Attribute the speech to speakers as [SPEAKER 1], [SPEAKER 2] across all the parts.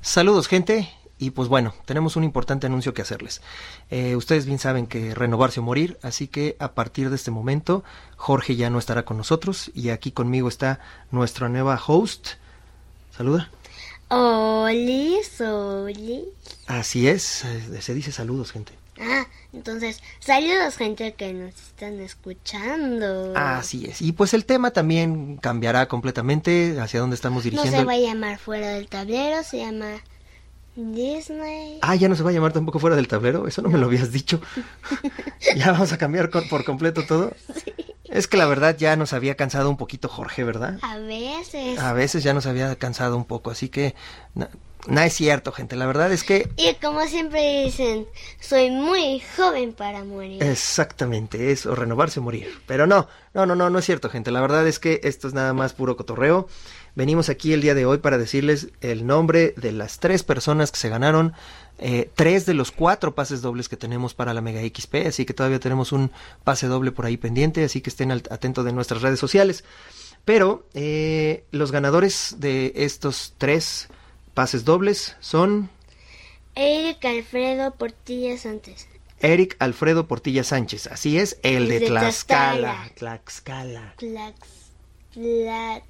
[SPEAKER 1] Saludos gente y pues bueno, tenemos un importante anuncio que hacerles. Eh, ustedes bien saben que renovarse o morir, así que a partir de este momento Jorge ya no estará con nosotros y aquí conmigo está nuestra nueva host. Saluda.
[SPEAKER 2] Oli, Soli.
[SPEAKER 1] Así es, eh, se dice saludos gente.
[SPEAKER 2] Ah, entonces, saludos gente que nos están escuchando.
[SPEAKER 1] Así es. Y pues el tema también cambiará completamente hacia dónde estamos
[SPEAKER 2] No
[SPEAKER 1] dirigiendo.
[SPEAKER 2] se
[SPEAKER 1] el-
[SPEAKER 2] va a llamar fuera del tablero, se llama Disney.
[SPEAKER 1] Ah, ya no se va a llamar tampoco fuera del tablero, eso no, me lo habías dicho. ya vamos a cambiar con- por completo todo. Es que la verdad ya nos había cansado un poquito Jorge, ¿verdad?
[SPEAKER 2] A veces.
[SPEAKER 1] A veces ya nos había cansado un poco, así que no, no es cierto, gente. La verdad es que
[SPEAKER 2] Y como siempre dicen, soy muy joven para morir.
[SPEAKER 1] Eh. exactamente es o renovarse o morir. Pero no, no, no, no, no es cierto, gente. La verdad es que esto es nada más puro cotorreo. Venimos aquí el día de hoy para decirles el nombre de las tres personas que se ganaron eh, tres de los cuatro pases dobles que tenemos para la Mega XP, así que todavía tenemos un pase doble por ahí pendiente, así que estén al- atentos de nuestras redes sociales. Pero eh, los ganadores de estos tres pases dobles son
[SPEAKER 2] Eric Alfredo Portilla Santos.
[SPEAKER 1] Eric Alfredo Portilla Sánchez. Así es, el
[SPEAKER 2] El
[SPEAKER 1] de
[SPEAKER 2] de
[SPEAKER 1] Tlaxcala. Tlaxcala.
[SPEAKER 2] Clax. Clax.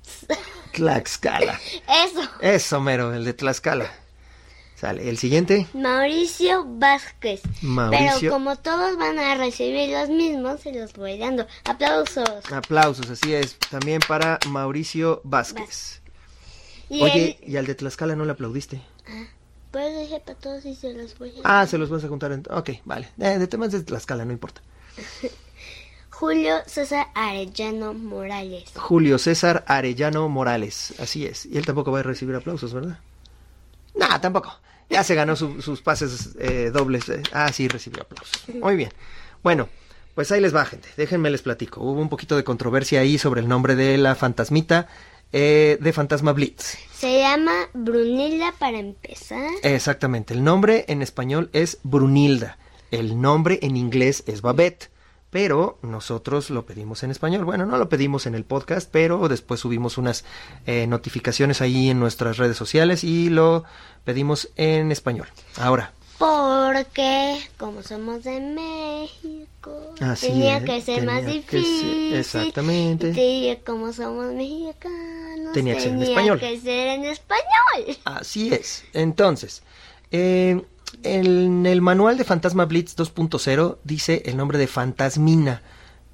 [SPEAKER 1] Tlaxcala.
[SPEAKER 2] Eso.
[SPEAKER 1] Eso, mero, el de Tlaxcala. Sale. El siguiente,
[SPEAKER 2] Mauricio Vázquez.
[SPEAKER 1] Mauricio.
[SPEAKER 2] Pero como todos van a recibir los mismos, se los voy dando. Aplausos.
[SPEAKER 1] Aplausos, así es. También para Mauricio Vázquez.
[SPEAKER 2] Y
[SPEAKER 1] Oye,
[SPEAKER 2] él-
[SPEAKER 1] y al de Tlaxcala no le aplaudiste.
[SPEAKER 2] Pues dije para todos y se los voy a
[SPEAKER 1] Ah, se los vas a contar. En... Ok, vale. Eh, de temas de Tlaxcala, no importa.
[SPEAKER 2] Julio César Arellano Morales.
[SPEAKER 1] Julio César Arellano Morales. Así es. Y él tampoco va a recibir aplausos, ¿verdad? Nah, tampoco. Ya se ganó su- sus pases eh, dobles. eh. Ah, sí, recibió aplausos. Muy bien. Bueno, pues ahí les va, gente. Déjenme les platico. Hubo un poquito de controversia ahí sobre el nombre de la fantasmita eh, de Fantasma Blitz.
[SPEAKER 2] Se llama Brunilda para empezar.
[SPEAKER 1] Eh. Exactamente. El nombre en español es Brunilda. El nombre en inglés es Babette. Pero nosotros lo pedimos en español. Bueno, no lo pedimos en el podcast, pero después subimos unas eh, notificaciones ahí en nuestras redes sociales y lo pedimos en español. Ahora,
[SPEAKER 2] Porque como somos de México,
[SPEAKER 1] Así
[SPEAKER 2] tenía
[SPEAKER 1] es,
[SPEAKER 2] que ser
[SPEAKER 1] tenía
[SPEAKER 2] más
[SPEAKER 1] que ser-
[SPEAKER 2] difícil.
[SPEAKER 1] exactamente.
[SPEAKER 2] Y como somos mexicanos,
[SPEAKER 1] Tenía que ser en español.
[SPEAKER 2] que ser en español.
[SPEAKER 1] Así es. Entonces, eh, en el manual de Fantasma Blitz 2.0 dice el nombre de Fantasmina.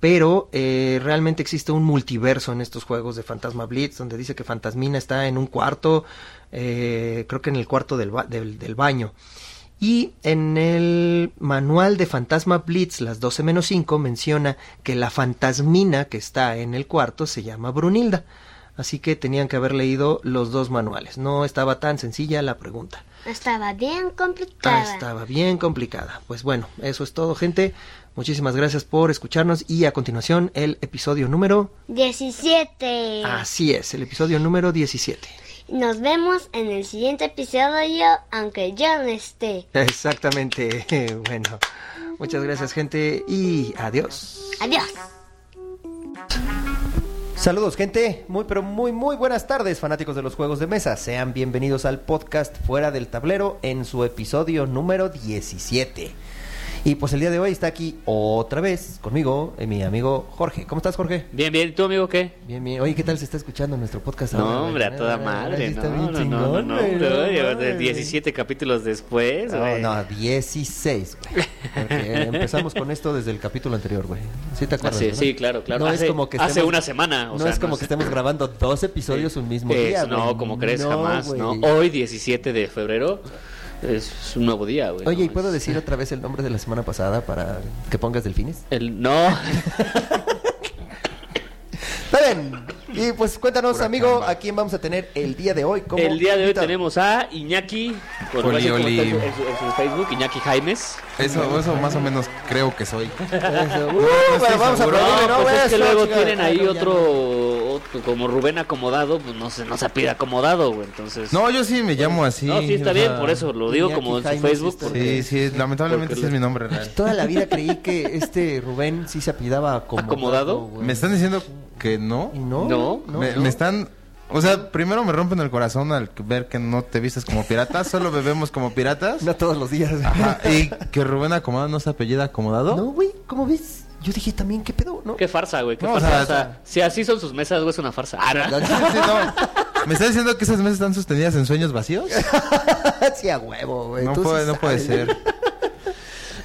[SPEAKER 1] Pero eh, realmente existe un multiverso en estos juegos de Fantasma Blitz, donde dice que Fantasmina está en un cuarto, eh, creo que en el cuarto del, ba- del- del baño. Y en el manual de Fantasma Blitz, las 12 menos 5, menciona que la fantasmina que está en el cuarto se llama Brunilda. Así que tenían que haber leído los dos manuales. No estaba tan sencilla la pregunta.
[SPEAKER 2] Estaba bien
[SPEAKER 1] Ah,
[SPEAKER 2] complicada.
[SPEAKER 1] estaba bien complicada. Pues bueno, eso es todo, gente. Muchísimas gracias por escucharnos. Y a continuación, el episodio número.
[SPEAKER 2] 17.
[SPEAKER 1] Así es, el episodio número 17.
[SPEAKER 2] Nos vemos en el siguiente episodio, aunque yo no esté.
[SPEAKER 1] Exactamente. Bueno, muchas gracias, gente. Y adiós.
[SPEAKER 2] Adiós.
[SPEAKER 1] Saludos gente, muy pero muy muy buenas tardes fanáticos de los juegos de mesa, sean bienvenidos al podcast Fuera del Tablero en su episodio número 17. Y pues el día de hoy está aquí otra vez conmigo eh, mi amigo Jorge. ¿Cómo estás Jorge?
[SPEAKER 3] Bien, bien, ¿tú amigo qué?
[SPEAKER 1] Bien, bien. Oye, ¿qué tal se está escuchando nuestro podcast? ahora,
[SPEAKER 3] No, hombre, a
[SPEAKER 1] güey?
[SPEAKER 3] toda
[SPEAKER 1] Ahora
[SPEAKER 3] madre,
[SPEAKER 1] sí
[SPEAKER 3] no,
[SPEAKER 1] está
[SPEAKER 3] no,
[SPEAKER 1] bien
[SPEAKER 3] no,
[SPEAKER 1] chingón,
[SPEAKER 3] no, no,
[SPEAKER 1] güey,
[SPEAKER 3] hombre,
[SPEAKER 1] no,
[SPEAKER 3] de
[SPEAKER 1] mames.
[SPEAKER 3] 17 capítulos después,
[SPEAKER 1] No,
[SPEAKER 3] güey.
[SPEAKER 1] no, 16, güey. Porque empezamos con esto desde el capítulo anterior, güey. ¿Sí te acuerdas?
[SPEAKER 3] Ah, sí,
[SPEAKER 1] verdad?
[SPEAKER 3] sí, claro, claro.
[SPEAKER 1] No
[SPEAKER 3] Hace-
[SPEAKER 1] es como que
[SPEAKER 3] hace
[SPEAKER 1] estemos-
[SPEAKER 3] una semana, o
[SPEAKER 1] no
[SPEAKER 3] sea,
[SPEAKER 1] es
[SPEAKER 3] no
[SPEAKER 1] como
[SPEAKER 3] sé.
[SPEAKER 1] que estemos grabando dos episodios un mismo
[SPEAKER 3] Es-
[SPEAKER 1] día, güey.
[SPEAKER 3] No, como crees,
[SPEAKER 1] No,
[SPEAKER 3] jamás,
[SPEAKER 1] güey.
[SPEAKER 3] ¿no? Oh, Hoy, 17 de febrero, es, es un nuevo día, güey.
[SPEAKER 1] Oye, ¿y
[SPEAKER 3] ¿no?
[SPEAKER 1] puedo
[SPEAKER 3] Es-
[SPEAKER 1] decir otra vez el nombre de la semana pasada para que pongas delfines?
[SPEAKER 3] El, no,
[SPEAKER 1] Está bien. Y pues cuéntanos, amigo, a quién vamos a tener el día de hoy. como
[SPEAKER 3] el día de hoy
[SPEAKER 1] invitado.
[SPEAKER 3] tenemos a Iñaki, por
[SPEAKER 4] Oli,
[SPEAKER 3] gracias, como
[SPEAKER 4] oli.
[SPEAKER 3] está en, su- en su- en su Facebook, Iñaki Jaimes.
[SPEAKER 4] Eso, eso más o menos creo que soy.
[SPEAKER 1] Eso. Uh,
[SPEAKER 4] estoy
[SPEAKER 1] pero vamos a
[SPEAKER 4] seguro.
[SPEAKER 1] aplaudirle,
[SPEAKER 4] No,
[SPEAKER 3] pues
[SPEAKER 1] Eso,
[SPEAKER 3] es que luego
[SPEAKER 1] chingada.
[SPEAKER 3] tienen ahí
[SPEAKER 1] Ah, no, ya
[SPEAKER 3] otro,
[SPEAKER 1] no.
[SPEAKER 3] otro, como Rubén acomodado, pues no se, no se pide acomodado, güey, entonces...
[SPEAKER 4] No, yo sí me llamo así.
[SPEAKER 3] No, sí, está
[SPEAKER 4] o
[SPEAKER 3] bien,
[SPEAKER 4] sea,
[SPEAKER 3] por eso lo digo
[SPEAKER 1] Iñaki
[SPEAKER 3] como en su
[SPEAKER 1] Jaimes sí
[SPEAKER 3] Facebook.
[SPEAKER 1] está
[SPEAKER 3] porque-
[SPEAKER 4] Sí, sí, lamentablemente
[SPEAKER 3] Porque
[SPEAKER 4] ese es
[SPEAKER 3] lo-
[SPEAKER 4] mi nombre real.
[SPEAKER 1] Toda la vida creí que este Rubén sí se apellidaba acomodado.
[SPEAKER 3] ¿Acomodado?
[SPEAKER 1] güey.
[SPEAKER 4] ¿Me están diciendo que no?
[SPEAKER 1] Y no,
[SPEAKER 3] No.
[SPEAKER 1] no,
[SPEAKER 4] me,
[SPEAKER 1] no.
[SPEAKER 4] me están O sea, primero me rompen el corazón al ver que no te vistes como pirata, solo bebemos como piratas.
[SPEAKER 1] No todos los días.
[SPEAKER 4] Ajá, y que Rubén Acomodado no se apellida Acomodado.
[SPEAKER 1] No, güey, ¿cómo ves? Yo dije también, ¿qué pedo? ¿No?
[SPEAKER 3] Qué farsa, güey. Qué
[SPEAKER 4] No, o
[SPEAKER 3] farsa.
[SPEAKER 4] sea,
[SPEAKER 3] O sea, si así son sus mesas, güey, es una farsa. Ah, ¿no?
[SPEAKER 4] Sí, sí, no. ¿Me estás diciendo que esas mesas están sostenidas en sueños vacíos?
[SPEAKER 1] sí, a huevo, güey.
[SPEAKER 4] No
[SPEAKER 1] tú sí
[SPEAKER 4] puede, no puede
[SPEAKER 1] sabes.
[SPEAKER 4] ser.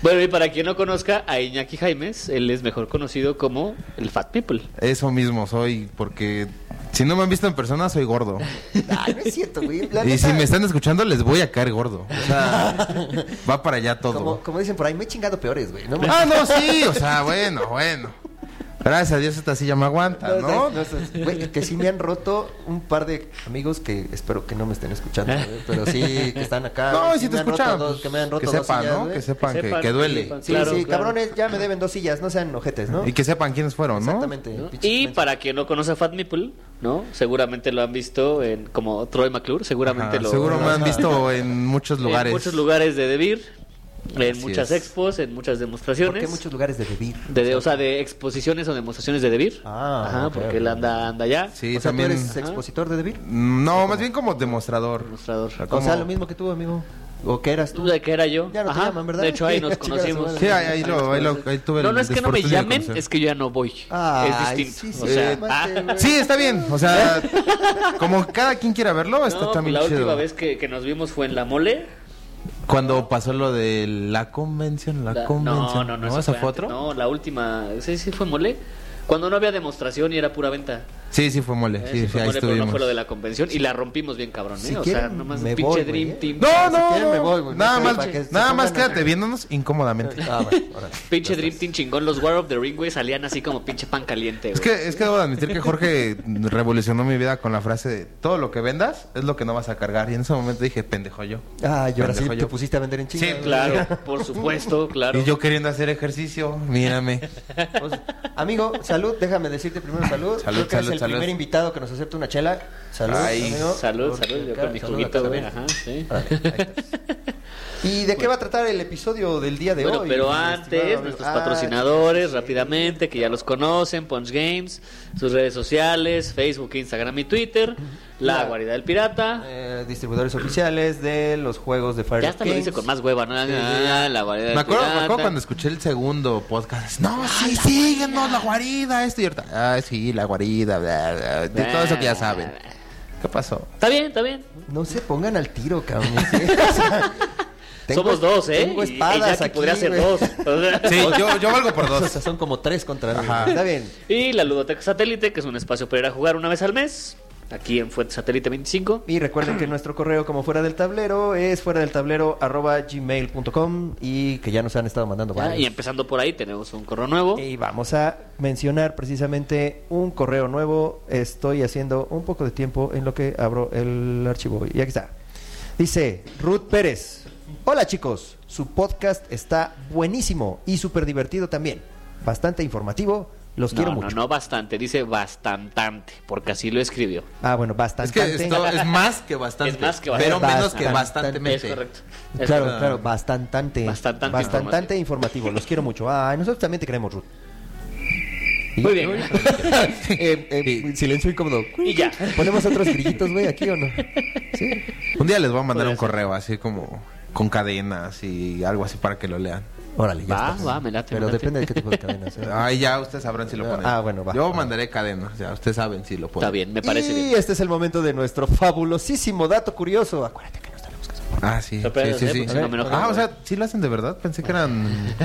[SPEAKER 3] Bueno, y para quien no conozca a Iñaki Jaimes, él es mejor conocido como el Fat People.
[SPEAKER 4] Eso mismo soy, porque si no me han visto en persona, soy gordo.
[SPEAKER 1] Ay, Ah, no es cierto, güey. La
[SPEAKER 4] Y
[SPEAKER 1] neta,
[SPEAKER 4] si me están escuchando, les voy a caer gordo. O sea, va para allá
[SPEAKER 1] Como,
[SPEAKER 4] todo.
[SPEAKER 1] como dicen por ahí, me he chingado peores, güey. No,
[SPEAKER 4] Ah, no, sí, o sea, bueno, bueno. Gracias a Dios esta silla me aguanta, Ah, ¿no?
[SPEAKER 1] no, no, no, güey, que sí me han roto un par de amigos que espero que no me estén escuchando, güey, pero sí que están acá.
[SPEAKER 4] No,
[SPEAKER 1] güey,
[SPEAKER 4] y si
[SPEAKER 1] sí
[SPEAKER 4] te
[SPEAKER 1] me han roto
[SPEAKER 4] escuchan, pues,
[SPEAKER 1] dos- que me han roto
[SPEAKER 4] que
[SPEAKER 1] dos
[SPEAKER 4] sepan,
[SPEAKER 1] sillas,
[SPEAKER 4] ¿no?
[SPEAKER 1] güey.
[SPEAKER 4] Que sepan que,
[SPEAKER 3] Sepan,
[SPEAKER 4] que duele.
[SPEAKER 3] sepan.
[SPEAKER 1] Sí,
[SPEAKER 3] Claro,
[SPEAKER 1] sí,
[SPEAKER 3] claro.
[SPEAKER 1] cabrones, ya me deben dos sillas, no sean ojetes, ¿no?
[SPEAKER 4] Y que sepan quiénes fueron, ¿no?
[SPEAKER 1] Exactamente.
[SPEAKER 3] ¿no?
[SPEAKER 1] pinches
[SPEAKER 3] Y
[SPEAKER 1] mensos.
[SPEAKER 3] para quien no conoce a Fat People, ¿no? Seguramente lo han visto en como Troy McClure, seguramente
[SPEAKER 4] Ajá,
[SPEAKER 3] lo
[SPEAKER 4] seguro me han
[SPEAKER 3] Ajá.
[SPEAKER 4] visto en muchos lugares.
[SPEAKER 3] En muchos lugares de Debir, en
[SPEAKER 4] Así
[SPEAKER 3] muchas
[SPEAKER 4] es.
[SPEAKER 3] expos, en muchas
[SPEAKER 1] ¿Por
[SPEAKER 3] demostraciones.
[SPEAKER 1] qué muchos lugares de vivir?
[SPEAKER 3] De, de- o sea, de exposiciones o demostraciones de Debir.
[SPEAKER 1] Ah,
[SPEAKER 3] Ajá,
[SPEAKER 1] ok,
[SPEAKER 3] porque
[SPEAKER 1] ok.
[SPEAKER 3] él anda, anda allá.
[SPEAKER 4] Sí,
[SPEAKER 1] o sea,
[SPEAKER 4] también.
[SPEAKER 1] ¿tú
[SPEAKER 3] Ah.
[SPEAKER 1] eres expositor de Devir?
[SPEAKER 4] No, más bien como demostrador.
[SPEAKER 3] Demostrador.
[SPEAKER 1] O
[SPEAKER 4] ¿Cómo?
[SPEAKER 1] sea, lo mismo que tú, amigo. ¿O que eras
[SPEAKER 3] ¿Tú
[SPEAKER 1] tú?
[SPEAKER 3] de qué era yo?
[SPEAKER 1] Ya no te
[SPEAKER 3] Ajá,
[SPEAKER 1] llaman, ¿verdad?
[SPEAKER 3] De hecho, ahí nos
[SPEAKER 1] Chingar a su
[SPEAKER 3] conocimos.
[SPEAKER 1] madre.
[SPEAKER 4] Sí, ahí, ahí lo, ahí lo, ahí tuve el
[SPEAKER 3] No, no es que no me
[SPEAKER 4] desfortunio de
[SPEAKER 3] llamen,
[SPEAKER 4] conocer.
[SPEAKER 3] es que yo ya no voy.
[SPEAKER 1] Ay,
[SPEAKER 3] es
[SPEAKER 1] sí,
[SPEAKER 3] distinto.
[SPEAKER 1] sí,
[SPEAKER 3] o sea,
[SPEAKER 1] mate,
[SPEAKER 3] ah,
[SPEAKER 1] güey.
[SPEAKER 4] Sí, está bien. O sea, como cada quien quiera verlo, está
[SPEAKER 3] no, pues
[SPEAKER 4] también
[SPEAKER 3] la última
[SPEAKER 4] chido.
[SPEAKER 3] vez que, que nos vimos fue en La Mole.
[SPEAKER 4] Cuando pasó lo de la convención, la,
[SPEAKER 3] La-
[SPEAKER 4] convención.
[SPEAKER 3] No, no, no.
[SPEAKER 4] ¿No?
[SPEAKER 3] eso
[SPEAKER 4] ¿Esa
[SPEAKER 3] fue
[SPEAKER 4] fue
[SPEAKER 3] antes.
[SPEAKER 4] otro?
[SPEAKER 3] No, la última. Sí, sí, fue mole. Cuando no había demostración y era pura venta.
[SPEAKER 4] Sí, sí fue mole.
[SPEAKER 3] Eh,
[SPEAKER 4] Sí,
[SPEAKER 3] sí,
[SPEAKER 4] sí,
[SPEAKER 3] fue
[SPEAKER 4] ahí
[SPEAKER 3] mole, pero no
[SPEAKER 4] estuvimos.
[SPEAKER 3] fue lo de la convención. Y la rompimos bien, cabrón. ¿eh?
[SPEAKER 1] Si
[SPEAKER 3] o sea,
[SPEAKER 1] quieren,
[SPEAKER 3] nomás
[SPEAKER 1] me
[SPEAKER 3] un pinche
[SPEAKER 1] voy, güey,
[SPEAKER 3] Dream
[SPEAKER 1] ¿eh?
[SPEAKER 3] Team.
[SPEAKER 4] No,
[SPEAKER 1] Si
[SPEAKER 4] no,
[SPEAKER 1] quieren me
[SPEAKER 4] no.
[SPEAKER 1] voy, güey,
[SPEAKER 4] Nada
[SPEAKER 1] no
[SPEAKER 4] más,
[SPEAKER 1] sé, para que se
[SPEAKER 4] nada
[SPEAKER 1] pongan
[SPEAKER 4] más
[SPEAKER 1] a-
[SPEAKER 4] quédate viéndonos incómodamente.
[SPEAKER 1] Ah, bueno, órale.
[SPEAKER 3] Pinche Dream Team chingón. Los War of the Ring, güey, salían así como pinche pan caliente, güey.
[SPEAKER 4] Es que, es que debo de admitir que Jorge revolucionó mi vida con la frase de todo lo que vendas es lo que no vas a cargar. Y en ese momento dije, pendejo yo.
[SPEAKER 1] Ah, y ahora sí
[SPEAKER 4] Pendejo
[SPEAKER 1] te
[SPEAKER 4] yo.
[SPEAKER 1] pusiste a vender en chinga.
[SPEAKER 4] Sí,
[SPEAKER 1] güey.
[SPEAKER 3] Claro, por supuesto, claro.
[SPEAKER 4] Y yo queriendo hacer ejercicio, mírame.
[SPEAKER 1] Pues, amigo, salud, déjame decirte primero salud.
[SPEAKER 4] Salud,
[SPEAKER 1] Creo que
[SPEAKER 4] salud,
[SPEAKER 1] es el
[SPEAKER 4] salud.
[SPEAKER 1] primer invitado que nos acepta una chela. Salud,
[SPEAKER 4] Ay,
[SPEAKER 1] amigo.
[SPEAKER 3] Salud,
[SPEAKER 1] Porque
[SPEAKER 3] salud. Yo
[SPEAKER 1] acá,
[SPEAKER 3] con mi
[SPEAKER 1] salud,
[SPEAKER 3] juguito,
[SPEAKER 1] acá,
[SPEAKER 3] güey.
[SPEAKER 1] salud.
[SPEAKER 3] Ajá, sí.
[SPEAKER 1] Órale, ahí estás. ¿Y de qué va a tratar el episodio del día de
[SPEAKER 3] Bueno,
[SPEAKER 1] hoy?
[SPEAKER 3] pero
[SPEAKER 1] mi estimado
[SPEAKER 3] antes,
[SPEAKER 1] amigo?
[SPEAKER 3] nuestros
[SPEAKER 1] Ah,
[SPEAKER 3] patrocinadores,
[SPEAKER 1] sí.
[SPEAKER 3] rápidamente, que ya los conocen, Punch Games, sus redes sociales, Facebook, Instagram y Twitter,
[SPEAKER 1] Ya.
[SPEAKER 3] La Guarida del Pirata.
[SPEAKER 1] Eh, distribuidores oficiales de los juegos de Fire
[SPEAKER 3] Ya hasta lo
[SPEAKER 1] Kings.
[SPEAKER 3] dice con más hueva, ¿no? Ah, La Guarida del
[SPEAKER 4] Me acuerdo, me
[SPEAKER 3] Pirata. Ah,
[SPEAKER 4] acuerdo cuando escuché el segundo podcast. No, sí, síguenos, la guarida, esto y ahorita. Ah, sí, la guarida, bla, bla, de todo eso que ya saben. ¿Qué pasó?
[SPEAKER 3] Está bien, está bien.
[SPEAKER 1] No se pongan al tiro, cabrón. ¿sí? O sea, tengo-
[SPEAKER 3] Somos dos, ¿eh?
[SPEAKER 1] Tengo
[SPEAKER 3] Y- y
[SPEAKER 1] espadas
[SPEAKER 3] Jackie
[SPEAKER 1] aquí,
[SPEAKER 3] podría ser
[SPEAKER 1] güey.
[SPEAKER 3] dos. O sea,
[SPEAKER 4] Sí, yo, yo valgo por
[SPEAKER 1] O
[SPEAKER 4] dos.
[SPEAKER 1] sea, son como tres contra mí.
[SPEAKER 4] Ajá.
[SPEAKER 1] Está bien.
[SPEAKER 3] Y la Ludoteca Satélite, que es un espacio para ir a jugar una vez al mes, aquí en Fuente Satélite 25.
[SPEAKER 1] Y recuerden que nuestro correo como fuera del tablero es fuera del tablero arroba gmail.com y que ya nos han estado mandando
[SPEAKER 3] Ya,
[SPEAKER 1] varios.
[SPEAKER 3] Y empezando por ahí, tenemos un correo nuevo.
[SPEAKER 1] Y vamos a mencionar precisamente un correo nuevo. Estoy haciendo un poco de tiempo en lo que abro el archivo. Y aquí está. Dice Ruth Pérez. Hola chicos, su podcast está buenísimo y súper divertido también. Bastante informativo. Los
[SPEAKER 3] No,
[SPEAKER 1] quiero
[SPEAKER 3] no,
[SPEAKER 1] mucho.
[SPEAKER 3] no bastante, dice bastantante, porque así lo escribió.
[SPEAKER 1] Ah, bueno,
[SPEAKER 4] Es
[SPEAKER 1] bastante.
[SPEAKER 4] que esto es más que bastante.
[SPEAKER 3] Es más que
[SPEAKER 4] Pero
[SPEAKER 3] bastante.
[SPEAKER 4] menos que
[SPEAKER 1] Bastante.
[SPEAKER 4] bastantemente.
[SPEAKER 3] Es correcto. Es
[SPEAKER 1] Claro,
[SPEAKER 3] correcto.
[SPEAKER 1] claro, bastantante.
[SPEAKER 3] Bastantante
[SPEAKER 1] Bastantante informativo. Los quiero mucho. Ay, nosotros también te queremos, Ruth. Y-
[SPEAKER 3] Muy bien.
[SPEAKER 1] Eh, eh,
[SPEAKER 4] Sí.
[SPEAKER 1] Silencio incómodo.
[SPEAKER 3] Y ya.
[SPEAKER 1] ¿Ponemos otros grillitos, güey, aquí o no? Sí.
[SPEAKER 4] Un día les voy a mandar
[SPEAKER 3] Podría
[SPEAKER 4] un correo así como con cadenas y algo así para que lo lean.
[SPEAKER 1] Órale, ya
[SPEAKER 3] Va,
[SPEAKER 1] estás.
[SPEAKER 3] va, me late,
[SPEAKER 1] Pero
[SPEAKER 3] me late.
[SPEAKER 1] depende de qué tipo de cadenas. ¿eh?
[SPEAKER 4] Ahí ya ustedes sabrán si lo ponen.
[SPEAKER 1] Ah, bueno, va.
[SPEAKER 4] Yo mandaré cadenas, ya ustedes saben si lo ponen.
[SPEAKER 3] Está bien, me parece
[SPEAKER 1] y
[SPEAKER 3] bien.
[SPEAKER 1] este es el momento de nuestro fabulosísimo dato curioso. Acuérdate que nos tenemos que hacer.
[SPEAKER 4] Ah, sí. Sí,
[SPEAKER 3] Sorprendas,
[SPEAKER 4] sí,
[SPEAKER 3] ¿eh?
[SPEAKER 4] sí.
[SPEAKER 3] Porque si no me enojo.
[SPEAKER 4] Ah, o sea, sí lo hacen de verdad. Pensé que eran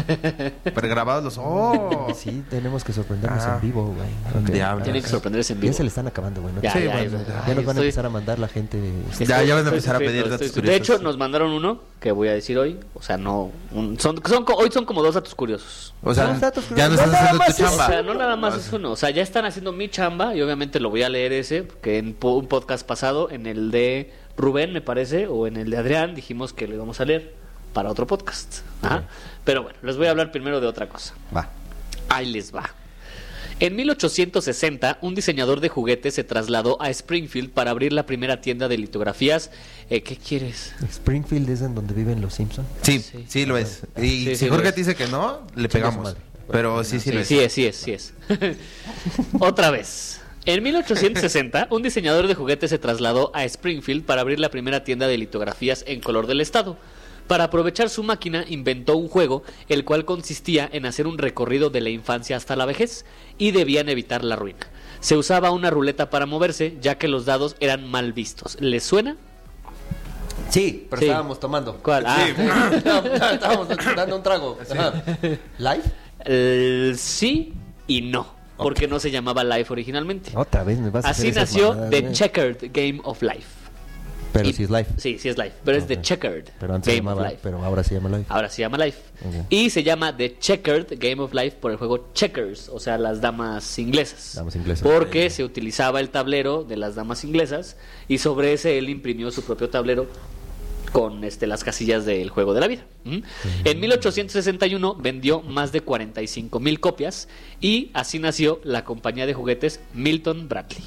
[SPEAKER 4] pregrabados los. ¡Oh!
[SPEAKER 1] Sí, tenemos que sorprendernos
[SPEAKER 4] Ah.
[SPEAKER 1] en vivo, güey.
[SPEAKER 4] Ok. Diablo.
[SPEAKER 3] Tienen que sorprenderse en
[SPEAKER 1] Ya
[SPEAKER 3] vivo.
[SPEAKER 1] se le están acabando, güey. ¿no?
[SPEAKER 3] Ya,
[SPEAKER 1] Sí,
[SPEAKER 3] ya,
[SPEAKER 1] bueno,
[SPEAKER 3] ya.
[SPEAKER 1] ya nos van a
[SPEAKER 3] Estoy-
[SPEAKER 1] empezar a mandar la gente. este,
[SPEAKER 4] Ya, ya van a
[SPEAKER 3] Estoy
[SPEAKER 4] empezar a
[SPEAKER 3] sufriendo,
[SPEAKER 4] pedir
[SPEAKER 3] estoy
[SPEAKER 4] datos
[SPEAKER 3] sufriendo.
[SPEAKER 4] curiosos.
[SPEAKER 3] De hecho, nos mandaron uno que voy a decir hoy. O sea, no. un- son, son co- hoy son como dos datos curiosos.
[SPEAKER 4] O sea,
[SPEAKER 1] Los datos
[SPEAKER 4] ya no
[SPEAKER 1] curiosos.
[SPEAKER 4] estás haciendo tu
[SPEAKER 3] O sea,
[SPEAKER 4] chamba.
[SPEAKER 3] no nada más es uno. O sea, ya están haciendo mi chamba y obviamente lo voy a leer ese, porque en po- un podcast pasado, en el de Rubén, me parece, o en el de Adrián, dijimos que lo íbamos a leer para otro podcast. Ajá. Pero bueno, les voy a hablar primero de otra cosa.
[SPEAKER 1] Va.
[SPEAKER 3] Ahí les va. En 1860, un diseñador de juguetes se trasladó a Springfield para abrir la primera tienda de litografías. Eh, ¿Qué quieres?
[SPEAKER 1] Springfield es en donde viven los Simpsons.
[SPEAKER 4] Sí,
[SPEAKER 3] Sí.
[SPEAKER 4] sí, lo es. Y
[SPEAKER 3] Sí, sí
[SPEAKER 4] si
[SPEAKER 3] lo
[SPEAKER 4] Jorge
[SPEAKER 3] es.
[SPEAKER 4] te dice que no, le
[SPEAKER 1] Chinga su
[SPEAKER 4] pegamos.
[SPEAKER 1] madre.
[SPEAKER 4] Pero sí, sí,
[SPEAKER 3] Sí,
[SPEAKER 4] lo es.
[SPEAKER 3] sí es, sí es, sí es. Otra vez. En 1860, un diseñador de juguetes se trasladó a Springfield para abrir la primera tienda de litografías en color del estado. Para aprovechar su máquina, inventó un juego, el cual consistía en hacer un recorrido de la infancia hasta la vejez, y debían evitar la ruina. Se usaba una ruleta para moverse, ya que los dados eran mal vistos. ¿Les suena?
[SPEAKER 5] Sí, pero
[SPEAKER 3] Sí.
[SPEAKER 5] estábamos tomando.
[SPEAKER 3] ¿Cuál? Ah,
[SPEAKER 5] estábamos dando un trago. Ajá. ¿Live?
[SPEAKER 3] el sí y no, porque no se llamaba Life originalmente.
[SPEAKER 1] Otra vez me vas a
[SPEAKER 3] Así
[SPEAKER 1] hacer esas
[SPEAKER 3] nació
[SPEAKER 1] mamadas,
[SPEAKER 3] The
[SPEAKER 1] güey.
[SPEAKER 3] Checkered Game of Life.
[SPEAKER 1] Pero
[SPEAKER 3] Y-
[SPEAKER 1] sí es live.
[SPEAKER 3] Sí, sí es Life, pero es The
[SPEAKER 1] Ok.
[SPEAKER 3] Checkered
[SPEAKER 1] Pero antes se
[SPEAKER 3] Game of
[SPEAKER 1] llamaba,
[SPEAKER 3] Life.
[SPEAKER 1] pero ahora se llama live.
[SPEAKER 3] Ahora se llama Life.
[SPEAKER 1] Ok.
[SPEAKER 3] Y se llama The Checkered Game of Life por el juego Checkers, o sea, las damas inglesas.
[SPEAKER 1] Damas inglesas.
[SPEAKER 3] Porque se utilizaba el tablero de las damas inglesas y sobre ese él imprimió su propio tablero con este, las casillas del juego de la vida. ¿Mm? En 1861 vendió más de 45 mil copias y así nació la compañía de juguetes Milton Bradley.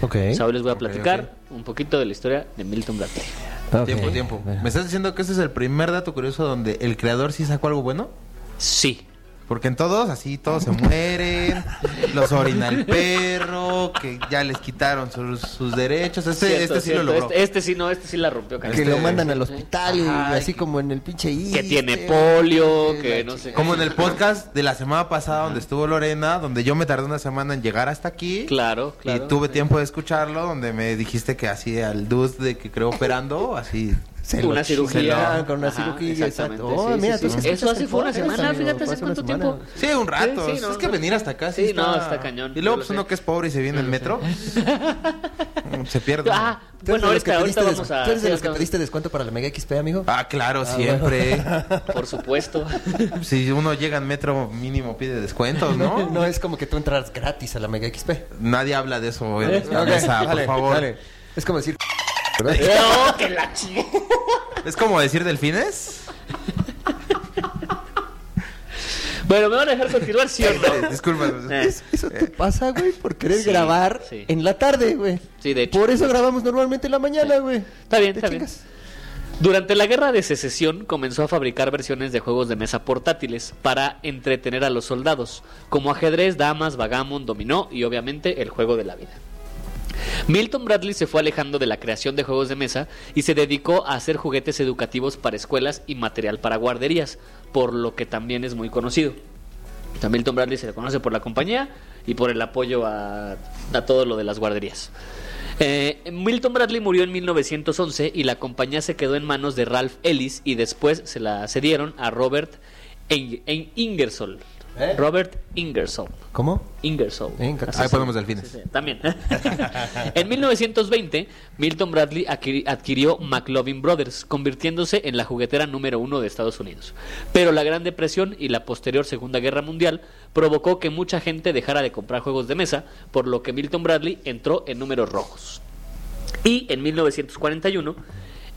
[SPEAKER 1] Ok.
[SPEAKER 3] O sea, hoy les voy a
[SPEAKER 4] Ok,
[SPEAKER 3] platicar un poquito de la historia de Milton Bradley.
[SPEAKER 1] Ok.
[SPEAKER 4] Tiempo, tiempo.
[SPEAKER 1] Bueno.
[SPEAKER 4] ¿Me estás diciendo que ese es el primer dato curioso donde el creador sí sacó algo bueno?
[SPEAKER 3] Sí,
[SPEAKER 4] Porque en todos, así, todos se mueren, los orina el perro, que ya les quitaron sus, sus derechos. Este,
[SPEAKER 3] Cierto,
[SPEAKER 4] este sí
[SPEAKER 3] cierto.
[SPEAKER 4] lo logró.
[SPEAKER 3] Este, este sí no, este sí la rompió.
[SPEAKER 1] Que
[SPEAKER 3] cañón.
[SPEAKER 4] Este-
[SPEAKER 1] lo mandan al hospital, y
[SPEAKER 4] Ajá,
[SPEAKER 1] así
[SPEAKER 4] que-
[SPEAKER 1] como en el pinche
[SPEAKER 3] que
[SPEAKER 1] Issste, güey.
[SPEAKER 3] tiene polio, que no sé. qué.
[SPEAKER 4] Como en el podcast de la semana pasada donde estuvo Lorena, donde yo me tardé una semana en llegar hasta aquí.
[SPEAKER 3] Claro, claro.
[SPEAKER 4] Y tuve tiempo de escucharlo, donde me dijiste que así al dus de que creo operando, así.
[SPEAKER 1] Se
[SPEAKER 3] Una
[SPEAKER 1] lo-
[SPEAKER 3] cirugía.
[SPEAKER 1] se lo- con una
[SPEAKER 3] Ajá,
[SPEAKER 1] cirugía, exacto.
[SPEAKER 3] exactamente,
[SPEAKER 1] Oh,
[SPEAKER 3] sí,
[SPEAKER 1] mira,
[SPEAKER 3] sí,
[SPEAKER 1] tú
[SPEAKER 3] sí.
[SPEAKER 1] escuchas
[SPEAKER 3] Eso hace
[SPEAKER 1] el
[SPEAKER 3] fue una
[SPEAKER 1] podcast,
[SPEAKER 3] semana,
[SPEAKER 1] amigo,
[SPEAKER 3] fíjate, ¿hace
[SPEAKER 1] fue una
[SPEAKER 3] cuánto
[SPEAKER 1] semana.
[SPEAKER 3] tiempo?
[SPEAKER 4] Sí, un rato.
[SPEAKER 3] Sí, sí, no,
[SPEAKER 4] es que
[SPEAKER 3] no,
[SPEAKER 4] venir hasta acá sí,
[SPEAKER 3] sí, no, está cañón, yo
[SPEAKER 4] Y
[SPEAKER 3] lo
[SPEAKER 4] luego, pues
[SPEAKER 3] sé.
[SPEAKER 4] uno que es pobre y se viene en el metro, pues, se pierde. ¿no?
[SPEAKER 3] Ah,
[SPEAKER 1] ¿Tú eres
[SPEAKER 3] bueno,
[SPEAKER 1] de los que
[SPEAKER 3] ahorita,
[SPEAKER 1] pediste
[SPEAKER 3] ahorita
[SPEAKER 1] des-
[SPEAKER 3] vamos a.
[SPEAKER 1] ¿Tú eres de
[SPEAKER 3] sí,
[SPEAKER 1] los que
[SPEAKER 3] ahorita-
[SPEAKER 1] pediste descuento para la Mega XP, amigo?
[SPEAKER 4] Ah, claro,
[SPEAKER 1] Ah,
[SPEAKER 4] siempre.
[SPEAKER 3] Por supuesto.
[SPEAKER 4] si uno llega en metro, mínimo pide descuentos, ¿no?
[SPEAKER 1] No es como que tú entras gratis a la Mega XP.
[SPEAKER 4] Nadie habla de eso en esta
[SPEAKER 1] ¿Eh? Ok,
[SPEAKER 4] mesa,
[SPEAKER 1] dale,
[SPEAKER 4] Pues, por favor.
[SPEAKER 1] dale. Es como decir.
[SPEAKER 3] ¡No, que la chingue!
[SPEAKER 4] Es como decir delfines.
[SPEAKER 3] Bueno, ¿me van a dejar continuar, sí o
[SPEAKER 4] Eh,
[SPEAKER 3] no?
[SPEAKER 4] Disculpa.
[SPEAKER 3] Eh,
[SPEAKER 1] "Es- Eso te pasa, güey, por querer
[SPEAKER 3] Sí,
[SPEAKER 1] grabar
[SPEAKER 3] sí.
[SPEAKER 1] en la tarde, güey.
[SPEAKER 3] Sí, de hecho.
[SPEAKER 1] Por eso grabamos normalmente en la mañana, güey.
[SPEAKER 3] Está bien,
[SPEAKER 1] Te
[SPEAKER 3] está bien.
[SPEAKER 1] chingas.
[SPEAKER 3] Durante la Guerra de Secesión comenzó a fabricar versiones de juegos de mesa portátiles para entretener a los soldados, como ajedrez, damas, vagamon, dominó y obviamente el juego de la vida. Milton Bradley se fue alejando de la creación de juegos de mesa y se dedicó a hacer juguetes educativos para escuelas y material para guarderías, por lo que también es muy conocido. A Milton Bradley se le conoce por la compañía y por el apoyo a, a todo lo de las guarderías. Eh, Milton Bradley murió en 1911 y la compañía se quedó en manos de Ralph Ellis y después se la cedieron a Robert Eng- Eng- Ingersoll.
[SPEAKER 1] ¿Eh?
[SPEAKER 3] Robert Ingersoll.
[SPEAKER 1] ¿Cómo?
[SPEAKER 3] Ingersoll.
[SPEAKER 1] Ingersoll.
[SPEAKER 3] Así
[SPEAKER 4] Ahí
[SPEAKER 3] se-
[SPEAKER 4] ponemos delfines.
[SPEAKER 3] Sí, sí, también. en 1920, Milton Bradley adquiri- adquirió McLovin Brothers, convirtiéndose en la juguetera número uno de Estados Unidos. Pero la Gran Depresión y la posterior Segunda Guerra Mundial provocó que mucha gente dejara de comprar juegos de mesa, por lo que Milton Bradley entró en números rojos. Y en 1941,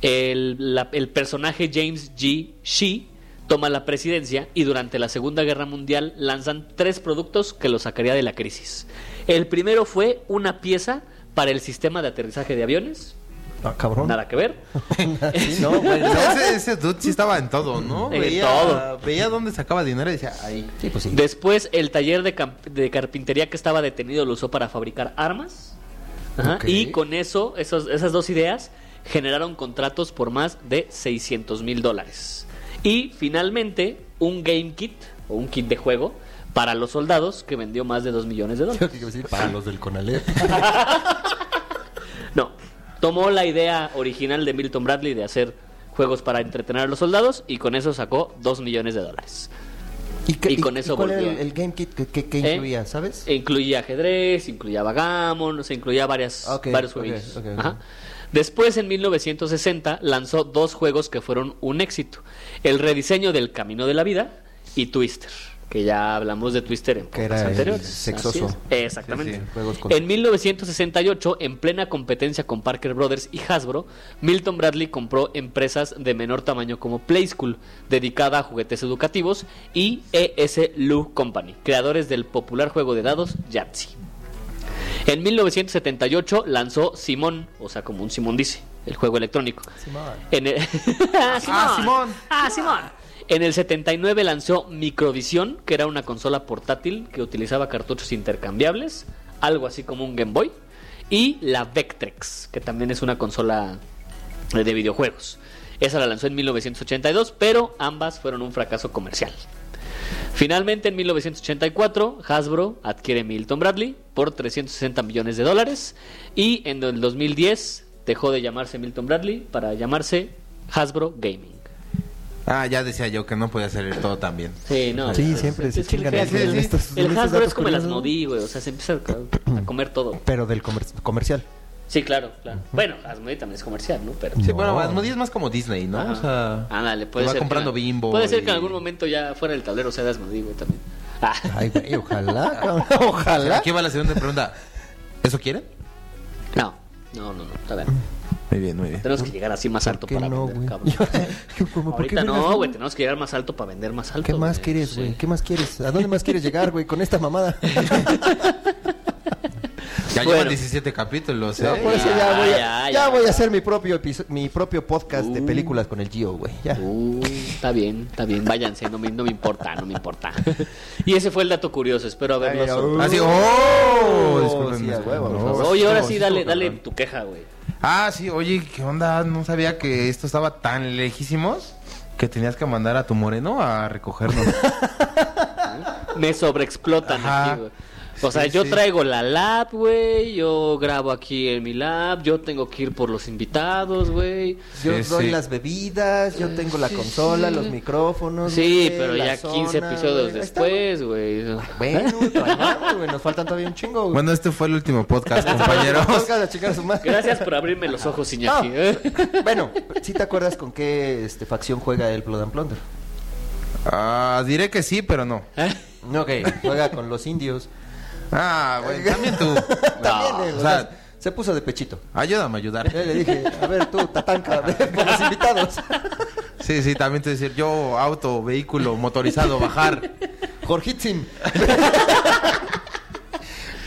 [SPEAKER 3] el, la- el personaje James G. Shee toma la presidencia y durante la Segunda Guerra Mundial lanzan tres productos que lo sacaría de la crisis. El primero fue una pieza para el sistema de aterrizaje de aviones,
[SPEAKER 1] Ah, cabrón.
[SPEAKER 3] nada que ver.
[SPEAKER 1] Sí, no, güey. no.
[SPEAKER 4] Ese, ese dude sí estaba en todo, ¿no?
[SPEAKER 3] En
[SPEAKER 4] veía,
[SPEAKER 3] todo.
[SPEAKER 4] Veía dónde sacaba dinero y decía, ahí.
[SPEAKER 1] Sí, pues sí.
[SPEAKER 3] Después el taller de, camp- de carpintería que estaba detenido lo usó para fabricar armas. Ajá,
[SPEAKER 1] Ok.
[SPEAKER 3] Y con eso, esos- esas dos ideas generaron contratos por más de 600 mil dólares. Y finalmente un game kit o un kit de juego para los soldados que vendió más de 2 millones de
[SPEAKER 1] Yo
[SPEAKER 3] dólares.
[SPEAKER 1] que iba a decir, para los del Conalep.
[SPEAKER 3] No, tomó la idea original de Milton Bradley de hacer juegos para entretener a los soldados y con eso sacó 2 millones de dólares.
[SPEAKER 1] qué-
[SPEAKER 3] Y con eso
[SPEAKER 1] cuál era
[SPEAKER 3] volvió.
[SPEAKER 1] el, el game kit que, que- que
[SPEAKER 3] ¿Eh?
[SPEAKER 1] incluía, sabes?
[SPEAKER 3] Incluía ajedrez, incluía vagamon, se incluía varias,
[SPEAKER 1] Ok,
[SPEAKER 3] varios
[SPEAKER 1] ok,
[SPEAKER 3] juegos.
[SPEAKER 1] ok, ok.
[SPEAKER 3] Después, en 1960, lanzó dos juegos que fueron un éxito: el rediseño del Camino de la Vida y Twister, que ya hablamos de Twister en
[SPEAKER 1] Que
[SPEAKER 3] podcasts
[SPEAKER 1] era el
[SPEAKER 3] anteriores.
[SPEAKER 1] sexoso.
[SPEAKER 3] Así es. Exactamente.
[SPEAKER 4] Sí, sí,
[SPEAKER 1] juegos con-
[SPEAKER 3] En 1968, en plena competencia con Parker Brothers y Hasbro, Milton Bradley compró empresas de menor tamaño como Playschool, dedicada a juguetes educativos, y ES Lou Company, creadores del popular juego de dados Yahtzee. En 1978 lanzó Simón, o sea, como un Simón dice, el juego electrónico. En el... ah, Simón.
[SPEAKER 4] Ah, Simón.
[SPEAKER 3] Ah, Simón. En el 79 lanzó Microvisión, que era una consola portátil que utilizaba cartuchos intercambiables, algo así como un Game Boy, y la Vectrex, que también es una consola eh, de videojuegos. Esa la lanzó en 1982, pero ambas fueron un fracaso comercial. Finalmente, en 1984, Hasbro adquiere Milton Bradley por 360 millones de dólares y en el 2010 dejó de llamarse Milton Bradley para llamarse Hasbro Gaming.
[SPEAKER 4] Ah, ya decía yo que no podía salir todo tan bien.
[SPEAKER 3] Sí, no.
[SPEAKER 1] Sí,
[SPEAKER 3] es-
[SPEAKER 1] siempre
[SPEAKER 3] es-
[SPEAKER 1] se
[SPEAKER 3] es que
[SPEAKER 1] chingan
[SPEAKER 3] el-
[SPEAKER 1] en- en
[SPEAKER 3] el-
[SPEAKER 1] estos- en
[SPEAKER 3] El
[SPEAKER 1] estos
[SPEAKER 3] Hasbro es
[SPEAKER 1] datos
[SPEAKER 3] como el
[SPEAKER 1] curiosos.
[SPEAKER 3] Asmodee, güey. O sea, se empieza a, a comer todo.
[SPEAKER 1] Pero del comer- comercial.
[SPEAKER 3] Sí, claro, claro. Bueno, Asmodee también es comercial, ¿no? Pero.
[SPEAKER 4] Sí,
[SPEAKER 1] No.
[SPEAKER 4] bueno, Asmodee es más como Disney, ¿no?
[SPEAKER 3] Ajá.
[SPEAKER 4] O sea,
[SPEAKER 3] Ándale, puede
[SPEAKER 4] va
[SPEAKER 3] ser. que
[SPEAKER 4] comprando
[SPEAKER 3] en-
[SPEAKER 4] Bimbo
[SPEAKER 3] Puede ser que
[SPEAKER 4] y-
[SPEAKER 3] en algún momento ya fuera del tablero sea de Asmodee, güey, también. Ah.
[SPEAKER 1] Ay, güey, ojalá, cabrón,
[SPEAKER 4] ¿Será
[SPEAKER 1] ojalá.
[SPEAKER 4] que va la segunda pregunta. ¿Eso quieren?
[SPEAKER 3] No, no, no, no. está bien.
[SPEAKER 4] Muy bien, muy bien.
[SPEAKER 3] Tenemos que llegar así más alto
[SPEAKER 1] ¿Por qué
[SPEAKER 3] para
[SPEAKER 1] no, güey?
[SPEAKER 3] vender, cabrón.
[SPEAKER 1] Yo como, ¿por qué
[SPEAKER 3] Ahorita
[SPEAKER 1] vergas
[SPEAKER 3] no, güey, tenemos que llegar más alto para vender más alto.
[SPEAKER 1] ¿Qué más
[SPEAKER 3] güey,
[SPEAKER 1] quieres,
[SPEAKER 3] sí.
[SPEAKER 1] güey? ¿Qué más quieres? ¿A dónde más quieres llegar, güey, con esta mamada?
[SPEAKER 4] Ya
[SPEAKER 3] Bueno.
[SPEAKER 4] llevan 17 capítulos, ¿eh?
[SPEAKER 1] No, por eso ya
[SPEAKER 3] Ah, Ya,
[SPEAKER 1] voy a,
[SPEAKER 3] ya,
[SPEAKER 1] ya,
[SPEAKER 3] ya.
[SPEAKER 1] voy a hacer mi propio episo- mi propio podcast de
[SPEAKER 3] Uh.
[SPEAKER 1] películas con el Gio, güey. Ya.
[SPEAKER 3] Uh, está bien, está bien, váyanse, no me, no me importa, no me importa. Y ese fue el dato curioso, espero haberlo
[SPEAKER 1] Ay,
[SPEAKER 3] sorprendido.
[SPEAKER 4] Así, ¡oh!
[SPEAKER 1] Oh,
[SPEAKER 4] Disculpen,
[SPEAKER 1] sí, a
[SPEAKER 4] disculpen,
[SPEAKER 1] huevo,
[SPEAKER 4] por
[SPEAKER 1] por
[SPEAKER 4] favor.
[SPEAKER 1] favor.
[SPEAKER 3] Oye, ahora
[SPEAKER 4] Estuvo-
[SPEAKER 3] sí, dale,
[SPEAKER 4] estuvo
[SPEAKER 3] dale
[SPEAKER 4] cabrón.
[SPEAKER 3] tu queja, güey.
[SPEAKER 4] Ah, sí, oye, ¿qué onda? No sabía que esto estaba tan lejísimos que tenías que mandar a tu moreno a recogernos.
[SPEAKER 3] Me sobreexplotan
[SPEAKER 4] Ajá.
[SPEAKER 3] aquí, güey. O sea,
[SPEAKER 4] Sí,
[SPEAKER 3] yo
[SPEAKER 4] sí.
[SPEAKER 3] traigo la lab, güey, yo grabo aquí en mi lab, yo tengo que ir por los invitados, güey.
[SPEAKER 1] Yo
[SPEAKER 4] Sí,
[SPEAKER 1] doy
[SPEAKER 4] sí.
[SPEAKER 1] las bebidas, yo tengo la
[SPEAKER 3] sí,
[SPEAKER 1] consola,
[SPEAKER 3] sí.
[SPEAKER 1] los micrófonos.
[SPEAKER 3] Sí,
[SPEAKER 1] güey,
[SPEAKER 3] pero
[SPEAKER 1] la
[SPEAKER 3] ya 15
[SPEAKER 1] zona,
[SPEAKER 3] episodios
[SPEAKER 1] güey. Ahí está,
[SPEAKER 3] después, ¿Eh? güey.
[SPEAKER 1] güey. Bueno, trabajamos, güey, nos faltan todavía un chingo, güey.
[SPEAKER 4] bueno, este fue el último podcast, compañeros.
[SPEAKER 1] Podcast a chingar a su madre.
[SPEAKER 3] Gracias por abrirme los ojos,
[SPEAKER 1] Ah,
[SPEAKER 3] Iñaki. ¿eh?
[SPEAKER 1] bueno, ¿sí te acuerdas con qué este, facción juega el Blood and Plunder?
[SPEAKER 4] Ah, diré que sí, pero no.
[SPEAKER 3] ¿Eh?
[SPEAKER 1] Ok. Juega con los indios.
[SPEAKER 4] Ah, güey, también tú.
[SPEAKER 1] También,
[SPEAKER 3] eh,
[SPEAKER 4] No,
[SPEAKER 1] él,
[SPEAKER 4] o
[SPEAKER 1] o
[SPEAKER 4] sea,
[SPEAKER 1] sea, se puso de pechito.
[SPEAKER 4] ayúdame a ayudar.
[SPEAKER 1] Yo le dije, a ver tú, tatanca, ve por los invitados.
[SPEAKER 4] Sí, sí, también te decir yo, auto, vehículo, motorizado, bajar.
[SPEAKER 1] Jorgitzin.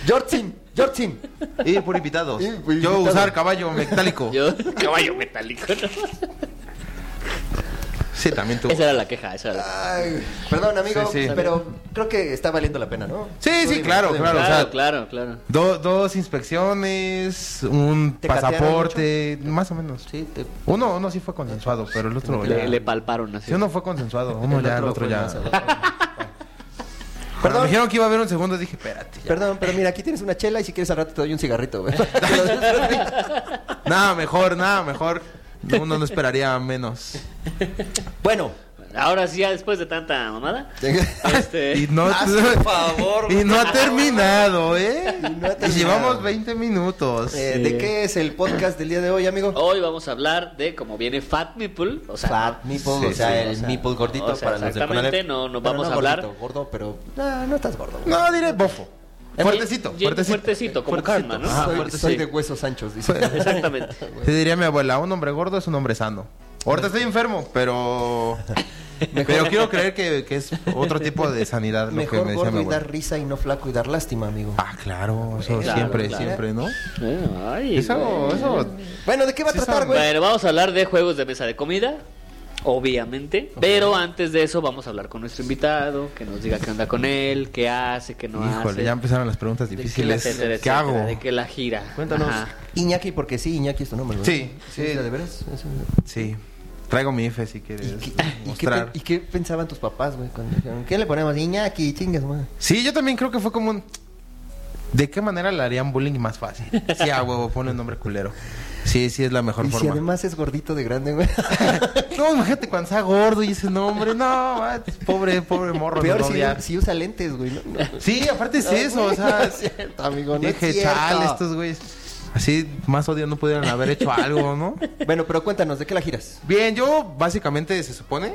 [SPEAKER 1] Jortzin, Jortzin.
[SPEAKER 4] Ir por invitados.
[SPEAKER 1] Ir por
[SPEAKER 4] Yo
[SPEAKER 1] invitados.
[SPEAKER 4] usar caballo metálico.
[SPEAKER 3] Yo, caballo metálico. ¿no?
[SPEAKER 4] Sí, también tú.
[SPEAKER 3] Esa era la queja, esa era la
[SPEAKER 1] Ay, perdón, amigo,
[SPEAKER 4] Sí, sí.
[SPEAKER 1] pero creo que está valiendo la pena, ¿no?
[SPEAKER 4] Sí, sí, claro, claro. o sea,
[SPEAKER 3] Claro, claro, claro.
[SPEAKER 4] do- dos inspecciones, un
[SPEAKER 1] ¿Te catearon
[SPEAKER 4] pasaporte, más o menos.
[SPEAKER 1] Sí, te-
[SPEAKER 4] Uno, uno sí fue consensuado, pero el otro ya-
[SPEAKER 3] Le, le palparon así.
[SPEAKER 4] Sí, uno fue consensuado, uno
[SPEAKER 1] el
[SPEAKER 4] ya, el
[SPEAKER 1] otro
[SPEAKER 4] otro
[SPEAKER 1] fue
[SPEAKER 4] ya. Ah,
[SPEAKER 1] más abajo.
[SPEAKER 4] Cuando
[SPEAKER 1] Perdón.
[SPEAKER 4] me dijeron que iba a haber un segundo, dije, espérate.
[SPEAKER 1] Perdón, pero mira, aquí tienes una chela y si quieres al rato te doy un cigarrito, güey.
[SPEAKER 4] Nada mejor, nada mejor. Uno no esperaría menos.
[SPEAKER 1] bueno. eh,
[SPEAKER 3] Ahora sí, ya después de tanta mamada. Este,
[SPEAKER 4] Y no,
[SPEAKER 1] favor,
[SPEAKER 4] y no ha terminado, ¿eh? Y,
[SPEAKER 1] no ha terminado.
[SPEAKER 4] llevamos 20 minutos.
[SPEAKER 1] Eh, ¿De qué es el podcast del día de hoy, amigo?
[SPEAKER 3] Hoy vamos a hablar de cómo viene Fat Meeple. O sea,
[SPEAKER 1] Fat Meeple,
[SPEAKER 4] sí,
[SPEAKER 1] o sea,
[SPEAKER 4] sí,
[SPEAKER 1] el
[SPEAKER 4] o sea,
[SPEAKER 1] meeple gordito
[SPEAKER 3] o sea,
[SPEAKER 1] para los de
[SPEAKER 3] exactamente,
[SPEAKER 1] Conalep.
[SPEAKER 3] no- no
[SPEAKER 1] Pero
[SPEAKER 3] vamos a hablar.
[SPEAKER 1] Gordito, gordo, pero no, no estás gordo. güey.
[SPEAKER 4] No, diré bofo.
[SPEAKER 3] Bien-
[SPEAKER 4] Fuertecito,
[SPEAKER 3] bien
[SPEAKER 4] fuertecito.
[SPEAKER 3] fuertecito, como Karma, ¿no?
[SPEAKER 1] soy,
[SPEAKER 3] Fuerte,
[SPEAKER 1] soy
[SPEAKER 3] sí.
[SPEAKER 1] de huesos anchos, dice.
[SPEAKER 3] Exactamente.
[SPEAKER 4] Te diría mi abuela, un hombre gordo es un hombre sano. Ahorita estoy enfermo, pero... Pero quiero creer que, que es otro tipo de sanidad lo que
[SPEAKER 1] Mejor
[SPEAKER 4] me decía mi
[SPEAKER 1] gordo y
[SPEAKER 4] abuela.
[SPEAKER 1] dar risa y no flaco y dar lástima, amigo.
[SPEAKER 4] Ah, claro, eso
[SPEAKER 3] Claro,
[SPEAKER 4] siempre,
[SPEAKER 3] claro.
[SPEAKER 4] siempre, ¿no?
[SPEAKER 3] Eh, ay,
[SPEAKER 4] Eso,
[SPEAKER 3] güey.
[SPEAKER 4] eso...
[SPEAKER 1] Bueno, ¿de qué va a
[SPEAKER 4] Sí
[SPEAKER 1] tratar,
[SPEAKER 4] son-
[SPEAKER 1] güey?
[SPEAKER 3] Bueno, vamos a hablar de juegos de mesa de comida. Obviamente, pero antes de eso vamos a hablar con nuestro invitado, que nos diga qué onda con él, qué hace, qué no
[SPEAKER 4] Híjole,
[SPEAKER 3] hace.
[SPEAKER 4] ya empezaron las preguntas
[SPEAKER 3] de qué,
[SPEAKER 4] difíciles.
[SPEAKER 3] etcétera,
[SPEAKER 4] ¿Qué
[SPEAKER 3] etcétera,
[SPEAKER 4] hago?
[SPEAKER 3] De qué la gira.
[SPEAKER 1] Cuéntanos.
[SPEAKER 3] Ajá.
[SPEAKER 1] Iñaki, porque sí, Iñaki es tu nombre, ¿verdad?
[SPEAKER 4] Sí, sí.
[SPEAKER 1] ¿De veras? Es un-
[SPEAKER 4] Sí. Traigo mi IFE si quieres
[SPEAKER 1] ¿Y qué, ah, y qué
[SPEAKER 4] mostrar.
[SPEAKER 1] pen- y qué pensaban tus papás, güey? Cuando dijeron, ¿qué le ponemos? Iñaki, chingas, madre.
[SPEAKER 4] Sí, yo también creo que fue como un... ¿De qué manera le harían bullying más fácil? Sí, a huevo, pone un nombre culero. Sí, sí, es la mejor
[SPEAKER 1] Y si
[SPEAKER 4] forma.
[SPEAKER 1] además es gordito de grande, güey.
[SPEAKER 4] No, imagínate cuando sea gordo y ese nombre. No, va, pobre, pobre morro.
[SPEAKER 1] Peor
[SPEAKER 4] no
[SPEAKER 1] si,
[SPEAKER 4] odia.
[SPEAKER 1] si usa lentes, güey. No, no.
[SPEAKER 4] Sí, aparte es eso, o
[SPEAKER 1] No
[SPEAKER 4] sea...
[SPEAKER 1] es cierto, amigo, no
[SPEAKER 4] dije,
[SPEAKER 1] es cierto.
[SPEAKER 4] chale, estos güeyes... Así, más odio no pudieran haber hecho algo, ¿no?
[SPEAKER 1] Bueno, pero cuéntanos, ¿de qué la giras?
[SPEAKER 4] Bien, yo básicamente se supone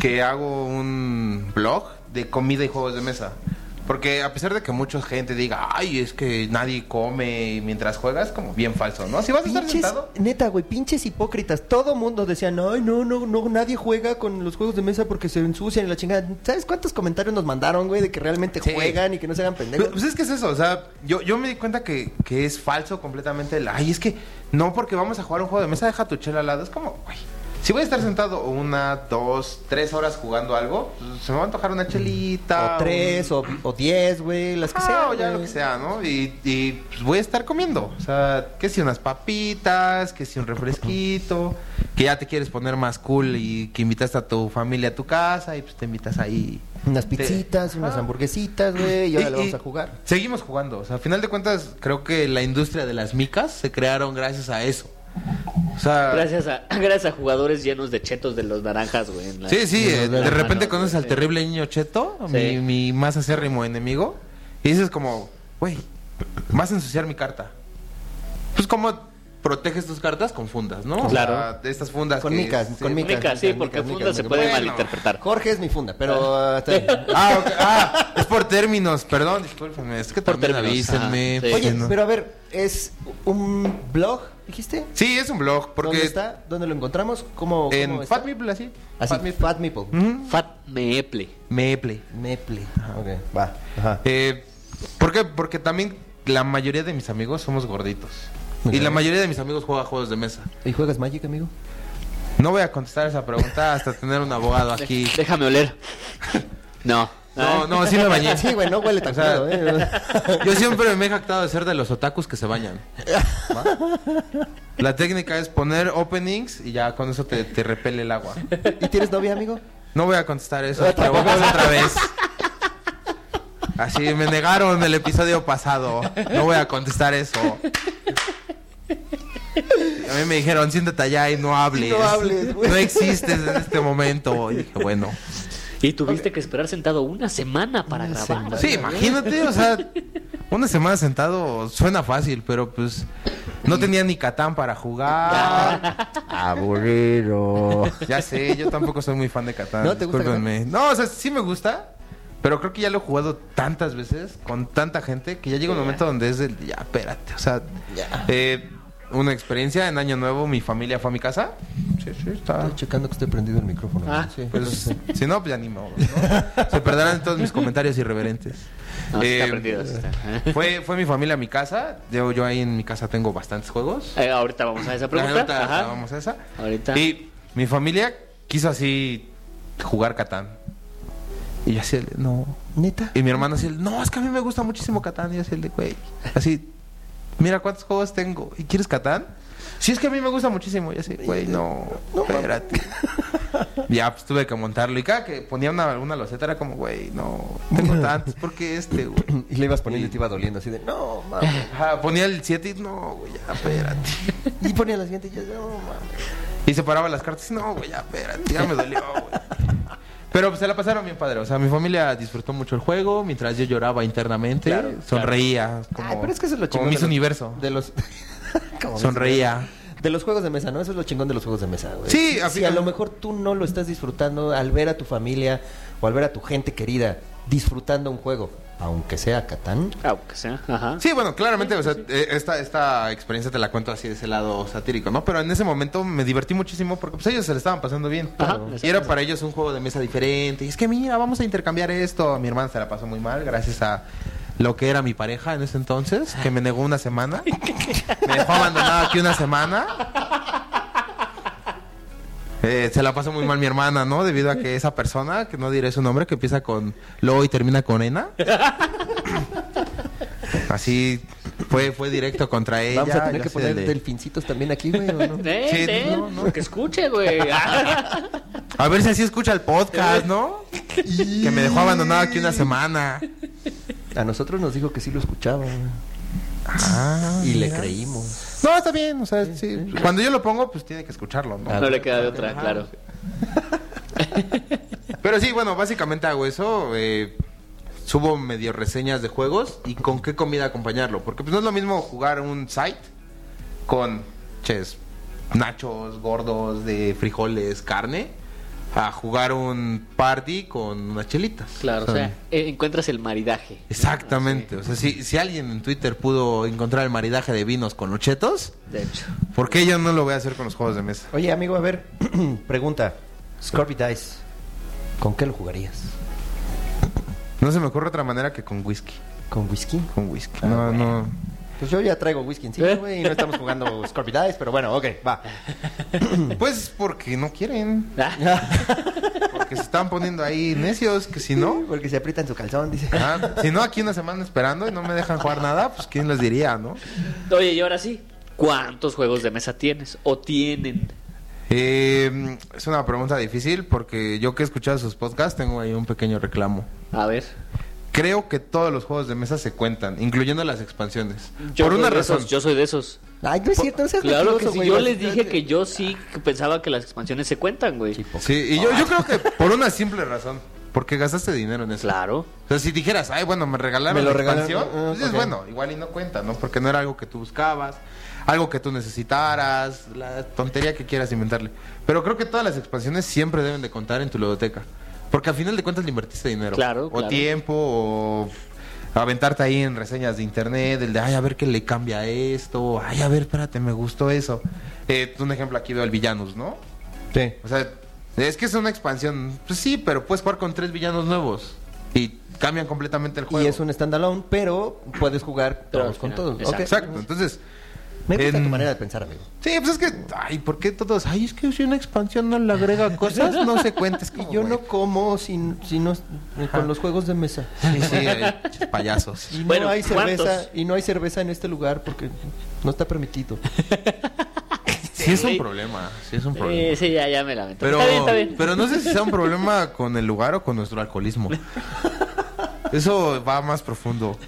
[SPEAKER 4] que hago un blog de comida y juegos de mesa. Porque a pesar de que mucha gente diga, ay, es que nadie come mientras juegas, como bien falso, ¿no? Si vas a estar
[SPEAKER 1] Pinches,
[SPEAKER 4] sentado.
[SPEAKER 1] neta, güey, pinches hipócritas. Todo mundo decía, no, no, no, no, nadie juega con los juegos de mesa porque se ensucian y la chingada. ¿Sabes cuántos comentarios nos mandaron, güey, de que realmente
[SPEAKER 4] Sí.
[SPEAKER 1] juegan y que no se hagan
[SPEAKER 4] Pues,
[SPEAKER 1] pendejos?
[SPEAKER 4] pues es que es eso, o sea, yo, yo me di cuenta que, que es falso completamente el, ay, es que no porque vamos a jugar un juego de mesa, deja tu chela al lado. Es como, güey, Si voy a estar sentado una, dos, tres horas jugando algo, pues, se me va a antojar una chelita.
[SPEAKER 1] O tres,
[SPEAKER 4] un-
[SPEAKER 1] o, o diez, güey, las que
[SPEAKER 4] Ah,
[SPEAKER 1] sea.
[SPEAKER 4] o ya lo
[SPEAKER 1] güey.
[SPEAKER 4] que sea, ¿no? Y, y, pues, voy a estar comiendo. O sea, que si unas papitas, que si un refresquito, que ya te quieres poner más cool y que invitaste a tu familia a tu casa y pues te invitas ahí.
[SPEAKER 1] Unas
[SPEAKER 4] Te-
[SPEAKER 1] pizzitas, unas
[SPEAKER 4] Ah.
[SPEAKER 1] hamburguesitas, güey, y ahora le vamos a jugar.
[SPEAKER 4] Seguimos jugando. O sea, a final de cuentas, creo que la industria de las micas se crearon gracias a eso. O sea,
[SPEAKER 3] Gracias a, gracias a jugadores llenos de chetos de los naranjas, güey. en la-
[SPEAKER 4] Sí, sí,
[SPEAKER 3] en
[SPEAKER 4] eh,
[SPEAKER 3] los
[SPEAKER 4] de
[SPEAKER 3] naranjas,
[SPEAKER 4] repente
[SPEAKER 3] güey,
[SPEAKER 4] conoces al
[SPEAKER 3] sí.
[SPEAKER 4] terrible niño Cheto,
[SPEAKER 3] Sí.
[SPEAKER 4] mi, mi más acérrimo enemigo, y dices como, güey, vas a ensuciar mi carta. Pues como proteges tus cartas con fundas, ¿no? O
[SPEAKER 3] Claro.
[SPEAKER 4] sea, de estas fundas.
[SPEAKER 1] Con
[SPEAKER 4] que-
[SPEAKER 1] micas, con micas.
[SPEAKER 3] Micas, sí, porque
[SPEAKER 1] micas,
[SPEAKER 3] funda se
[SPEAKER 1] micas.
[SPEAKER 3] puede
[SPEAKER 4] Bueno.
[SPEAKER 3] malinterpretar.
[SPEAKER 1] Jorge es mi funda, pero... está bien.
[SPEAKER 4] Ah, ok, ah, es por términos, perdón, discúlpenme, es que
[SPEAKER 3] Por
[SPEAKER 4] también
[SPEAKER 3] términos,
[SPEAKER 4] avísenme.
[SPEAKER 3] ajá, sí.
[SPEAKER 1] Oye,
[SPEAKER 4] ¿no?
[SPEAKER 1] pero a ver, ¿es un blog, dijiste?
[SPEAKER 4] Sí, es un blog, porque
[SPEAKER 1] ¿Dónde está? ¿Dónde lo encontramos? ¿Cómo, cómo
[SPEAKER 4] en
[SPEAKER 1] está?
[SPEAKER 4] Fat Meeple, así.
[SPEAKER 1] Así,
[SPEAKER 4] Fat Meeple.
[SPEAKER 1] Fat Meeple.
[SPEAKER 4] Ujú.
[SPEAKER 3] Fat Meeple.
[SPEAKER 4] Meeple.
[SPEAKER 1] Meeple. Ah, Ok, va. Ajá.
[SPEAKER 4] Eh, ¿Por qué? Porque también la mayoría de mis amigos somos gorditos.
[SPEAKER 1] Ok.
[SPEAKER 4] Y la mayoría de mis amigos juega juegos de mesa.
[SPEAKER 1] ¿Y juegas Magic, amigo?
[SPEAKER 4] No voy a contestar esa pregunta hasta tener un abogado aquí.
[SPEAKER 3] Déjame oler. No. Ah.
[SPEAKER 4] No, no, sí me bañé.
[SPEAKER 1] Sí, güey, no huele tan
[SPEAKER 4] O sea,
[SPEAKER 1] feo, ¿eh?
[SPEAKER 4] Ah. Yo siempre me he jactado de ser de los otakus que se bañan. ¿va? La técnica es poner openings y ya con eso te, te repele el agua.
[SPEAKER 1] ¿Y tienes novia, amigo?
[SPEAKER 4] No voy a contestar eso. preguntas otra vez. Así me negaron el episodio pasado. No voy a contestar eso. A mí me dijeron, siéntate allá y no hables.
[SPEAKER 1] no hables, güey.
[SPEAKER 4] No existes en este momento. Y dije, bueno.
[SPEAKER 3] Y tuviste que esperar sentado una semana para
[SPEAKER 1] Una
[SPEAKER 3] grabar.
[SPEAKER 1] semana.
[SPEAKER 3] Ah.
[SPEAKER 4] Sí, imagínate, o sea, una semana sentado suena fácil, pero pues no tenía ni Catán para jugar.
[SPEAKER 1] Aburrido.
[SPEAKER 4] Ya sé, yo tampoco soy muy fan de Catán.
[SPEAKER 1] ¿No te gusta
[SPEAKER 4] discúlpenme. No, o sea, sí me gusta, pero creo que ya lo he jugado tantas veces con tanta gente que ya llega un momento donde es el ya, espérate, o sea, eh, una experiencia en Año Nuevo, mi familia fue a mi casa. Sí, sí, está.
[SPEAKER 1] Estoy checando que esté prendido el micrófono.
[SPEAKER 3] Ah,
[SPEAKER 1] güey. sí.
[SPEAKER 4] Pues, si no, pues ya ni modo, ¿no? Se perderán todos mis comentarios irreverentes.
[SPEAKER 3] No, sí está
[SPEAKER 4] Eh,
[SPEAKER 3] perdido, sí está.
[SPEAKER 4] Fue, fue mi familia a mi casa. Yo, yo ahí en mi casa tengo bastantes juegos.
[SPEAKER 3] Eh, ahorita vamos a esa pregunta.
[SPEAKER 4] Ahorita
[SPEAKER 3] Ajá.
[SPEAKER 4] vamos a esa.
[SPEAKER 3] Ahorita.
[SPEAKER 4] Y mi familia quiso así jugar Catán. Y yo así, de, no.
[SPEAKER 1] ¿Neta?
[SPEAKER 4] Y mi hermano así, de, no, es que a mí me gusta muchísimo Catán. Y yo así, de, güey. Así, mira cuántos juegos tengo. ¿Y quieres Catán? Sí, es que a mí me gusta muchísimo. Y así, güey, no, espérate. ya, pues tuve que montarlo. Y cada que ponía una, alguna loseta era como, güey, no, tengo tantos. ¿Por qué este, güey?
[SPEAKER 1] Y le ibas poniendo y te iba doliendo así de, no, mames.
[SPEAKER 4] Ajá, ponía el 7 y no, güey, ya, espérate.
[SPEAKER 1] Y ponía la siguiente y yo, no, mames.
[SPEAKER 4] Y separaba las cartas. No, güey, ya, espérate, ya me dolió, güey. Pero pues, se la pasaron bien padre. O sea, mi familia disfrutó mucho el juego mientras yo lloraba internamente.
[SPEAKER 3] Claro, claro.
[SPEAKER 4] sonreía. Como,
[SPEAKER 1] Ay, pero es que eso es lo chingón. de
[SPEAKER 4] Como Miss
[SPEAKER 1] los-
[SPEAKER 4] Universo.
[SPEAKER 1] De los... como Miss
[SPEAKER 4] Sonreía.
[SPEAKER 1] De los juegos de mesa, ¿no? Eso es lo chingón de los juegos de mesa, güey.
[SPEAKER 4] Sí,
[SPEAKER 1] si,
[SPEAKER 4] a
[SPEAKER 1] si
[SPEAKER 4] fin-
[SPEAKER 1] a lo mejor tú no lo estás disfrutando al ver a tu familia o al ver a tu gente querida disfrutando un juego, aunque sea Catán.
[SPEAKER 3] Aunque Ah, sea. Ajá.
[SPEAKER 4] Sí, bueno, claramente, o sea, eh, esta, esta experiencia te la cuento así de ese lado satírico, ¿no? Pero en ese momento me divertí muchísimo porque pues ellos se le estaban pasando bien.
[SPEAKER 3] Ajá,
[SPEAKER 4] y era para ellos un juego de mesa diferente. Y es que mira, vamos a intercambiar esto. A mi hermana se la pasó muy mal gracias a lo que era mi pareja en ese entonces, que me negó una semana. Me dejó abandonado aquí una semana. Eh, se la pasó muy mal mi hermana, ¿no? Debido a que esa persona, que no diré su nombre, que empieza con lo y termina con ena. Así fue, fue directo contra ella.
[SPEAKER 1] Vamos a tener
[SPEAKER 4] yo
[SPEAKER 1] que
[SPEAKER 4] así de-
[SPEAKER 1] poner delfincitos también aquí, güey, ¿o no?
[SPEAKER 3] Ven,
[SPEAKER 4] Sí,
[SPEAKER 3] ven,
[SPEAKER 4] no, no.
[SPEAKER 3] Que escuche, güey. Ah,
[SPEAKER 4] A ver si así escucha el podcast, ¿no? que me dejó abandonado aquí una semana.
[SPEAKER 1] A nosotros nos dijo que sí lo escuchaba güey.
[SPEAKER 4] Ah,
[SPEAKER 1] y le
[SPEAKER 4] mira.
[SPEAKER 1] creímos.
[SPEAKER 4] No, está bien, o sea, sí. Cuando yo lo pongo, pues tiene que escucharlo, ¿no?
[SPEAKER 1] Ah,
[SPEAKER 3] no le queda de otra, claro.
[SPEAKER 4] Pero sí, bueno, básicamente hago eso. eh, subo medio reseñas de juegos y con qué comida acompañarlo. Porque pues no es lo mismo jugar un site con, ches, nachos gordos de frijoles, carne, a jugar un party con unas chelitas.
[SPEAKER 3] Claro, o sea, eh, encuentras el maridaje. Ah,
[SPEAKER 4] Exactamente. O sea, si, si alguien en Twitter pudo encontrar el maridaje de vinos con los chetos,
[SPEAKER 3] De hecho.
[SPEAKER 4] ¿por qué yo no lo voy a hacer con los juegos de mesa?
[SPEAKER 1] Oye, amigo, a ver, pregunta. Scorpy Dice, ¿con qué lo jugarías?
[SPEAKER 4] No se me ocurre otra manera que con whisky.
[SPEAKER 1] ¿Con whisky?
[SPEAKER 4] Con whisky. No, no.
[SPEAKER 1] Pues yo ya traigo whisky encima,
[SPEAKER 3] ¿Eh?
[SPEAKER 1] güey, y no estamos jugando Scorpy Dice, pero bueno, ok, va.
[SPEAKER 4] Pues porque no quieren.
[SPEAKER 3] Ah,
[SPEAKER 4] Porque se están poniendo ahí necios, que si no.
[SPEAKER 1] Porque se aprieta en su calzón, dice.
[SPEAKER 4] ah, si no, aquí una semana esperando y no me dejan jugar nada, pues quién les diría, ¿no?
[SPEAKER 3] Oye, y ahora sí, ¿cuántos juegos de mesa tienes o tienen?
[SPEAKER 4] Eh, es una pregunta difícil porque yo que he escuchado sus podcasts tengo ahí un pequeño reclamo.
[SPEAKER 3] A ver.
[SPEAKER 4] Creo que todos los juegos de mesa se cuentan, incluyendo las expansiones.
[SPEAKER 3] Yo
[SPEAKER 4] Por
[SPEAKER 3] soy
[SPEAKER 4] una
[SPEAKER 3] de esos,
[SPEAKER 4] razón.
[SPEAKER 3] yo soy de esos.
[SPEAKER 1] Ay, no es cierto, no seas
[SPEAKER 3] Claro que
[SPEAKER 1] mentiroso,
[SPEAKER 3] sí.
[SPEAKER 1] güey.
[SPEAKER 3] Yo les dije que yo sí que pensaba que las expansiones se cuentan, güey.
[SPEAKER 4] Sí, y yo, yo creo que por una simple razón. Porque gastaste dinero en eso.
[SPEAKER 3] Claro.
[SPEAKER 4] O sea, si dijeras, ay, bueno, me regalaron
[SPEAKER 1] Me lo
[SPEAKER 4] la
[SPEAKER 1] regalaron,
[SPEAKER 4] expansión,
[SPEAKER 1] ah,
[SPEAKER 4] pues dices,
[SPEAKER 1] ok.
[SPEAKER 4] bueno, igual y no cuenta, ¿no? Porque no era algo que tú buscabas, algo que tú necesitaras, la tontería que quieras inventarle. Pero creo que todas las expansiones siempre deben de contar en tu ludoteca. Porque al final de cuentas le invertiste dinero.
[SPEAKER 3] Claro,
[SPEAKER 4] O
[SPEAKER 3] claro.
[SPEAKER 4] tiempo, o aventarte ahí en reseñas de internet, el de, ay, a ver qué le cambia a esto, ay, a ver, espérate, me gustó eso. Eh, un ejemplo aquí veo el Villanus, ¿no?
[SPEAKER 1] Sí.
[SPEAKER 4] O sea, es que es una expansión. Pues sí, pero puedes jugar con tres villanos nuevos. Y cambian completamente el juego.
[SPEAKER 1] Y es un standalone, pero puedes jugar
[SPEAKER 3] Pero
[SPEAKER 1] todos
[SPEAKER 3] al
[SPEAKER 1] con
[SPEAKER 3] final,
[SPEAKER 1] todos. ok.
[SPEAKER 3] exacto.
[SPEAKER 4] Exacto, entonces...
[SPEAKER 1] Me gusta
[SPEAKER 4] En-
[SPEAKER 1] tu manera de pensar, amigo.
[SPEAKER 4] Sí, pues es que... Ay, ¿por qué todos? Ay, es que si una expansión no le agrega cosas, no se cuenta. Es como,
[SPEAKER 1] Y yo
[SPEAKER 4] güey,
[SPEAKER 1] no como sin, si no, eh, con los juegos de mesa.
[SPEAKER 4] Sí, sí, eh, chis, payasos.
[SPEAKER 1] Y
[SPEAKER 3] Bueno,
[SPEAKER 1] no hay cerveza,
[SPEAKER 3] ¿cuántos?
[SPEAKER 1] y no hay cerveza en este lugar porque no está permitido.
[SPEAKER 4] Sí es un problema, sí es un problema.
[SPEAKER 3] Eh, sí, ya, ya me lamento.
[SPEAKER 4] Pero,
[SPEAKER 3] está bien, está bien.
[SPEAKER 4] pero no sé si sea un problema con el lugar o con nuestro alcoholismo. Eso va más profundo.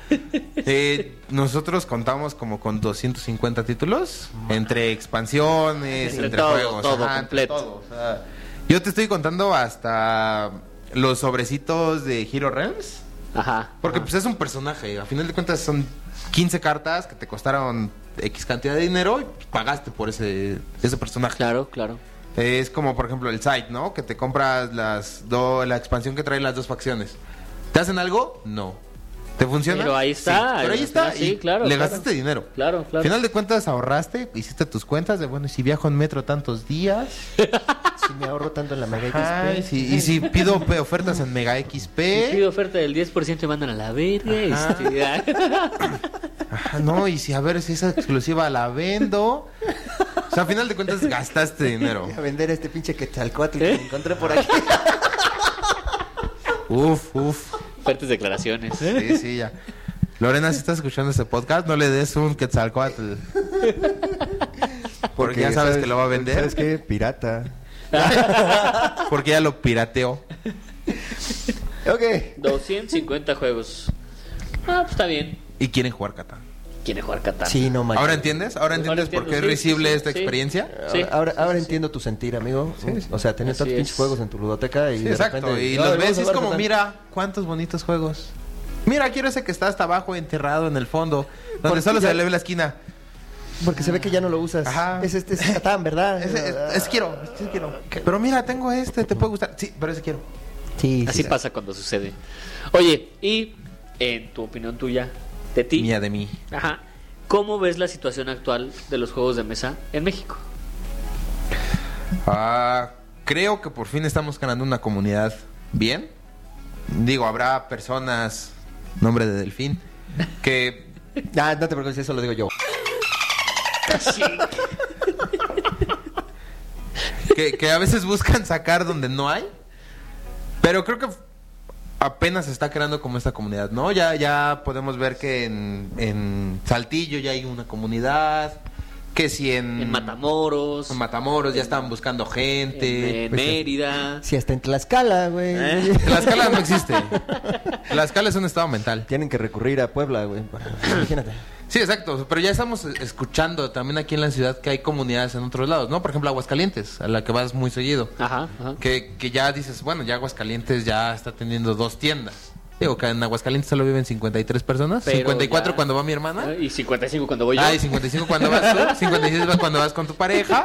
[SPEAKER 4] Eh, nosotros contamos como con 250 títulos, entre expansiones,
[SPEAKER 3] Entre
[SPEAKER 4] entre,
[SPEAKER 3] todo,
[SPEAKER 4] juegos,
[SPEAKER 3] todo
[SPEAKER 4] entre
[SPEAKER 3] completo.
[SPEAKER 4] todo, o sea, yo te estoy contando hasta los sobrecitos de Hero Realms.
[SPEAKER 3] Ajá.
[SPEAKER 4] Porque pues es un personaje, a final de cuentas son 15 cartas que te costaron X cantidad de dinero y pagaste por ese, ese personaje.
[SPEAKER 3] Claro, claro.
[SPEAKER 4] Es como, por ejemplo, el site, ¿no? Que te compras las do- la expansión que trae las dos facciones. ¿Te hacen algo? No. ¿Te funciona?
[SPEAKER 3] Pero ahí está,
[SPEAKER 4] Sí.
[SPEAKER 3] ahí
[SPEAKER 4] Pero ahí
[SPEAKER 3] está,
[SPEAKER 4] está.
[SPEAKER 3] sí,
[SPEAKER 4] y
[SPEAKER 3] claro,
[SPEAKER 4] Le
[SPEAKER 3] claro.
[SPEAKER 4] gastaste dinero.
[SPEAKER 3] Claro, claro.
[SPEAKER 4] Al final de cuentas ahorraste, hiciste tus cuentas de, bueno, ¿y si viajo en metro tantos días?
[SPEAKER 1] Si me ahorro tanto en la mega
[SPEAKER 4] Ajá, y
[SPEAKER 1] XP.
[SPEAKER 4] si- y si pido pe- ofertas en Mega
[SPEAKER 3] Si pido
[SPEAKER 4] XP.
[SPEAKER 3] oferta del 10% y mandan a la verga. este, ah.
[SPEAKER 4] Ajá, no, y si a ver si esa exclusiva la vendo. O sea, al final de cuentas gastaste dinero.
[SPEAKER 1] Voy a vender este pinche quetzalcoatl que
[SPEAKER 3] ¿Eh?
[SPEAKER 1] me encontré por aquí.
[SPEAKER 4] Uf, uf.
[SPEAKER 3] Fuertes declaraciones.
[SPEAKER 4] Sí,
[SPEAKER 1] ¿Eh?
[SPEAKER 4] sí, ya. Lorena, si estás escuchando este podcast, no le des un quetzalcoatl. Porque, ya sabes, que lo va a vender.
[SPEAKER 1] ¿Sabes qué? Pirata.
[SPEAKER 4] Porque ya lo pirateó.
[SPEAKER 1] Ok.
[SPEAKER 3] 250 juegos. Ah, pues está bien.
[SPEAKER 4] Y quieren jugar Catán.
[SPEAKER 3] Quiere jugar Catán.
[SPEAKER 1] Sí, no manches.
[SPEAKER 4] ¿Ahora entiendes? ¿Ahora entiendes
[SPEAKER 3] entiendo,
[SPEAKER 4] por qué es
[SPEAKER 3] sí,
[SPEAKER 4] risible
[SPEAKER 3] sí,
[SPEAKER 4] esta
[SPEAKER 3] sí.
[SPEAKER 4] experiencia?
[SPEAKER 3] Sí.
[SPEAKER 1] Ahora, ahora, ahora entiendo tu sentir, amigo. O sea, tener
[SPEAKER 3] Así
[SPEAKER 1] tantos
[SPEAKER 3] es.
[SPEAKER 1] pinches juegos en tu ludoteca y.
[SPEAKER 4] Sí,
[SPEAKER 1] de
[SPEAKER 4] exacto.
[SPEAKER 1] repente-
[SPEAKER 4] y
[SPEAKER 1] Ay,
[SPEAKER 4] los
[SPEAKER 1] vamos a
[SPEAKER 4] ves y es
[SPEAKER 1] jugar
[SPEAKER 4] como,
[SPEAKER 1] Catán.
[SPEAKER 4] mira, cuántos bonitos juegos. Mira, quiero ese que está hasta abajo, enterrado en el fondo, donde
[SPEAKER 1] Porque
[SPEAKER 4] solo
[SPEAKER 1] ya-
[SPEAKER 4] se le ve la esquina.
[SPEAKER 1] Porque se ve que ya no lo usas.
[SPEAKER 4] Ajá.
[SPEAKER 1] Es este, es Catán, ¿verdad?
[SPEAKER 4] Ese, es, es quiero, ese
[SPEAKER 3] Ah,
[SPEAKER 4] quiero. Pero mira, tengo este, te puede gustar. Sí, pero ese quiero.
[SPEAKER 1] Sí,
[SPEAKER 3] Así pasa cuando sucede. Oye, y en tu opinión tuya, de ti,
[SPEAKER 4] Mía de mí.
[SPEAKER 3] ajá, ¿cómo ves la situación actual de los juegos de mesa en México?
[SPEAKER 4] Ah, creo que por fin estamos ganando una comunidad bien. Digo, habrá personas, nombre de Delfín, que...
[SPEAKER 1] Ah, no te preocupes, eso lo digo yo.
[SPEAKER 4] que, que a veces buscan sacar donde no hay. Pero creo que apenas se está creando como esta comunidad, ¿no? Ya, ya podemos ver que en, en Saltillo ya hay una comunidad. Que si en,
[SPEAKER 3] En Matamoros,
[SPEAKER 4] Mm. en pues, Matamoros ya estaban buscando
[SPEAKER 3] en,
[SPEAKER 4] gente. Pues,
[SPEAKER 3] en Mérida.
[SPEAKER 1] Si hasta en Tlaxcala, güey.
[SPEAKER 3] ¿Eh?
[SPEAKER 4] Tlaxcala no existe. Tlaxcala es un estado mental.
[SPEAKER 1] Tienen que recurrir a Puebla, güey. para- Imagínate.
[SPEAKER 4] Sí, exacto. Pero ya estamos escuchando también aquí en la ciudad que hay comunidades en otros lados, ¿no? Por ejemplo, Aguascalientes, a la que vas muy seguido.
[SPEAKER 3] Ajá, ajá.
[SPEAKER 4] Que, que ya dices, bueno, ya Aguascalientes ya está teniendo dos tiendas. Digo, que en Aguascalientes solo viven 53 personas.
[SPEAKER 3] Pero
[SPEAKER 4] 54
[SPEAKER 3] ya- Ah,
[SPEAKER 4] cuando va mi hermana.
[SPEAKER 3] Y 55 cuando voy yo.
[SPEAKER 4] Ah, y 55 cuando vas tú. 56 vas cuando vas con tu pareja.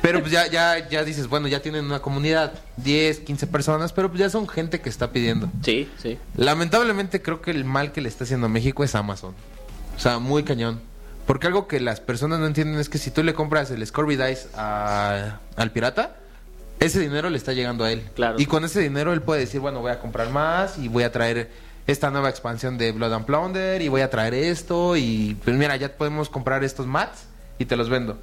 [SPEAKER 4] Pero pues ya, ya, ya dices, bueno, ya tienen una comunidad, 10, 15 personas, pero pues ya son gente que está pidiendo.
[SPEAKER 3] Sí, sí.
[SPEAKER 4] Lamentablemente creo que el mal que le está haciendo a México es Amazon. O sea, muy cañón. Porque algo que las personas no entienden es que si tú le compras el Scorby Dice a- al pirata, ese dinero le está llegando a él.
[SPEAKER 3] Claro.
[SPEAKER 4] Y con ese dinero él puede decir, bueno, voy a comprar más y voy a traer esta nueva expansión de Blood and Plunder y voy a traer esto y pues mira, ya podemos comprar estos mats y te los vendo.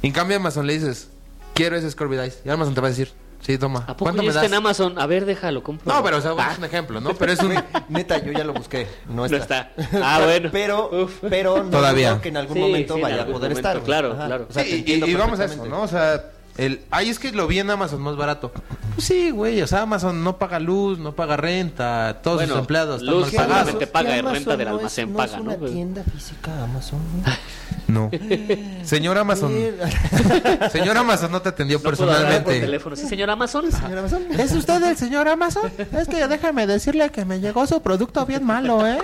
[SPEAKER 4] Y en cambio a Amazon le dices, quiero ese Scorpio Dice. Y Amazon te va a decir, sí, toma.
[SPEAKER 3] ¿A poco ya está en Amazon? A ver, déjalo, compro. Ah,
[SPEAKER 4] No, pero o sea, bueno, es un ejemplo, ¿no? Pero es un...
[SPEAKER 1] Neta, yo ya lo busqué. No
[SPEAKER 3] No
[SPEAKER 1] está.
[SPEAKER 3] está. Ah, bueno.
[SPEAKER 1] Pero,
[SPEAKER 3] Uf.
[SPEAKER 1] pero no
[SPEAKER 4] Todavía.
[SPEAKER 1] dudo que en algún
[SPEAKER 3] Sí,
[SPEAKER 1] momento
[SPEAKER 3] sí, en
[SPEAKER 1] vaya a
[SPEAKER 3] algún
[SPEAKER 1] poder
[SPEAKER 3] momento,
[SPEAKER 1] estar. güey.
[SPEAKER 3] claro, claro.
[SPEAKER 1] O sea, te
[SPEAKER 4] Sí, y,
[SPEAKER 1] entiendo
[SPEAKER 4] y vamos a eso,
[SPEAKER 1] perfectamente.
[SPEAKER 4] ¿no? O sea, el, ay, es que lo vi en Amazon más barato. Pues sí, güey, o sea, Amazon no paga luz, no paga renta, todos
[SPEAKER 3] Bueno,
[SPEAKER 4] sus empleados
[SPEAKER 3] luz
[SPEAKER 1] Que Amazon-
[SPEAKER 4] están mal pagados.
[SPEAKER 3] solamente paga
[SPEAKER 1] que
[SPEAKER 3] de renta
[SPEAKER 1] Amazon no
[SPEAKER 3] del
[SPEAKER 1] es-
[SPEAKER 3] almacén,
[SPEAKER 1] no
[SPEAKER 3] paga,
[SPEAKER 1] es
[SPEAKER 3] ¿no?
[SPEAKER 1] una tienda física Amazon. güey.
[SPEAKER 4] No. Señor Amazon, señor Amazon no te atendió
[SPEAKER 3] No puedo hablar por
[SPEAKER 4] personalmente.
[SPEAKER 3] teléfono. Sí, señor Amazon.
[SPEAKER 1] Señor Amazon.
[SPEAKER 4] ¿Es usted el señor Amazon? Es que déjame decirle que me llegó su producto bien malo, ¿eh?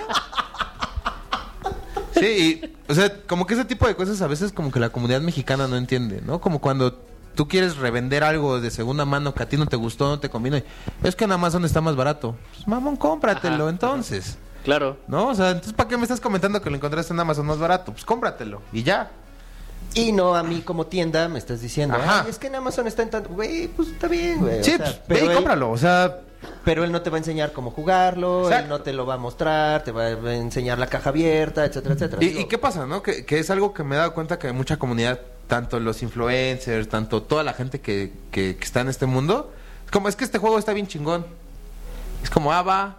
[SPEAKER 4] Sí, y, o sea, como que ese tipo de cosas a veces como que la comunidad mexicana no entiende, ¿no? Como cuando tú quieres revender algo de segunda mano que a ti no te gustó, no te combina. y, Es que en Amazon está más barato. Pues, mamón, cómpratelo
[SPEAKER 3] Ajá,
[SPEAKER 4] entonces.
[SPEAKER 3] Claro.
[SPEAKER 4] ¿No? O sea, entonces ¿para qué me estás comentando que lo encontraste en Amazon más barato? Pues cómpratelo y ya.
[SPEAKER 1] Y no a mí como tienda me estás diciendo.
[SPEAKER 4] Ajá.
[SPEAKER 1] "Ay, es que en Amazon está en tanto. Güey, pues está bien, güey. o
[SPEAKER 4] sí,
[SPEAKER 1] sea,
[SPEAKER 4] pues, ve
[SPEAKER 1] pero
[SPEAKER 4] y
[SPEAKER 1] él-
[SPEAKER 4] cómpralo. O sea,
[SPEAKER 1] Pero él no te va a enseñar cómo jugarlo,
[SPEAKER 4] Exacto.
[SPEAKER 1] él no te lo va a mostrar, te va a enseñar la caja abierta, etcétera, etcétera.
[SPEAKER 4] ¿Y,
[SPEAKER 1] Digo,
[SPEAKER 4] y qué pasa, no? Que, que es algo que me he dado cuenta que mucha comunidad, tanto los influencers, tanto toda la gente que, que- que está en este mundo, es como es que este juego está bien chingón. Es como, ah, va.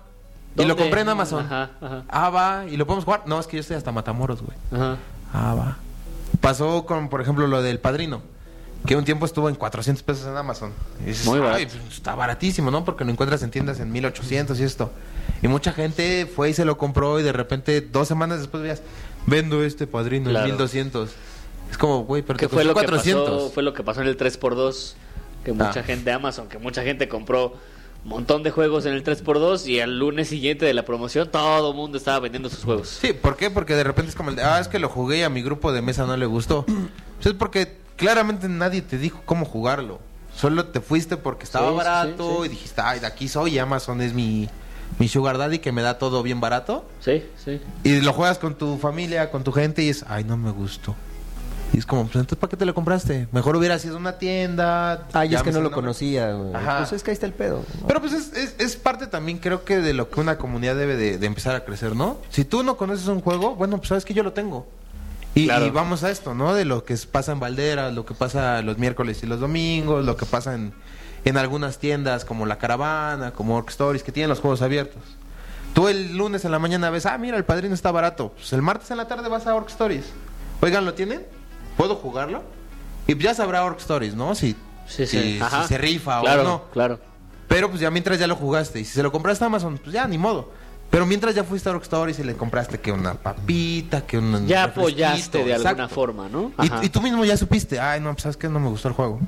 [SPEAKER 4] Y lo
[SPEAKER 3] ¿Dónde?
[SPEAKER 4] compré en Amazon.
[SPEAKER 3] Ajá, ajá.
[SPEAKER 4] Ah, va. Y lo podemos jugar. No, es que yo estoy hasta Matamoros, güey.
[SPEAKER 3] Ajá.
[SPEAKER 4] Ah, va. Pasó con, por ejemplo, lo del padrino. Que un tiempo estuvo en 400 pesos en Amazon. Y dices,
[SPEAKER 3] Muy barato.
[SPEAKER 4] "Ay, pues, está baratísimo, ¿no? Porque lo encuentras en tiendas en 1800 y esto. Y mucha gente fue y se lo compró y de repente dos semanas después veías, vendo este padrino
[SPEAKER 3] Claro.
[SPEAKER 4] en 1200. Es como, güey, pero
[SPEAKER 3] que
[SPEAKER 4] te
[SPEAKER 3] fue
[SPEAKER 4] costó
[SPEAKER 3] lo que
[SPEAKER 4] 400.
[SPEAKER 3] pasó fue lo que pasó en el 3x2 que mucha
[SPEAKER 4] Ah.
[SPEAKER 3] gente Amazon que mucha gente compró un montón de juegos en el 3x2 y al lunes siguiente de la promoción todo el mundo estaba vendiendo sus juegos
[SPEAKER 4] Sí, ¿por qué? Porque de repente es como el de, ah, es que lo jugué y a mi grupo de mesa no le gustó. Pues es porque claramente nadie te dijo cómo jugarlo. Solo te fuiste porque estaba
[SPEAKER 3] Sí, sí,
[SPEAKER 4] barato
[SPEAKER 3] sí, sí.
[SPEAKER 4] y dijiste, ay, de aquí soy, Amazon es mi, mi sugar daddy que me da todo bien barato.
[SPEAKER 3] sí sí
[SPEAKER 4] Y lo juegas con tu familia, con tu gente y es, ay, no me gustó. Y es como, pues entonces, ¿para qué te lo compraste? Mejor hubiera sido una tienda.
[SPEAKER 1] Ay,
[SPEAKER 4] ya
[SPEAKER 1] Ah, es que no
[SPEAKER 4] me sé
[SPEAKER 1] lo
[SPEAKER 4] el nombre.
[SPEAKER 1] conocía, güey.
[SPEAKER 4] Ajá.
[SPEAKER 1] Pues es que ahí está el pedo. ¿no?
[SPEAKER 4] Pero pues es, es- es parte también creo que de lo que una comunidad debe de, de empezar a crecer, ¿no? Si tú no conoces un juego, bueno, pues sabes que yo lo tengo. Y,
[SPEAKER 3] Claro.
[SPEAKER 4] y vamos a esto, ¿no? De lo que es- pasa en Valderas, lo que pasa los miércoles y los domingos, lo que pasa en, en algunas tiendas como La Caravana, como Orc Stories, que tienen los juegos abiertos. Tú el lunes en la mañana ves, ah, mira, el padrino está barato. Pues el martes en la tarde vas a Orc Stories. Oigan, ¿lo tienen? ¿Puedo jugarlo? Y ya sabrá Orc Stories, ¿no? Si,
[SPEAKER 3] sí
[SPEAKER 4] si- si
[SPEAKER 3] Ajá.
[SPEAKER 4] se rifa
[SPEAKER 3] claro,
[SPEAKER 4] o no.
[SPEAKER 3] claro
[SPEAKER 4] Pero pues ya mientras ya lo jugaste. Y si se lo compraste a Amazon, pues ya, ni modo. Pero mientras ya fuiste a Rockstar y se le compraste que una papita, que un
[SPEAKER 3] ya
[SPEAKER 4] Mm, refresquito,
[SPEAKER 3] apoyaste de alguna
[SPEAKER 4] exacto.
[SPEAKER 3] forma no Ajá.
[SPEAKER 4] Y, y tú mismo ya supiste, ay, no, pues sabes que no me gustó el juego.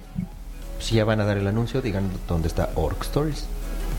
[SPEAKER 1] Si ya van a dar el anuncio, digan dónde está Orc Stories.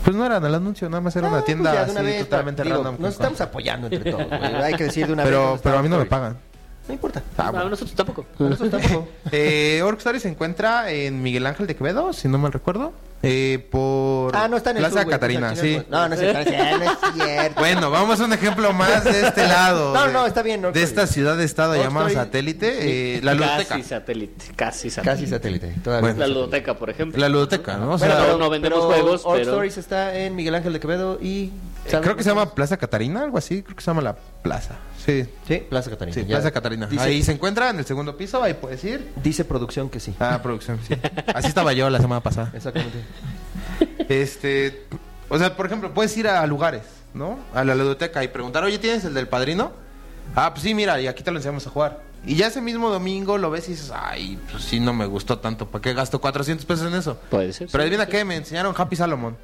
[SPEAKER 4] Pues no era el anuncio, nada más era
[SPEAKER 1] Ah,
[SPEAKER 4] una
[SPEAKER 1] pues
[SPEAKER 4] tienda
[SPEAKER 1] ya, de una
[SPEAKER 4] así
[SPEAKER 1] vez,
[SPEAKER 4] totalmente
[SPEAKER 1] digo,
[SPEAKER 4] random.
[SPEAKER 1] Nos estamos apoyando entre todos, güey. Hay que decir de una vez.
[SPEAKER 4] pero,
[SPEAKER 1] dónde
[SPEAKER 4] pero
[SPEAKER 1] está
[SPEAKER 4] a mí no me
[SPEAKER 1] Orc Stories.
[SPEAKER 4] pagan.
[SPEAKER 1] No importa.
[SPEAKER 4] Ah,
[SPEAKER 3] Ah,
[SPEAKER 4] bueno.
[SPEAKER 3] nosotros tampoco
[SPEAKER 4] Eh, Orc Story se encuentra en Miguel Ángel de Quevedo, si no mal recuerdo. Eh, por
[SPEAKER 1] Ah, no está en el
[SPEAKER 4] Plaza
[SPEAKER 1] sur, güey,
[SPEAKER 4] Catarina,
[SPEAKER 1] pues, al
[SPEAKER 4] sí.
[SPEAKER 1] final, güey. No, no es cierto. No es cierto.
[SPEAKER 4] Bueno, vamos a un ejemplo más de este lado.
[SPEAKER 1] No,
[SPEAKER 4] de-
[SPEAKER 1] no, está bien, Orc
[SPEAKER 4] De
[SPEAKER 1] Story.
[SPEAKER 4] esta ciudad-estado
[SPEAKER 1] Orc
[SPEAKER 4] llamada
[SPEAKER 1] Story.
[SPEAKER 4] satélite, eh, la ludoteca.
[SPEAKER 3] casi satélite casi satélite
[SPEAKER 1] Casi satélite. Todavía
[SPEAKER 4] Bueno.
[SPEAKER 3] la ludoteca por ejemplo
[SPEAKER 4] La ludoteca, ¿no? O
[SPEAKER 3] Bueno,
[SPEAKER 4] sea,
[SPEAKER 3] pero no vendemos juegos,
[SPEAKER 1] Orc
[SPEAKER 3] pero-
[SPEAKER 1] Stories está en Miguel Ángel de Quevedo y.
[SPEAKER 4] Eh, creo que se llama Plaza Catarina, algo así. Creo que se llama la plaza. Sí,
[SPEAKER 1] Sí, Plaza Catarina.
[SPEAKER 4] sí,
[SPEAKER 1] ya.
[SPEAKER 4] Plaza Catarina.
[SPEAKER 1] Dice,
[SPEAKER 4] Ahí se encuentra en el segundo piso, ahí puedes ir.
[SPEAKER 1] dice producción que sí.
[SPEAKER 4] Ah, producción, sí. Así estaba yo la semana pasada.
[SPEAKER 1] Exactamente.
[SPEAKER 4] Este, o sea, por ejemplo, puedes ir a lugares, ¿no? A la ludoteca y preguntar, oye, ¿tienes el del padrino? Ah, pues sí, mira, y aquí te lo enseñamos a jugar. Y ya ese mismo domingo lo ves y dices, ay, pues sí, no me gustó tanto. ¿Para qué gasto 400 pesos en eso?
[SPEAKER 3] puede ser
[SPEAKER 4] Pero
[SPEAKER 3] Pues, sí.
[SPEAKER 4] adivina qué, me enseñaron Happy Salomon.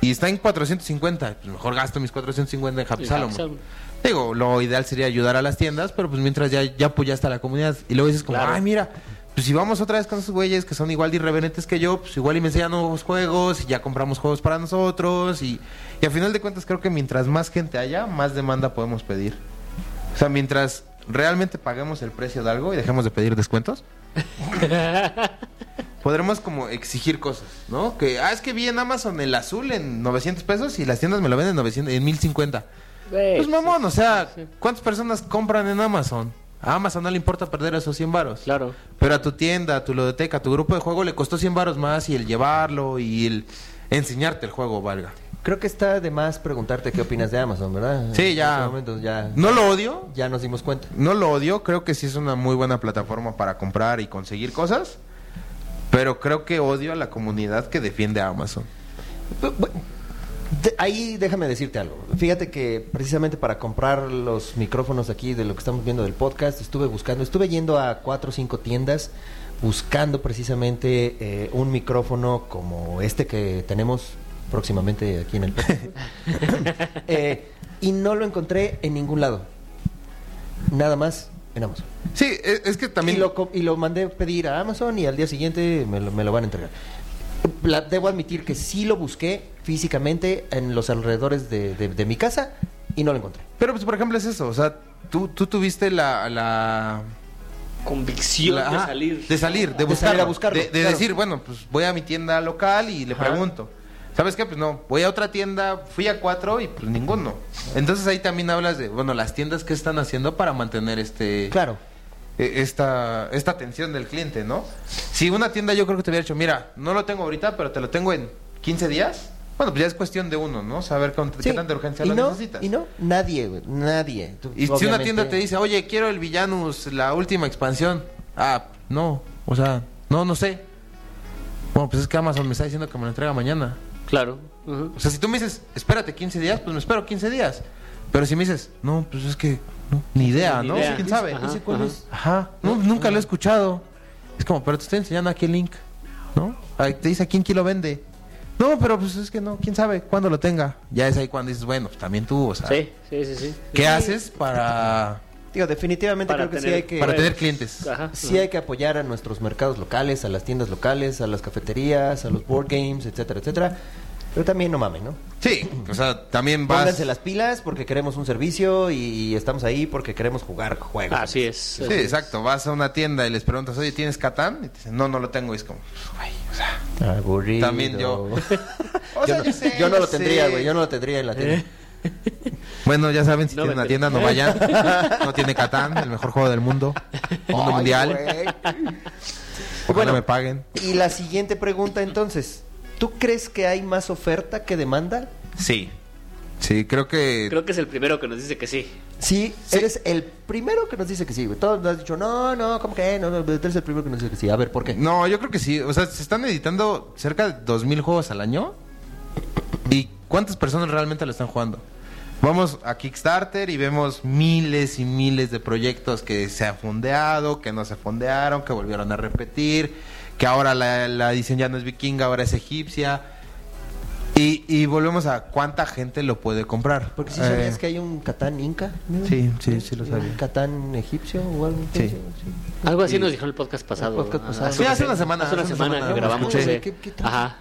[SPEAKER 4] Y está en 450. Pues mejor gasto mis 450 en Happy,
[SPEAKER 3] En Happy
[SPEAKER 4] Salomon.
[SPEAKER 3] Salomon.
[SPEAKER 4] Digo, lo ideal sería ayudar a las tiendas, pero pues mientras ya, ya apoyaste a la comunidad. Y luego dices como,
[SPEAKER 3] Claro.
[SPEAKER 4] ay, mira, pues si vamos otra vez con esos güeyes que son igual de irreverentes que yo, pues igual y me enseñan nuevos juegos y ya compramos juegos para nosotros. Y, y al final de cuentas creo que mientras más gente haya, más demanda podemos pedir. O sea, mientras realmente paguemos el precio de algo y dejemos de pedir descuentos, podremos como exigir cosas, ¿no? Que, ah, es que vi en Amazon el azul en 900 pesos y las tiendas me lo venden en, 900, en 1050.
[SPEAKER 3] Eh,
[SPEAKER 4] Pues mamón, o sea, ¿cuántas personas compran en Amazon? A Amazon no le importa perder esos 100 varos.
[SPEAKER 3] claro
[SPEAKER 4] Pero a tu tienda, a tu ludoteca, a tu grupo de juego le costó 100 varos más y el llevarlo y el enseñarte el juego, valga.
[SPEAKER 1] Creo que está de más preguntarte qué opinas de Amazon, ¿verdad?
[SPEAKER 4] Sí,
[SPEAKER 1] En
[SPEAKER 4] ya.
[SPEAKER 1] estos momentos ya,
[SPEAKER 4] No lo odio.
[SPEAKER 1] ya nos dimos cuenta.
[SPEAKER 4] No lo odio. Creo que sí es una muy buena plataforma para comprar y conseguir cosas. Pero creo que odio a la comunidad que defiende a Amazon.
[SPEAKER 1] Bu- bu- de- Ahí déjame decirte algo. Fíjate que precisamente para comprar los micrófonos aquí de lo que estamos viendo del podcast, estuve buscando, estuve yendo a cuatro o cinco tiendas buscando precisamente eh, un micrófono como este que tenemos próximamente aquí en el podcast. Eh, y no lo encontré en ningún lado. Nada más en Amazon.
[SPEAKER 4] Sí, e- es que también.
[SPEAKER 1] Y lo, co- y lo mandé pedir a Amazon y al día siguiente me lo, me lo van a entregar. La- debo admitir que sí lo busqué físicamente en los alrededores de, de- de mi casa y no lo encontré.
[SPEAKER 4] Pero, pues, por ejemplo, es eso. O sea, tú, tú tuviste la. la...
[SPEAKER 3] Convicción
[SPEAKER 4] la-
[SPEAKER 3] de
[SPEAKER 4] ajá,
[SPEAKER 3] salir.
[SPEAKER 4] De salir, de
[SPEAKER 1] De salir
[SPEAKER 4] buscarlo.
[SPEAKER 1] a buscarlo,
[SPEAKER 4] de de
[SPEAKER 1] claro.
[SPEAKER 4] decir, bueno, pues voy a mi tienda local y le
[SPEAKER 1] Ajá.
[SPEAKER 4] pregunto. ¿Sabes qué? Pues no, voy a otra tienda, fui a cuatro y pues ninguno. Entonces ahí también hablas de, bueno, las tiendas que están haciendo para mantener este...
[SPEAKER 1] Claro.
[SPEAKER 4] eh, esta, esta atención del cliente, ¿no? Si una tienda yo creo que te hubiera dicho, mira, no lo tengo ahorita, pero te lo tengo en 15 días, bueno, pues ya es cuestión de uno, ¿no? Saber con- qué
[SPEAKER 1] Sí.
[SPEAKER 4] tanta urgencia
[SPEAKER 1] y
[SPEAKER 4] lo
[SPEAKER 1] no,
[SPEAKER 4] necesitas.
[SPEAKER 1] Y no, nadie, güey, nadie. Tú,
[SPEAKER 4] Y si una
[SPEAKER 1] obviamente-
[SPEAKER 4] tienda te dice, oye, quiero el Villanus, la última expansión, ah, no, o sea, no, no sé. Bueno, pues es que Amazon me está diciendo que me lo entrega mañana.
[SPEAKER 3] Claro. ujú.
[SPEAKER 4] O sea, si tú me dices, espérate 15 días, pues me espero 15 días. Pero si me dices, no, pues es que no, ni idea,
[SPEAKER 3] Ni
[SPEAKER 4] ¿no?
[SPEAKER 3] idea.
[SPEAKER 4] ¿Quién sabe?
[SPEAKER 3] Ajá,
[SPEAKER 1] Ese cuál
[SPEAKER 3] ajá.
[SPEAKER 1] es.
[SPEAKER 4] Ajá, no, nunca lo he escuchado. Es como, pero te estoy enseñando aquí el link, ¿no? Ahí te dice aquí en quién lo vende. No, pero pues es que no, quién sabe cuándo lo tenga. Ya es ahí cuando dices, bueno, pues también tú, o sea,
[SPEAKER 3] Sí, sí, sí, sí.
[SPEAKER 4] ¿qué haces para,
[SPEAKER 1] Digo, definitivamente
[SPEAKER 3] Para
[SPEAKER 1] creo que sí
[SPEAKER 3] tener-
[SPEAKER 1] hay que...
[SPEAKER 4] para tener clientes?
[SPEAKER 3] Ajá.
[SPEAKER 1] Sí hay que apoyar a nuestros mercados locales, a las tiendas locales, a las cafeterías, a los board games, etcétera, etcétera. Pero también no mames, ¿no?
[SPEAKER 4] Sí, o sea, también vas.
[SPEAKER 1] Pónganse las pilas porque queremos un servicio y estamos ahí porque queremos jugar juegos.
[SPEAKER 3] Así es.
[SPEAKER 4] Sí,
[SPEAKER 3] así es.
[SPEAKER 4] exacto, vas a una tienda y les preguntas, oye, ¿tienes Catán? Y te dicen, no, no lo tengo. Y es como, ay, o sea,
[SPEAKER 1] Aburrido.
[SPEAKER 4] También yo.
[SPEAKER 1] yo,
[SPEAKER 4] O sea,
[SPEAKER 1] no,
[SPEAKER 4] yo sé,
[SPEAKER 1] yo Eh. no lo
[SPEAKER 4] sé.
[SPEAKER 1] tendría, güey. Yo no lo tendría en la tienda.
[SPEAKER 4] Bueno, ya saben, si
[SPEAKER 3] No
[SPEAKER 4] tienen una
[SPEAKER 3] vende.
[SPEAKER 4] tienda, no vayan. No tiene Catán, el mejor juego del mundo. Mundo
[SPEAKER 1] Ay,
[SPEAKER 4] mundial.
[SPEAKER 1] güey.
[SPEAKER 4] Bueno,
[SPEAKER 1] Bueno.
[SPEAKER 4] me paguen.
[SPEAKER 1] Y la siguiente pregunta entonces. ¿Tú crees que hay más oferta que demanda?
[SPEAKER 4] Sí. Sí, creo que.
[SPEAKER 3] Creo que es el primero que nos dice que sí.
[SPEAKER 1] Sí, eres el primero que nos dice que sí, güey. Todos nos han dicho, no, no, ¿cómo que? No, no, tú eres el primero que nos dice que sí. A ver, ¿por qué?
[SPEAKER 4] No, yo creo que sí. O sea, se están editando cerca de 2.000 juegos al año. ¿Y cuántas personas realmente lo están jugando? Vamos a Kickstarter y vemos miles y miles de proyectos que se han fondeado, que no se fondearon, que volvieron a repetir, que ahora la, la edición ya no es vikinga, ahora es egipcia. Y, y volvemos a cuánta gente lo puede comprar.
[SPEAKER 1] Porque si
[SPEAKER 4] Eh,
[SPEAKER 1] sabías que hay un Catán Inca. ¿no?
[SPEAKER 4] Sí, sí, sí lo
[SPEAKER 1] Un
[SPEAKER 4] sabía.
[SPEAKER 1] Catán egipcio o algo.
[SPEAKER 4] Sí.
[SPEAKER 3] Algo así nos dijo en el podcast pasado.
[SPEAKER 1] El podcast pasado.
[SPEAKER 3] Ah,
[SPEAKER 1] Sí,
[SPEAKER 4] hace una semana,
[SPEAKER 3] Hace una
[SPEAKER 4] hace una
[SPEAKER 3] semana
[SPEAKER 4] semana.
[SPEAKER 3] que grabamos.
[SPEAKER 4] Sí.
[SPEAKER 3] ese.
[SPEAKER 1] ¿Qué- qué tal?
[SPEAKER 3] Ajá.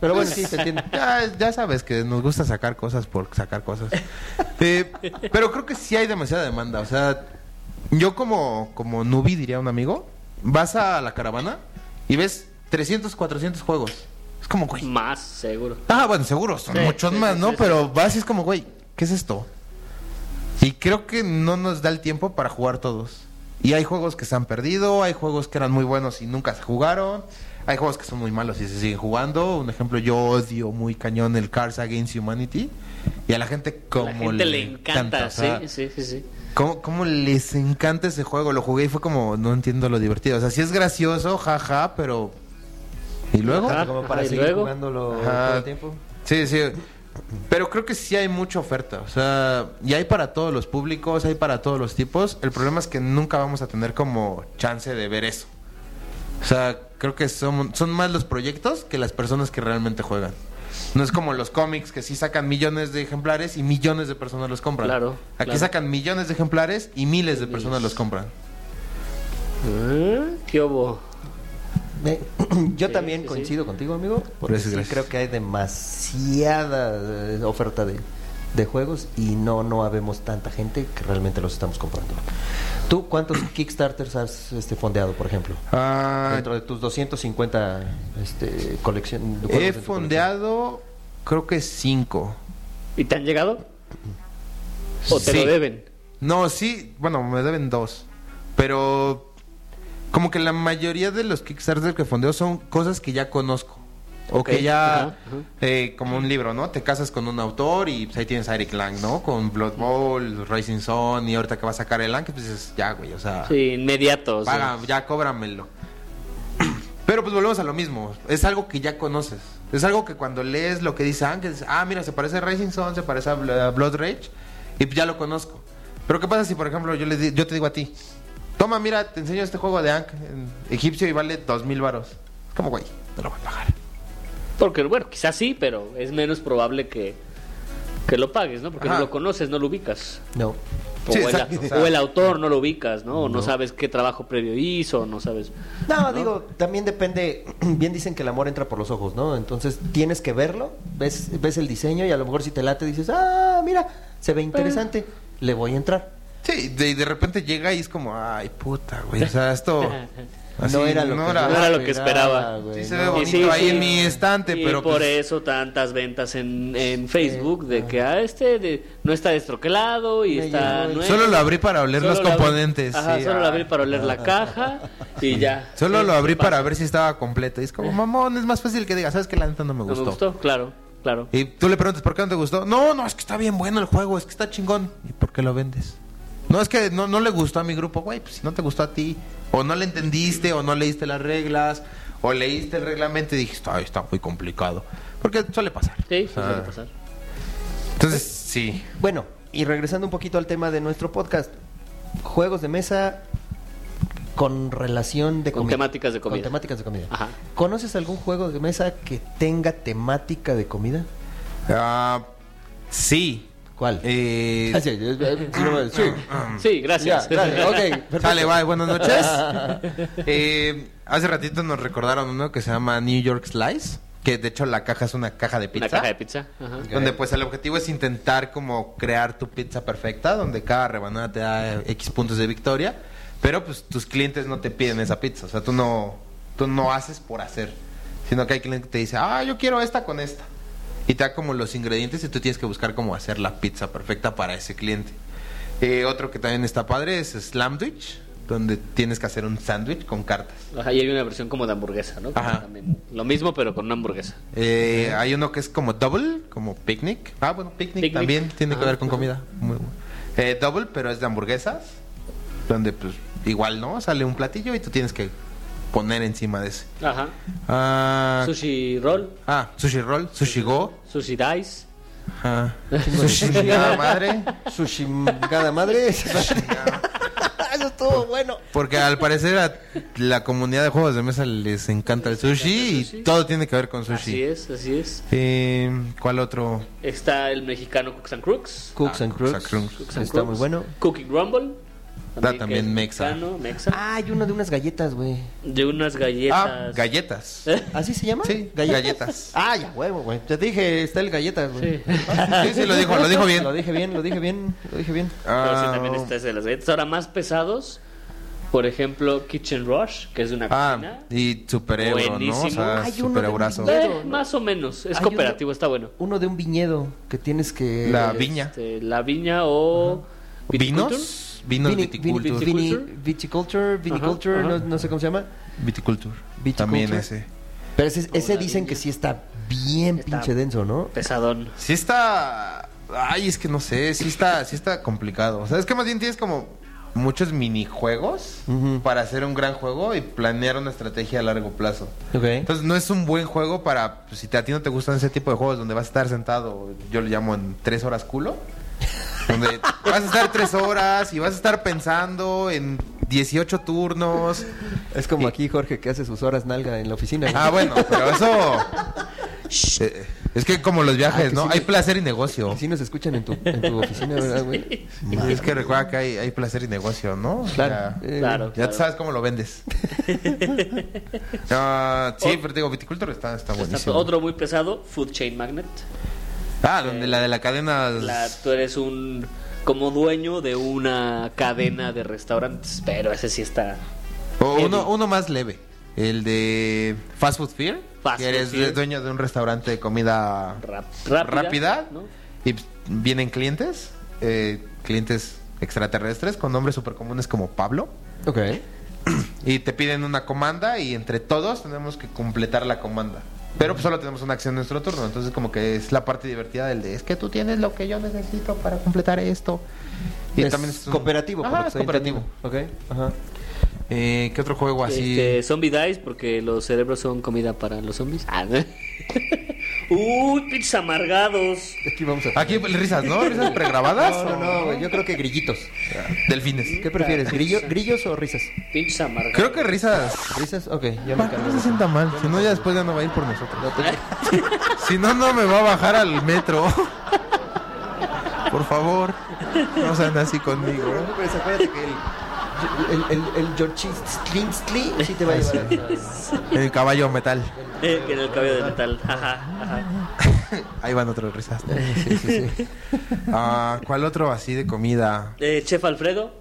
[SPEAKER 1] Pero bueno, sí, te entiendo.
[SPEAKER 4] Ya, ya sabes que nos gusta sacar cosas por sacar cosas. Eh, pero creo que sí hay demasiada demanda. O sea, yo como, como nubi, diría un amigo, vas a la caravana y ves 300, 400 juegos. Es como, güey.
[SPEAKER 3] Más seguro.
[SPEAKER 4] Ah, bueno, seguro, son
[SPEAKER 3] Sí,
[SPEAKER 4] muchos
[SPEAKER 3] sí,
[SPEAKER 4] más,
[SPEAKER 3] sí,
[SPEAKER 4] ¿no?
[SPEAKER 3] sí,
[SPEAKER 4] pero vas y es como, güey, ¿qué es esto? Y creo que no nos da el tiempo para jugar todos. Y hay juegos que se han perdido, hay juegos que eran muy buenos y nunca se jugaron, hay juegos que son muy malos y se siguen jugando. Un ejemplo, yo odio muy cañón el Cars Against Humanity. Y a la gente como
[SPEAKER 3] la gente le encanta,
[SPEAKER 4] o sea,
[SPEAKER 3] sí, sí, sí, sí.
[SPEAKER 4] ¿Cómo, cómo les encanta ese juego? Lo jugué y fue como, no entiendo lo divertido. O sea, sí es gracioso, jaja, pero... ¿Y luego?
[SPEAKER 3] Ajá.
[SPEAKER 1] Como para
[SPEAKER 3] Ajá, y
[SPEAKER 1] seguir
[SPEAKER 3] luego.
[SPEAKER 1] jugándolo
[SPEAKER 4] Ajá.
[SPEAKER 1] todo el tiempo.
[SPEAKER 4] Sí, sí. Pero creo que sí hay mucha oferta. O sea, y hay para todos los públicos, hay para todos los tipos. El problema es que nunca vamos a tener como chance de ver eso. O sea, creo que son, son más los proyectos que las personas que realmente juegan. No es como los cómics que sí sacan millones de ejemplares y millones de personas los compran.
[SPEAKER 3] Claro,
[SPEAKER 4] Aquí
[SPEAKER 3] claro.
[SPEAKER 4] sacan millones de ejemplares y miles de personas los compran.
[SPEAKER 3] Ah, ¿Qué hubo?
[SPEAKER 1] Eh, Yo
[SPEAKER 3] Sí,
[SPEAKER 1] también
[SPEAKER 3] sí,
[SPEAKER 1] coincido contigo, amigo. Porque
[SPEAKER 4] Gracias,
[SPEAKER 1] sí
[SPEAKER 4] gracias.
[SPEAKER 1] creo que hay demasiada eh, oferta de, de juegos y no, no habemos tanta gente que realmente los estamos comprando. ¿Tú cuántos Kickstarters has este, fondeado, por ejemplo?
[SPEAKER 4] Ah,
[SPEAKER 1] Dentro de tus 250 este, colección, juegos
[SPEAKER 4] he
[SPEAKER 1] en tu
[SPEAKER 4] fondeado, creo que cinco.
[SPEAKER 3] ¿Y te han llegado? ¿O te
[SPEAKER 4] Sí.
[SPEAKER 3] lo deben?
[SPEAKER 4] No, sí, bueno, me deben dos. Pero como que la mayoría de los Kickstarter que fondeo son cosas que ya conozco. O
[SPEAKER 3] Ok,
[SPEAKER 4] que ya,
[SPEAKER 3] ajá, ajá.
[SPEAKER 4] eh, como un libro, ¿no? Te casas con un autor y pues, ahí tienes a Eric Lang, ¿no? Con Blood Bowl, Rising Sun y ahorita que va a sacar el Lang, pues dices, ya, güey, o sea,
[SPEAKER 3] Sí, inmediato. o sea.
[SPEAKER 4] paga, ya cóbramelo. Pero pues volvemos a lo mismo, es algo que ya conoces. Es algo que cuando lees lo que dice Ángel, dices, ah, mira, se parece a Rising Sun, se parece a Bl- a Blood Rage, y pues, ya lo conozco. Pero ¿qué pasa si, por ejemplo, yo, le di- yo te digo a ti, toma, mira, te enseño este juego de Ankh en egipcio y vale dos mil varos? Es como, güey, no lo voy a pagar.
[SPEAKER 3] Porque, bueno, quizás sí, pero es menos probable que, que lo pagues, ¿no? Porque
[SPEAKER 4] Ajá.
[SPEAKER 3] no lo conoces, no lo ubicas.
[SPEAKER 1] No.
[SPEAKER 3] O,
[SPEAKER 4] Sí,
[SPEAKER 3] el,
[SPEAKER 4] exacto, o sea.
[SPEAKER 3] o el autor no lo ubicas, ¿no? O no sabes qué trabajo previo hizo, no sabes.
[SPEAKER 1] No, digo, también depende. Bien dicen que el amor entra por los ojos, ¿no? Entonces tienes que verlo, ves, ves el diseño y a lo mejor si te late dices, ah, mira, se ve interesante, le voy a entrar.
[SPEAKER 4] Sí, de, de repente llega y es como, ay, puta, güey. O sea, esto. así
[SPEAKER 1] no era lo que, yo
[SPEAKER 3] no era lo que esperaba.
[SPEAKER 1] güey,
[SPEAKER 4] Sí se
[SPEAKER 1] no.
[SPEAKER 4] ve bonito ahí en mi estante,
[SPEAKER 3] y
[SPEAKER 4] pero.
[SPEAKER 3] por
[SPEAKER 4] pues,
[SPEAKER 3] eso tantas ventas en, en Facebook de que ah, este de- no está destroquelado y
[SPEAKER 1] Me
[SPEAKER 3] está
[SPEAKER 1] llegó el-
[SPEAKER 3] nuevo.
[SPEAKER 4] Solo lo abrí para oler los
[SPEAKER 3] lo abrí-
[SPEAKER 4] componentes,
[SPEAKER 3] Ajá,
[SPEAKER 4] sí,
[SPEAKER 3] solo lo
[SPEAKER 4] ah.
[SPEAKER 3] abrí para oler la caja y ya.
[SPEAKER 4] Solo
[SPEAKER 3] Sí,
[SPEAKER 4] lo abrí
[SPEAKER 3] ¿qué pasa?
[SPEAKER 4] para ver si estaba completo. Y es como, mamón, es más fácil que digas, ¿sabes qué? La neta no me
[SPEAKER 3] No me
[SPEAKER 4] gustó.
[SPEAKER 3] gustó, claro, claro.
[SPEAKER 4] Y tú le preguntas, ¿por qué no te gustó? No, no, es que está bien bueno el juego, es que está chingón. ¿Y por qué lo vendes? No, es que no, no le gustó a mi grupo, güey, pues si no te gustó a ti, o no le entendiste, o no leíste las reglas, o leíste el reglamento y dijiste, ay, está muy complicado. Porque suele pasar.
[SPEAKER 3] Sí, sí
[SPEAKER 4] Ah.
[SPEAKER 3] suele pasar.
[SPEAKER 4] Entonces, sí.
[SPEAKER 1] Bueno, y regresando un poquito al tema de nuestro podcast, juegos de mesa con relación de
[SPEAKER 3] Con
[SPEAKER 1] comida.
[SPEAKER 3] temáticas de comida.
[SPEAKER 1] Con temáticas de comida.
[SPEAKER 3] Ajá.
[SPEAKER 1] ¿Conoces algún juego de mesa que tenga temática de comida?
[SPEAKER 4] Ah, sí.
[SPEAKER 1] ¿Cuál?
[SPEAKER 4] Eh,
[SPEAKER 1] Ah, sí, eh, eh, sí, no, sí.
[SPEAKER 4] Ah.
[SPEAKER 3] Sí,
[SPEAKER 1] Ya,
[SPEAKER 3] gracias.
[SPEAKER 1] dale, ok, perfecto.
[SPEAKER 4] Sale, bye, buenas noches. Eh, hace ratito nos recordaron uno que se llama New York Slice, que de hecho la caja es una caja de pizza.
[SPEAKER 3] Una caja de pizza. Ajá.
[SPEAKER 4] Donde pues el objetivo es intentar como crear tu pizza perfecta, donde cada rebanada te da eh, X puntos de victoria, pero pues tus clientes no te piden esa pizza, o sea, tú no, tú no haces por hacer, sino que hay clientes que te dice, ah, yo quiero esta con esta. Y te da como los ingredientes y tú tienes que buscar cómo hacer la pizza perfecta para ese cliente. Eh, otro que también está padre es Slamdwich, donde tienes que hacer un sándwich con cartas.
[SPEAKER 3] Ajá, y hay una versión como de hamburguesa, ¿no? Como
[SPEAKER 4] Ajá.
[SPEAKER 3] también lo mismo, pero con una hamburguesa.
[SPEAKER 4] Eh, hay uno que es como double, como picnic. Ah, bueno, picnic,
[SPEAKER 3] Picnic.
[SPEAKER 4] también tiene que
[SPEAKER 3] Ajá.
[SPEAKER 4] ver con comida. Muy bueno. Eh, double, pero es de hamburguesas. Donde, pues, igual, ¿no? Sale un platillo y tú tienes que poner encima de ese.
[SPEAKER 3] Ajá.
[SPEAKER 4] Ah, sushi.
[SPEAKER 3] Sushi roll,
[SPEAKER 4] Ah, sushi roll, sushi go.
[SPEAKER 3] sushi dice.
[SPEAKER 4] Ajá. Sushi chingada madre.
[SPEAKER 1] Su chingada madre. Eso estuvo bueno.
[SPEAKER 4] Porque al parecer a la comunidad de juegos de mesa les encanta el sushi y
[SPEAKER 3] sushi.
[SPEAKER 4] todo tiene que ver con
[SPEAKER 3] Así
[SPEAKER 4] sushi.
[SPEAKER 3] es, así es.
[SPEAKER 4] Eh, ¿Cuál otro?
[SPEAKER 3] Está el mexicano Cooks and Crooks.
[SPEAKER 1] Cooks
[SPEAKER 4] Ah,
[SPEAKER 1] and
[SPEAKER 4] Cooks
[SPEAKER 1] Crooks.
[SPEAKER 4] and Crooks.
[SPEAKER 3] Cooks and
[SPEAKER 1] Está muy
[SPEAKER 3] Crooks.
[SPEAKER 1] bueno.
[SPEAKER 3] Cooking Rumble.
[SPEAKER 4] Da
[SPEAKER 3] que
[SPEAKER 4] también
[SPEAKER 3] es
[SPEAKER 4] mexa.
[SPEAKER 3] mexicano, Ah, mexa.
[SPEAKER 1] Ah, hay uno de unas galletas, güey.
[SPEAKER 3] De unas galletas. ¿Eh?
[SPEAKER 4] Ah, galletas.
[SPEAKER 1] ¿Así se llama?
[SPEAKER 4] Sí, galletas.
[SPEAKER 1] Ah, ya, huevo, güey. Te dije, está el galletas, güey. Ah,
[SPEAKER 3] Sí.
[SPEAKER 4] Sí, sí, lo dijo, lo dijo bien.
[SPEAKER 1] Lo dije bien, lo dije bien, lo dije bien.
[SPEAKER 3] Pero sí,
[SPEAKER 4] Ah,
[SPEAKER 3] también está ese de las galletas. Ahora, más pesados, por ejemplo, Kitchen Rush, que es de una
[SPEAKER 4] Ah,
[SPEAKER 3] cocina.
[SPEAKER 4] y super euro, ¿no?
[SPEAKER 3] Buenísimo.
[SPEAKER 4] O sea,
[SPEAKER 1] Hay uno
[SPEAKER 4] super
[SPEAKER 1] de
[SPEAKER 4] eurazo.
[SPEAKER 1] Miguel.
[SPEAKER 3] Eh,
[SPEAKER 1] Pero, ¿no?
[SPEAKER 3] Más o menos. Es
[SPEAKER 1] Hay
[SPEAKER 3] cooperativo,
[SPEAKER 1] uno-
[SPEAKER 3] está bueno.
[SPEAKER 1] Uno de un viñedo que tienes que...
[SPEAKER 4] La
[SPEAKER 1] eh,
[SPEAKER 4] viña.
[SPEAKER 3] Este, la viña o. viticulture.
[SPEAKER 4] ¿Vinos? Vinos
[SPEAKER 1] vini-
[SPEAKER 4] viticultur.
[SPEAKER 1] vini- vini- Viticulture, viniculture,
[SPEAKER 3] ajá.
[SPEAKER 1] no, no sé cómo se llama.
[SPEAKER 4] Viticultur.
[SPEAKER 1] Viticultur.
[SPEAKER 4] También ese.
[SPEAKER 1] Pero ese,
[SPEAKER 3] Como
[SPEAKER 1] ese
[SPEAKER 3] la
[SPEAKER 1] dicen
[SPEAKER 3] viña.
[SPEAKER 1] que sí está bien
[SPEAKER 3] Está-
[SPEAKER 1] pinche denso, ¿no?
[SPEAKER 3] Pesadón.
[SPEAKER 4] Sí está... Ay, es que no sé. Sí está, sí está complicado. O sea, es que más bien tienes como muchos minijuegos
[SPEAKER 1] Ujú.
[SPEAKER 4] para hacer un gran juego y planear una estrategia a largo plazo.
[SPEAKER 1] Ok.
[SPEAKER 4] Entonces no es un buen juego para... pues, si te- a ti no te gustan ese tipo de juegos donde vas a estar sentado, yo le llamo en tres horas culo. Donde vas a estar tres horas y vas a estar pensando en 18 turnos.
[SPEAKER 1] Es como aquí Jorge que hace sus horas nalga en la oficina. ¿no?
[SPEAKER 4] Ah, bueno, pero eso... eh, Es que como los
[SPEAKER 1] Ah,
[SPEAKER 4] viajes,
[SPEAKER 1] que
[SPEAKER 4] ¿no?
[SPEAKER 1] sí
[SPEAKER 4] Hay
[SPEAKER 1] me-
[SPEAKER 4] placer y negocio.
[SPEAKER 1] Sí nos escuchan en tu, en tu oficina, ¿verdad, güey? Madre.
[SPEAKER 4] Es que recuerda que hay, hay placer y negocio, ¿no? O
[SPEAKER 1] Claro.
[SPEAKER 4] sea,
[SPEAKER 1] eh,
[SPEAKER 3] Claro.
[SPEAKER 4] Ya tú sabes cómo lo vendes. Ah, sí, pero te digo, viticultor está,
[SPEAKER 3] Está
[SPEAKER 4] está buenísimo.
[SPEAKER 3] otro muy pesado, Food Chain Magnet.
[SPEAKER 4] Ah, donde la de la cadena...
[SPEAKER 3] La- tú eres un. Como dueño de una cadena de restaurantes. Pero ese sí está.
[SPEAKER 4] O
[SPEAKER 3] Heavy.
[SPEAKER 4] uno, uno más leve, el de Fast Food Fear.
[SPEAKER 3] Fast
[SPEAKER 4] que
[SPEAKER 3] Food
[SPEAKER 4] eres
[SPEAKER 3] Fear.
[SPEAKER 4] dueño de un restaurante de comida
[SPEAKER 3] rap- rápida.
[SPEAKER 4] rápida,
[SPEAKER 3] ¿no?
[SPEAKER 4] y pues, vienen clientes, eh, clientes extraterrestres con nombres súper comunes como Pablo.
[SPEAKER 1] Ok.
[SPEAKER 4] Y te piden una comanda y entre todos tenemos que completar la comanda. Pero pues solo tenemos una acción en nuestro turno, entonces como que es la parte divertida del de es que tú tienes lo que yo necesito para completar esto. Y
[SPEAKER 1] Es
[SPEAKER 4] también es un-
[SPEAKER 1] Pues, cooperativo. por
[SPEAKER 4] Ajá,
[SPEAKER 1] lo que
[SPEAKER 4] es
[SPEAKER 1] estoy
[SPEAKER 4] cooperativo.
[SPEAKER 1] entendiendo. Ok, ajá.
[SPEAKER 4] Eh, ¿Qué otro juego así?
[SPEAKER 3] Este, zombie Dice, porque los cerebros son comida para los zombies. Ah, ¿no? Uy, pinches amargados.
[SPEAKER 1] Aquí vamos a...
[SPEAKER 4] Aquí risas, ¿no? ¿Risas pregrabadas?
[SPEAKER 1] No, no, no, güey, yo creo que grillitos.
[SPEAKER 4] Delfines.
[SPEAKER 1] ¿Qué prefieres, grillo- grillos o risas?
[SPEAKER 3] Pinches amargados.
[SPEAKER 4] Creo que risas.
[SPEAKER 1] ¿Risas? Ok, ya me
[SPEAKER 4] Para que
[SPEAKER 1] encargo.
[SPEAKER 4] no se sienta mal, si no ya después ya no va a ir por nosotros. Si no, no me va a bajar al metro. Por favor, no sean así conmigo. ¿eh?
[SPEAKER 1] No te preocupes, acuérdate que el... El, el, el George Stinsley Ah, sí te va a llevar a-
[SPEAKER 4] El caballo metal.
[SPEAKER 3] Eh, que era el cabello de metal. Ajá, ajá.
[SPEAKER 4] Ahí van otros risas.
[SPEAKER 1] Eh,
[SPEAKER 4] Ah, ¿Cuál otro así de comida?
[SPEAKER 3] Eh, Chef Alfredo.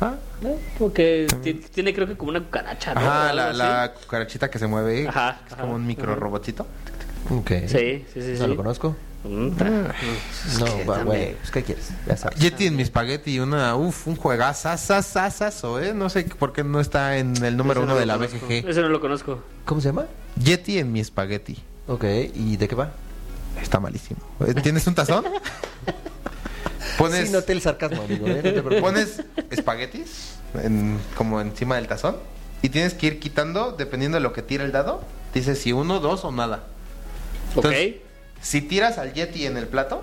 [SPEAKER 4] Ah,
[SPEAKER 3] ¿no? Porque ti- tiene creo que como una cucaracha, ¿no?
[SPEAKER 4] Ajá,
[SPEAKER 3] O
[SPEAKER 4] la,
[SPEAKER 3] algo
[SPEAKER 4] la cucarachita que se mueve.
[SPEAKER 3] Ajá,
[SPEAKER 4] que Es
[SPEAKER 3] ajá.
[SPEAKER 4] como un micro robotito.
[SPEAKER 1] Ok.
[SPEAKER 3] así. Sí, sí, sí.
[SPEAKER 1] No
[SPEAKER 3] sí.
[SPEAKER 1] lo conozco.
[SPEAKER 3] Mm,
[SPEAKER 1] Ah, No,
[SPEAKER 3] que
[SPEAKER 1] va, güey,
[SPEAKER 3] también.
[SPEAKER 1] pues, ¿qué quieres? Ya sabes.
[SPEAKER 4] Yeti en mi espagueti, una, uff, un juegazazazazazo, ¿eh? No sé por qué no está en el número
[SPEAKER 3] ese
[SPEAKER 4] uno
[SPEAKER 3] no
[SPEAKER 4] de
[SPEAKER 3] lo
[SPEAKER 4] la
[SPEAKER 3] conozco.
[SPEAKER 4] BGG.
[SPEAKER 3] Ese no lo conozco.
[SPEAKER 1] ¿Cómo se llama?
[SPEAKER 4] Yeti en mi espagueti.
[SPEAKER 1] Ok, ¿y de qué va?
[SPEAKER 4] Está malísimo. Eh, ¿Tienes un tazón? Pones,
[SPEAKER 1] Sí, noté el sarcasmo, amigo. ¿eh? No te preocupes.
[SPEAKER 4] pones espaguetis en- como encima del tazón y tienes que ir quitando dependiendo de lo que tira el dado. Dices si uno, dos o nada.
[SPEAKER 3] Ok.
[SPEAKER 4] Entonces, Si tiras al yeti en el plato,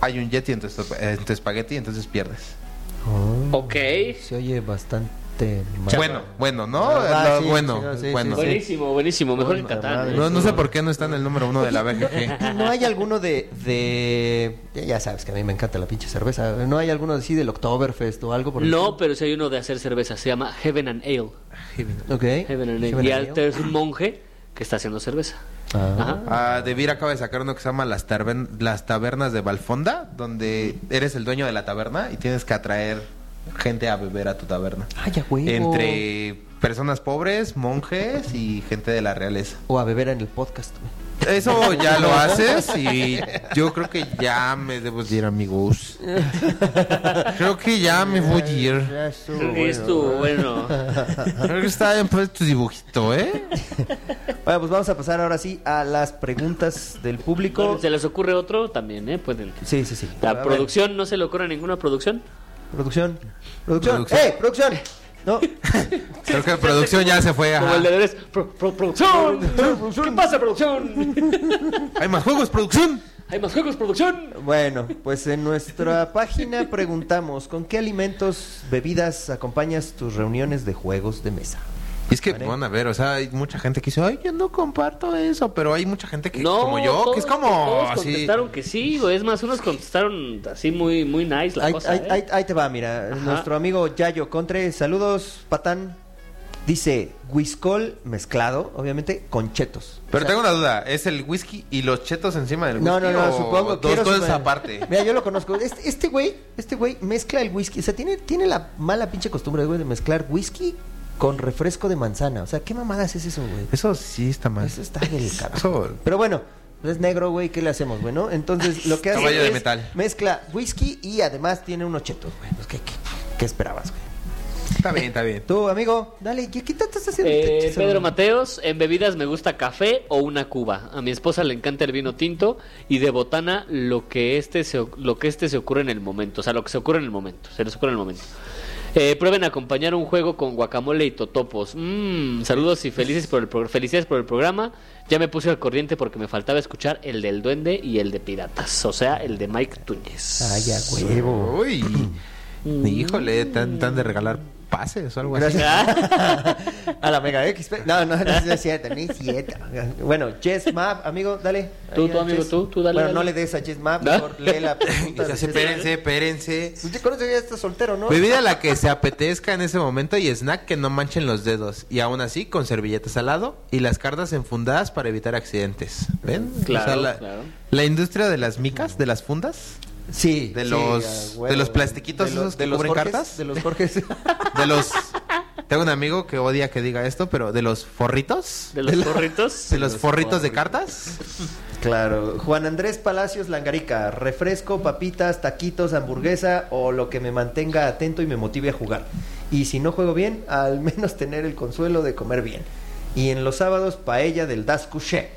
[SPEAKER 4] hay un yeti en tu, esp- en tu espagueti, entonces pierdes.
[SPEAKER 1] Oh,
[SPEAKER 3] Ok.
[SPEAKER 1] Se oye bastante mal.
[SPEAKER 4] Bueno, bueno, ¿no?
[SPEAKER 1] Ah,
[SPEAKER 4] Lo-
[SPEAKER 1] sí,
[SPEAKER 4] bueno,
[SPEAKER 1] sí, sí,
[SPEAKER 4] bueno.
[SPEAKER 1] sí, sí.
[SPEAKER 3] Buenísimo, buenísimo. Mejor que
[SPEAKER 1] Bueno,
[SPEAKER 3] Catán.
[SPEAKER 1] madre.
[SPEAKER 3] ¿eh?
[SPEAKER 4] No, no sé por qué no está en el número uno de la
[SPEAKER 1] ¿Y
[SPEAKER 4] BGG.
[SPEAKER 1] no hay alguno de, de- ya- Ya sabes que a mí me encanta la pinche cerveza. ¿No hay alguno de sí del Oktoberfest o algo por el
[SPEAKER 3] No, pero si hay uno de hacer cerveza. Se llama Heaven and Ale.
[SPEAKER 1] estilo? Ok.
[SPEAKER 3] Heaven and Ale.
[SPEAKER 1] Heaven
[SPEAKER 3] y
[SPEAKER 1] and
[SPEAKER 3] este es un monje que está haciendo cerveza.
[SPEAKER 1] Ah.
[SPEAKER 3] Ajá.
[SPEAKER 4] Ah, Devir acaba de sacar uno que se llama las, Tarven- las Tabernas de Valfonda, donde eres el dueño de la taberna y tienes que atraer gente a beber a tu taberna.
[SPEAKER 1] Ay, a huevo.
[SPEAKER 4] Entre personas pobres, monjes y gente de la realeza.
[SPEAKER 1] O a beber en el podcast. güey.
[SPEAKER 4] Eso ya lo haces y yo creo que ya me debo de ir, amigos. Creo que ya me voy a ir.
[SPEAKER 3] Creo que es tu, bueno.
[SPEAKER 4] Creo que está bien pues, tu dibujito, ¿eh?
[SPEAKER 1] Bueno, pues vamos a pasar ahora sí a las preguntas del público.
[SPEAKER 3] ¿Se les ocurre otro? También, ¿eh? Pueden.
[SPEAKER 1] Sí, sí, sí.
[SPEAKER 3] La
[SPEAKER 1] A ver,
[SPEAKER 3] producción, ¿no se le ocurre ninguna producción?
[SPEAKER 1] Producción. Producción.
[SPEAKER 4] Producción.
[SPEAKER 1] ¡Eh, producción! No.
[SPEAKER 4] Creo que producción ya se fue.
[SPEAKER 3] Como
[SPEAKER 4] ajá.
[SPEAKER 3] el de Deberes. Pro- pro- ¡Producción! ¿Qué pasa, producción?
[SPEAKER 4] Hay más juegos, producción.
[SPEAKER 3] ¿Hay más juegos, producción?
[SPEAKER 1] Bueno, pues en nuestra página preguntamos ¿con qué alimentos, bebidas acompañas tus reuniones de juegos de mesa?
[SPEAKER 4] Y es que
[SPEAKER 1] Vale.
[SPEAKER 4] van a ver, o sea, hay mucha gente que dice, ay, yo no comparto eso, pero hay mucha gente que,
[SPEAKER 3] No,
[SPEAKER 4] como yo, que
[SPEAKER 3] todos-
[SPEAKER 4] es como
[SPEAKER 3] Todos
[SPEAKER 4] así.
[SPEAKER 3] contestaron que sí, güey. Es más, unos contestaron así muy, muy nice la
[SPEAKER 1] Ahí,
[SPEAKER 3] cosa.
[SPEAKER 1] ahí-
[SPEAKER 3] ¿eh?
[SPEAKER 1] ahí- ahí te va, mira. Nuestro amigo Yayo Contre, saludos, patán. Dice Huiscol mezclado, obviamente, con chetos.
[SPEAKER 4] Pero tengo una duda, ¿es el whisky y los chetos encima del whisky?
[SPEAKER 1] No, no, no,
[SPEAKER 4] o
[SPEAKER 1] supongo
[SPEAKER 4] Dos
[SPEAKER 1] quiero
[SPEAKER 4] cosas
[SPEAKER 1] suponer.
[SPEAKER 4] aparte.
[SPEAKER 1] Mira, yo lo conozco. Este este güey, este güey mezcla el whisky. O sea, tiene, tiene la mala pinche costumbre, güey, de mezclar whisky con refresco de manzana. O sea, ¿qué mamadas es eso, güey?
[SPEAKER 4] Eso sí está mal.
[SPEAKER 1] Eso está del carajo.
[SPEAKER 4] Eso-
[SPEAKER 1] Pero bueno, es negro, güey, ¿qué le hacemos, güey, no? Entonces, lo que hace
[SPEAKER 4] Caballo de
[SPEAKER 1] es
[SPEAKER 4] metal.
[SPEAKER 1] mezcla whisky y además tiene unos chetos, güey. Pues, ¿qué, qué, qué esperabas, güey?
[SPEAKER 4] Está bien, está bien.
[SPEAKER 1] Tú, amigo, dale, ¿qué, qué tanto estás haciendo?
[SPEAKER 3] Eh,
[SPEAKER 1] Te-
[SPEAKER 3] Pedro Mateos, en bebidas me gusta café o una cuba. A mi esposa le encanta el vino tinto y de botana lo que este se, o- lo que este se ocurre en el momento. O sea, lo que se ocurre en el momento. Se les ocurre en el momento. Eh, prueben a acompañar un juego con guacamole y totopos. Mm, saludos y felices por el pro- felicidades por el programa. Ya me puse al corriente porque me faltaba escuchar el del duende y el de piratas. O sea, el de Mike Túñez.
[SPEAKER 1] Ay, a huevo.
[SPEAKER 4] Uy,
[SPEAKER 1] Mm.
[SPEAKER 4] híjole, tan, tan de regalar pases o algo así.
[SPEAKER 3] Ah.
[SPEAKER 1] A la Mega XP. No, no, no, no es cierto, ni es cierto. Bueno, Jess Map, amigo, dale.
[SPEAKER 3] Tú,
[SPEAKER 1] Ahí a
[SPEAKER 3] tú, amigo,
[SPEAKER 1] Jess.
[SPEAKER 3] tú, tú, dale,
[SPEAKER 1] Bueno,
[SPEAKER 3] dale.
[SPEAKER 1] no le des a Jess Map,
[SPEAKER 3] ¿No?
[SPEAKER 1] mejor lee la pregunta. de
[SPEAKER 4] Dice,
[SPEAKER 1] Jess Map.
[SPEAKER 4] espérense, espérense.
[SPEAKER 1] Pues ya con eso ya estás soltero, ¿no?
[SPEAKER 4] Bebida la que se apetezca en ese momento y snack que no manchen los dedos. Y aún así, con servilletas al lado y las cartas enfundadas para evitar accidentes. ¿Ven?
[SPEAKER 3] Claro,
[SPEAKER 4] la,
[SPEAKER 3] claro.
[SPEAKER 4] la industria de las micas, de las fundas,
[SPEAKER 1] Sí.
[SPEAKER 4] de
[SPEAKER 1] sí,
[SPEAKER 4] los-
[SPEAKER 1] a huevo.
[SPEAKER 4] de los plastiquitos
[SPEAKER 1] De lo-
[SPEAKER 4] esos que
[SPEAKER 1] de los
[SPEAKER 4] cubren
[SPEAKER 1] Jorges,
[SPEAKER 4] cartas.
[SPEAKER 1] De los Jorges.
[SPEAKER 4] de los... Tengo un amigo que odia que diga esto, pero de los forritos.
[SPEAKER 3] De los gorritos.
[SPEAKER 4] De los forritos de cartas.
[SPEAKER 1] Claro. Juan Andrés Palacios Langarica. Refresco, papitas, taquitos, hamburguesa o lo que me mantenga atento y me motive a jugar. Y si no juego bien, al menos tener el consuelo de comer bien. Y en los sábados, paella del Das Couché.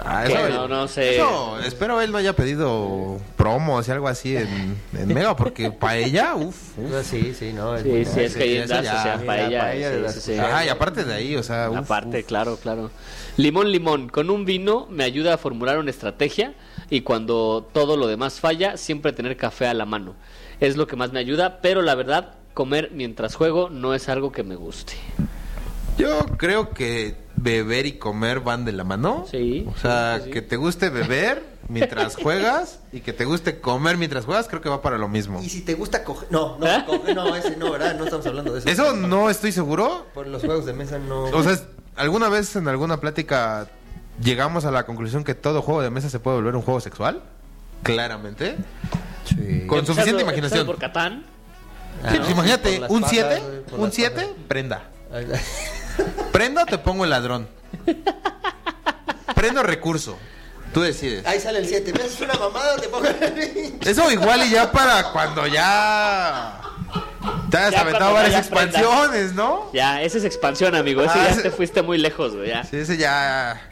[SPEAKER 4] Ah,
[SPEAKER 3] Que
[SPEAKER 4] eso-
[SPEAKER 3] no, no sé.
[SPEAKER 4] eso, espero él no haya pedido promos y algo así en, en Mega, porque para ella, uff.
[SPEAKER 1] Ah, Sí, sí, no. es muy
[SPEAKER 3] Sí, sí,
[SPEAKER 1] bueno.
[SPEAKER 3] es que ahí en
[SPEAKER 4] eso
[SPEAKER 3] Dash,
[SPEAKER 4] ya.
[SPEAKER 3] o sea,
[SPEAKER 4] Sí,
[SPEAKER 1] la
[SPEAKER 3] paella.
[SPEAKER 1] paella
[SPEAKER 3] sí,
[SPEAKER 1] de las
[SPEAKER 3] sí, sí.
[SPEAKER 4] Ajá, y aparte de ahí, o sea, uf,
[SPEAKER 3] Aparte,
[SPEAKER 4] uf.
[SPEAKER 3] claro, claro. Limón, limón, con un vino me ayuda a formular una estrategia y cuando todo lo demás falla, siempre tener café a la mano. Es lo que más me ayuda, pero la verdad, comer mientras juego no es algo que me guste.
[SPEAKER 4] Yo creo que beber y comer van de la mano.
[SPEAKER 3] Sí,
[SPEAKER 4] O sea,
[SPEAKER 3] sí, sí.
[SPEAKER 4] que te guste beber mientras juegas y que te guste comer mientras juegas, creo que va para lo mismo.
[SPEAKER 1] Y si te gusta coger. No, no, coger, no, ese no, ¿verdad? No estamos hablando de eso.
[SPEAKER 4] Eso no estoy seguro.
[SPEAKER 1] Por los juegos de mesa no.
[SPEAKER 4] O sea, ¿alguna vez en alguna plática llegamos a la conclusión que todo juego de mesa se puede volver un juego sexual? Claramente.
[SPEAKER 1] Sí.
[SPEAKER 4] Con
[SPEAKER 3] Empezando-
[SPEAKER 4] suficiente
[SPEAKER 3] empezando
[SPEAKER 4] imaginación.
[SPEAKER 3] por Catán.
[SPEAKER 1] Ah, ¿no?
[SPEAKER 4] Sí, pues
[SPEAKER 1] Por
[SPEAKER 4] Imagínate,
[SPEAKER 1] las
[SPEAKER 4] un
[SPEAKER 1] patas,
[SPEAKER 4] 7,
[SPEAKER 1] güey, por
[SPEAKER 4] un
[SPEAKER 1] las
[SPEAKER 4] 7,
[SPEAKER 1] patas.
[SPEAKER 4] prenda.
[SPEAKER 1] Ay,
[SPEAKER 4] Prenda o te pongo el ladrón. Prendo recurso. Tú decides.
[SPEAKER 1] Ahí sale el 7. Me haces una mamada, te pongo el
[SPEAKER 4] Eso igual y ya para cuando ya te hayas
[SPEAKER 3] Ya
[SPEAKER 4] aventado
[SPEAKER 3] cuando
[SPEAKER 4] varias
[SPEAKER 3] ya aprendas.
[SPEAKER 4] expansiones, ¿no?
[SPEAKER 3] Ya, esa es expansión, amigo. Ese
[SPEAKER 4] Ah,
[SPEAKER 3] ya
[SPEAKER 4] ese-
[SPEAKER 3] te fuiste muy lejos, güey. ya.
[SPEAKER 4] Sí, ese ya.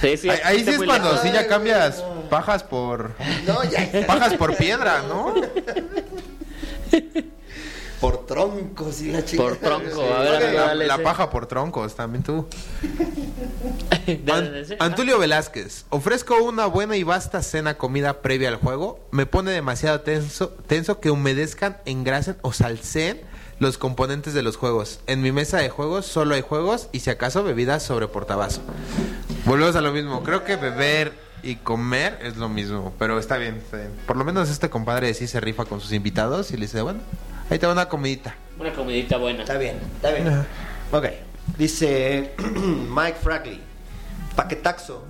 [SPEAKER 3] Sí, sí,
[SPEAKER 4] ahí
[SPEAKER 3] te
[SPEAKER 4] ahí sí
[SPEAKER 3] fuiste
[SPEAKER 4] es
[SPEAKER 3] muy
[SPEAKER 4] cuando
[SPEAKER 3] lejos.
[SPEAKER 4] sí ya cambias pajas por
[SPEAKER 1] No, ya.
[SPEAKER 4] pajas por piedra, ¿no?
[SPEAKER 1] Por troncos y la chica.
[SPEAKER 3] Por tronco. A ver, amigo,
[SPEAKER 4] La,
[SPEAKER 3] dale
[SPEAKER 4] la
[SPEAKER 3] ese.
[SPEAKER 4] paja por troncos, también tú.
[SPEAKER 3] Dale, dale,
[SPEAKER 4] An-
[SPEAKER 3] sí.
[SPEAKER 4] Antulio Velázquez, ofrezco una buena y vasta cena comida previa al juego. Me pone demasiado tenso, tenso que humedezcan, engrasen o salseen los componentes de los juegos. En mi mesa de juegos solo hay juegos y si acaso bebidas sobre portabazo. Volvemos a lo mismo. Creo que beber y comer es lo mismo, pero está bien. está bien. Por lo menos este compadre sí se rifa con sus invitados y le dice, bueno, ahí te va una comidita.
[SPEAKER 3] Ah, Una comidita buena.
[SPEAKER 1] Está bien, está bien. Ok. Dice Mike Frackley. Paquetaxo.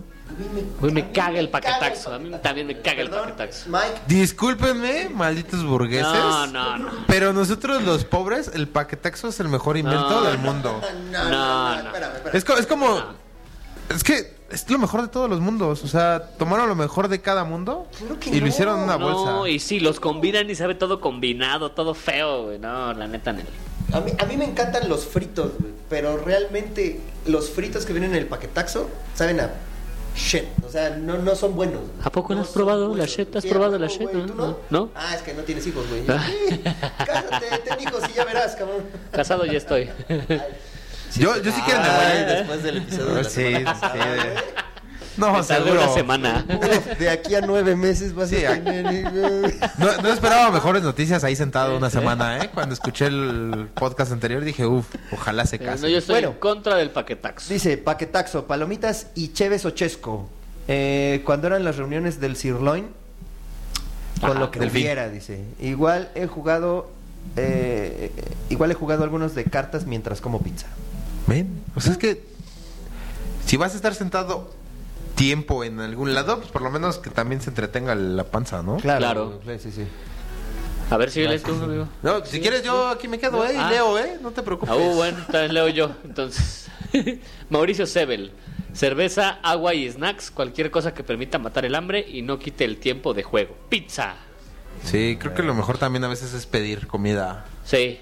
[SPEAKER 3] Güey, me caga el paquetaxo. A mí también me caga el paquetaxo.
[SPEAKER 1] Mike.
[SPEAKER 4] Discúlpenme, malditos burgueses.
[SPEAKER 3] No, no, no.
[SPEAKER 4] Pero nosotros los pobres, el paquetaxo es el mejor invento
[SPEAKER 3] No,
[SPEAKER 4] del
[SPEAKER 3] no.
[SPEAKER 4] mundo.
[SPEAKER 1] No, no,
[SPEAKER 3] No,
[SPEAKER 1] no,
[SPEAKER 3] no.
[SPEAKER 1] espérame, espérame.
[SPEAKER 4] Es, co- es como... Es que es lo mejor de todos los mundos. O sea, tomaron lo mejor de cada mundo
[SPEAKER 1] Claro que
[SPEAKER 4] y lo
[SPEAKER 1] no.
[SPEAKER 4] hicieron en una
[SPEAKER 3] No,
[SPEAKER 4] bolsa.
[SPEAKER 3] y sí, los combinan y sabe todo combinado, todo feo, güey. No, la neta, Nelly.
[SPEAKER 1] A mí, a mí me encantan los fritos, güey, pero realmente los fritos que vienen en el paquetaxo saben a shit. O sea, no, no son buenos. güey.
[SPEAKER 3] ¿A poco
[SPEAKER 1] no
[SPEAKER 3] la has
[SPEAKER 1] son
[SPEAKER 3] probado, la
[SPEAKER 1] buenos.
[SPEAKER 3] shit? ¿Has
[SPEAKER 1] Sí,
[SPEAKER 3] probado
[SPEAKER 1] ¿a
[SPEAKER 3] la
[SPEAKER 1] poco,
[SPEAKER 3] shit?
[SPEAKER 1] güey? ¿Tú no?
[SPEAKER 3] No, no.
[SPEAKER 1] Ah, es que no tienes hijos, güey.
[SPEAKER 3] Ah.
[SPEAKER 1] Sí, cásate, ten hijos y ya verás, cabrón.
[SPEAKER 3] Casado ya estoy.
[SPEAKER 4] yo, yo sí quiero
[SPEAKER 1] Ay,
[SPEAKER 3] Ah.
[SPEAKER 4] Nahuel.
[SPEAKER 1] después del episodio de la
[SPEAKER 4] Sí,
[SPEAKER 1] semana
[SPEAKER 4] sí,
[SPEAKER 1] pasada,
[SPEAKER 4] de-
[SPEAKER 1] güey.
[SPEAKER 4] No,
[SPEAKER 3] Me tardé
[SPEAKER 4] Oh, seguro.
[SPEAKER 3] una semana.
[SPEAKER 1] Uf, de aquí a nueve meses vas
[SPEAKER 4] Sí,
[SPEAKER 1] a
[SPEAKER 4] a-
[SPEAKER 1] tener hijos.
[SPEAKER 4] No, no esperaba mejores noticias ahí sentado una semana, ¿eh? Cuando escuché el podcast anterior dije, uff, ojalá se
[SPEAKER 3] Eh,
[SPEAKER 4] case.
[SPEAKER 3] No, yo estoy
[SPEAKER 1] Bueno.
[SPEAKER 3] en contra del paquetaxo.
[SPEAKER 1] Dice Paquetaxo, palomitas y cheves o chesco. Eh, cuando eran las reuniones del Sirloin, con
[SPEAKER 3] Ajá,
[SPEAKER 1] lo que
[SPEAKER 4] del fin.
[SPEAKER 1] hubiera, dice. Igual he jugado, eh, igual he jugado algunos de cartas mientras como pizza.
[SPEAKER 4] Ven, o sea, es que si vas a estar sentado tiempo en algún lado, pues por lo menos que también se entretenga la panza, ¿no?
[SPEAKER 3] Claro.
[SPEAKER 1] güey, Sí, sí.
[SPEAKER 3] A ver si lees tú, amigo.
[SPEAKER 4] No, si quieres yo aquí me quedo, eh, y
[SPEAKER 3] Ah.
[SPEAKER 4] leo, eh, no te preocupes.
[SPEAKER 3] Ah, uh, bueno, entonces leo yo. Entonces, Mauricio Sebel. Cerveza, agua y snacks, cualquier cosa que permita matar el hambre y no quite el tiempo de juego. Pizza.
[SPEAKER 4] Sí, creo que lo mejor también a veces es pedir comida.
[SPEAKER 3] Sí.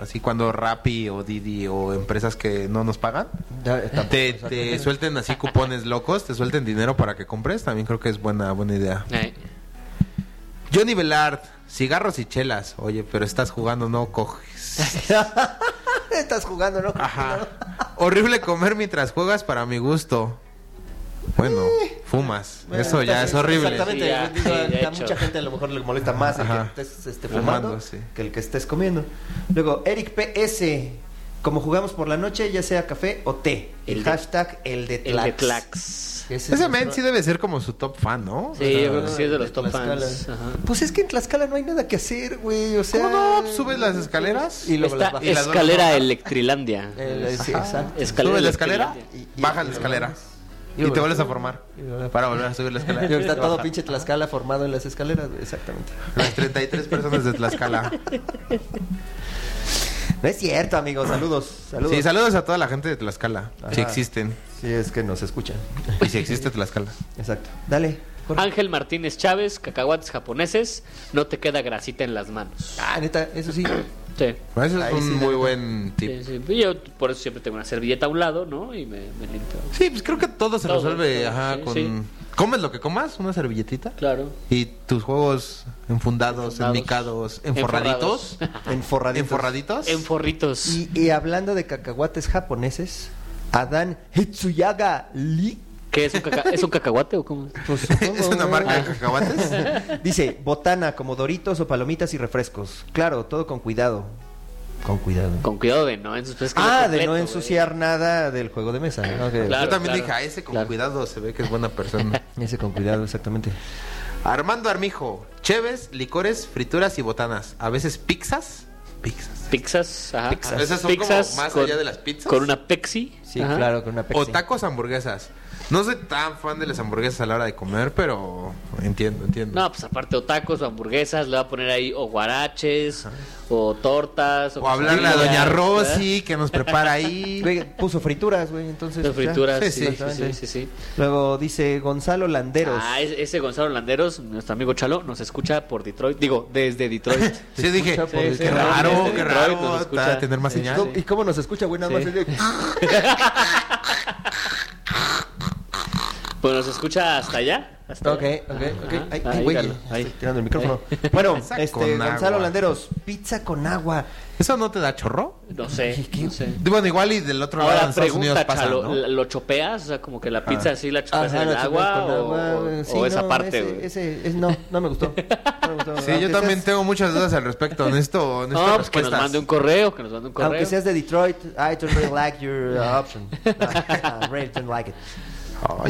[SPEAKER 4] Así cuando Rappi o Didi o empresas que no nos pagan,
[SPEAKER 3] eh,
[SPEAKER 4] te, te suelten así cupones locos, te suelten dinero para que compres, también creo que es buena, buena idea.
[SPEAKER 3] Eh.
[SPEAKER 4] Johnny Velard, cigarros y chelas. Oye, pero estás jugando, no coges.
[SPEAKER 1] Estás jugando, ¿no?
[SPEAKER 4] Ajá. Horrible comer mientras juegas para mi gusto. Bueno, fumas.
[SPEAKER 1] Bueno,
[SPEAKER 4] Eso ya
[SPEAKER 1] entonces,
[SPEAKER 4] es horrible.
[SPEAKER 1] Exactamente.
[SPEAKER 3] Sí, ya,
[SPEAKER 1] digo,
[SPEAKER 3] sí, ya
[SPEAKER 1] a
[SPEAKER 3] hecho.
[SPEAKER 1] mucha gente a lo mejor le molesta más el
[SPEAKER 4] Ajá.
[SPEAKER 1] que estés este,
[SPEAKER 4] Fumando,
[SPEAKER 1] fumando
[SPEAKER 4] sí.
[SPEAKER 1] que el que estés comiendo. Luego, Eric PS. Como jugamos por la noche, ya sea café o té. El,
[SPEAKER 3] El de-
[SPEAKER 1] hashtag el de
[SPEAKER 3] El
[SPEAKER 1] Tlax.
[SPEAKER 3] de Tlax.
[SPEAKER 1] Ese es
[SPEAKER 4] Ese
[SPEAKER 1] nuestro-
[SPEAKER 4] men sí debe ser como su top fan, ¿no?
[SPEAKER 3] Sí, yo creo que sí es de los
[SPEAKER 1] de
[SPEAKER 3] top fans.
[SPEAKER 1] Tlaxcala.
[SPEAKER 3] Ajá.
[SPEAKER 1] Pues es que en Tlaxcala no hay nada que hacer, güey. O sea. eh,
[SPEAKER 4] ¿Cómo no? Subes las escaleras.
[SPEAKER 1] Y luego las
[SPEAKER 3] Esta
[SPEAKER 1] bajas.
[SPEAKER 4] y las eh,
[SPEAKER 3] escalera
[SPEAKER 4] bajas.
[SPEAKER 3] Electrilandia.
[SPEAKER 1] El- Eh, sí, exacto.
[SPEAKER 4] Subes la escalera,
[SPEAKER 1] Y- y-
[SPEAKER 4] bajas
[SPEAKER 1] y-
[SPEAKER 4] la escalera.
[SPEAKER 1] y-
[SPEAKER 4] Y, te vuelves a formar.
[SPEAKER 1] y- y-
[SPEAKER 4] Para volver a subir la escalera.
[SPEAKER 1] Y Está todo
[SPEAKER 4] Baja.
[SPEAKER 1] pinche Tlaxcala formado en las escaleras, güey, exactamente.
[SPEAKER 4] Las 33 personas de Tlaxcala.
[SPEAKER 1] No es cierto, amigos. Saludos. Saludos.
[SPEAKER 4] Sí, saludos a toda la gente de Tlaxcala.
[SPEAKER 1] Ajá.
[SPEAKER 4] Si existen.
[SPEAKER 1] Sí, es que nos escuchan.
[SPEAKER 4] Y si existe Tlaxcala.
[SPEAKER 1] Exacto. Dale. Jorge.
[SPEAKER 3] Ángel Martínez Chávez, cacahuates japoneses, no te queda grasita en las manos.
[SPEAKER 1] Ah, neta, eso sí.
[SPEAKER 3] Sí.
[SPEAKER 4] Ese es
[SPEAKER 1] Ahí
[SPEAKER 4] un
[SPEAKER 1] sí, la
[SPEAKER 4] muy
[SPEAKER 1] neta.
[SPEAKER 4] buen tip.
[SPEAKER 3] Sí, sí. Y Yo por eso siempre tengo una servilleta a un lado, ¿no? Y me, me limpio.
[SPEAKER 4] Sí, pues creo que todo se
[SPEAKER 3] Todo,
[SPEAKER 4] resuelve
[SPEAKER 3] todo,
[SPEAKER 4] ajá,
[SPEAKER 3] sí,
[SPEAKER 4] con...
[SPEAKER 3] sí.
[SPEAKER 4] Comes lo que comas, una servilletita.
[SPEAKER 3] Claro.
[SPEAKER 4] Y tus juegos enfundados,
[SPEAKER 3] Enfundados.
[SPEAKER 4] enmicados, enforraditos.
[SPEAKER 1] Enforraditos.
[SPEAKER 4] Enforraditos.
[SPEAKER 3] En forritos.
[SPEAKER 1] Y, y hablando de cacahuates japoneses, Adán Hitsuyaga Lee
[SPEAKER 3] ¿Qué es un, caca- ¿es un cacahuate o cómo?
[SPEAKER 1] pues,
[SPEAKER 4] es una marca de cacahuates.
[SPEAKER 1] Dice, botana como doritos o palomitas y refrescos. Claro, todo con cuidado. Con cuidado.
[SPEAKER 3] Con cuidado de no ensuciar. es que
[SPEAKER 1] ah,
[SPEAKER 3] es
[SPEAKER 1] de
[SPEAKER 3] completo,
[SPEAKER 1] no
[SPEAKER 3] güey.
[SPEAKER 1] ensuciar nada del juego de mesa. Ok.
[SPEAKER 3] Claro,
[SPEAKER 4] Yo
[SPEAKER 3] claro,
[SPEAKER 4] también dije, a ese con
[SPEAKER 3] claro.
[SPEAKER 4] cuidado se ve que es buena persona.
[SPEAKER 1] Ese con cuidado, exactamente.
[SPEAKER 4] Armando Armijo, cheves, licores, frituras y botanas. A veces pizzas. Pizzas.
[SPEAKER 3] Pizzas, ajá.
[SPEAKER 4] Pizzas. Ah, Esas son como más allá de las pizzas.
[SPEAKER 3] Con una Pepsi.
[SPEAKER 1] Sí,
[SPEAKER 3] ajá.
[SPEAKER 1] claro, con una Pepsi.
[SPEAKER 4] O tacos hamburguesas. No soy tan fan de las hamburguesas a la hora de comer, pero entiendo, entiendo.
[SPEAKER 3] No, pues aparte o tacos o hamburguesas, le va a poner ahí o guaraches, o tortas.
[SPEAKER 4] o hablarle a
[SPEAKER 3] quesadillas,
[SPEAKER 4] Doña
[SPEAKER 3] ¿verdad?
[SPEAKER 4] Rosy que nos prepara ahí.
[SPEAKER 1] Güey, puso frituras, güey, entonces.
[SPEAKER 3] Las
[SPEAKER 1] o sea,
[SPEAKER 3] frituras,
[SPEAKER 4] Sí,
[SPEAKER 3] sí, sí, sí,
[SPEAKER 1] exactamente.
[SPEAKER 3] sí, sí.
[SPEAKER 1] Luego dice Gonzalo Landeros.
[SPEAKER 3] Ah, es- ese Gonzalo Landeros, nuestro amigo Chalo, nos escucha por Detroit. Digo, desde Detroit.
[SPEAKER 4] Sí, dije,
[SPEAKER 1] escucha por
[SPEAKER 4] qué
[SPEAKER 1] el que
[SPEAKER 3] desde
[SPEAKER 4] raro, qué
[SPEAKER 3] Detroit
[SPEAKER 4] raro.
[SPEAKER 3] nos escucha.
[SPEAKER 4] está, tener más
[SPEAKER 1] ¿Y,
[SPEAKER 4] señal.
[SPEAKER 1] cómo, y cómo nos escucha, Ah, güey? Nada más.
[SPEAKER 3] eh. Sí.
[SPEAKER 1] es de-
[SPEAKER 3] Pues nos escucha hasta allá. hasta
[SPEAKER 1] Ok,
[SPEAKER 3] allá.
[SPEAKER 1] ok, ok.
[SPEAKER 3] Ajá,
[SPEAKER 1] Ay,
[SPEAKER 3] ahí,
[SPEAKER 1] ay, güey,
[SPEAKER 3] Galo, ahí.
[SPEAKER 1] estoy tirando el micrófono. Bueno,
[SPEAKER 4] Pizza con
[SPEAKER 1] este, Gonzalo
[SPEAKER 4] agua.
[SPEAKER 1] Landeros, pizza con agua.
[SPEAKER 4] ¿Eso no te da chorro?
[SPEAKER 3] No sé,
[SPEAKER 1] ¿Qué- qué-
[SPEAKER 3] no sé.
[SPEAKER 4] Bueno, igual y del otro lado en
[SPEAKER 3] Ahora
[SPEAKER 4] Estados Unidos
[SPEAKER 3] pregunta,
[SPEAKER 4] pasa,
[SPEAKER 3] Chalo,
[SPEAKER 4] ¿no?
[SPEAKER 3] ¿la- ¿lo chopeas? O sea, como que la pizza así la chopeas
[SPEAKER 1] Ah. Ajá,
[SPEAKER 3] en el
[SPEAKER 1] la chocolate
[SPEAKER 3] agua
[SPEAKER 1] con
[SPEAKER 3] o,
[SPEAKER 1] agua,
[SPEAKER 3] o-
[SPEAKER 1] sí,
[SPEAKER 3] o esa
[SPEAKER 1] no,
[SPEAKER 3] parte,
[SPEAKER 1] ese-
[SPEAKER 3] güey.
[SPEAKER 1] ese- es- no, no me gustó. No me gustó.
[SPEAKER 4] Sí,
[SPEAKER 1] Aunque
[SPEAKER 4] yo también
[SPEAKER 1] seas-
[SPEAKER 4] tengo muchas dudas al respecto. Honesto, honesto.
[SPEAKER 3] No, pues que nos mande un correo, que nos mande un correo.
[SPEAKER 1] Aunque seas de Detroit, I don't really like your uh, option. I really don't like it.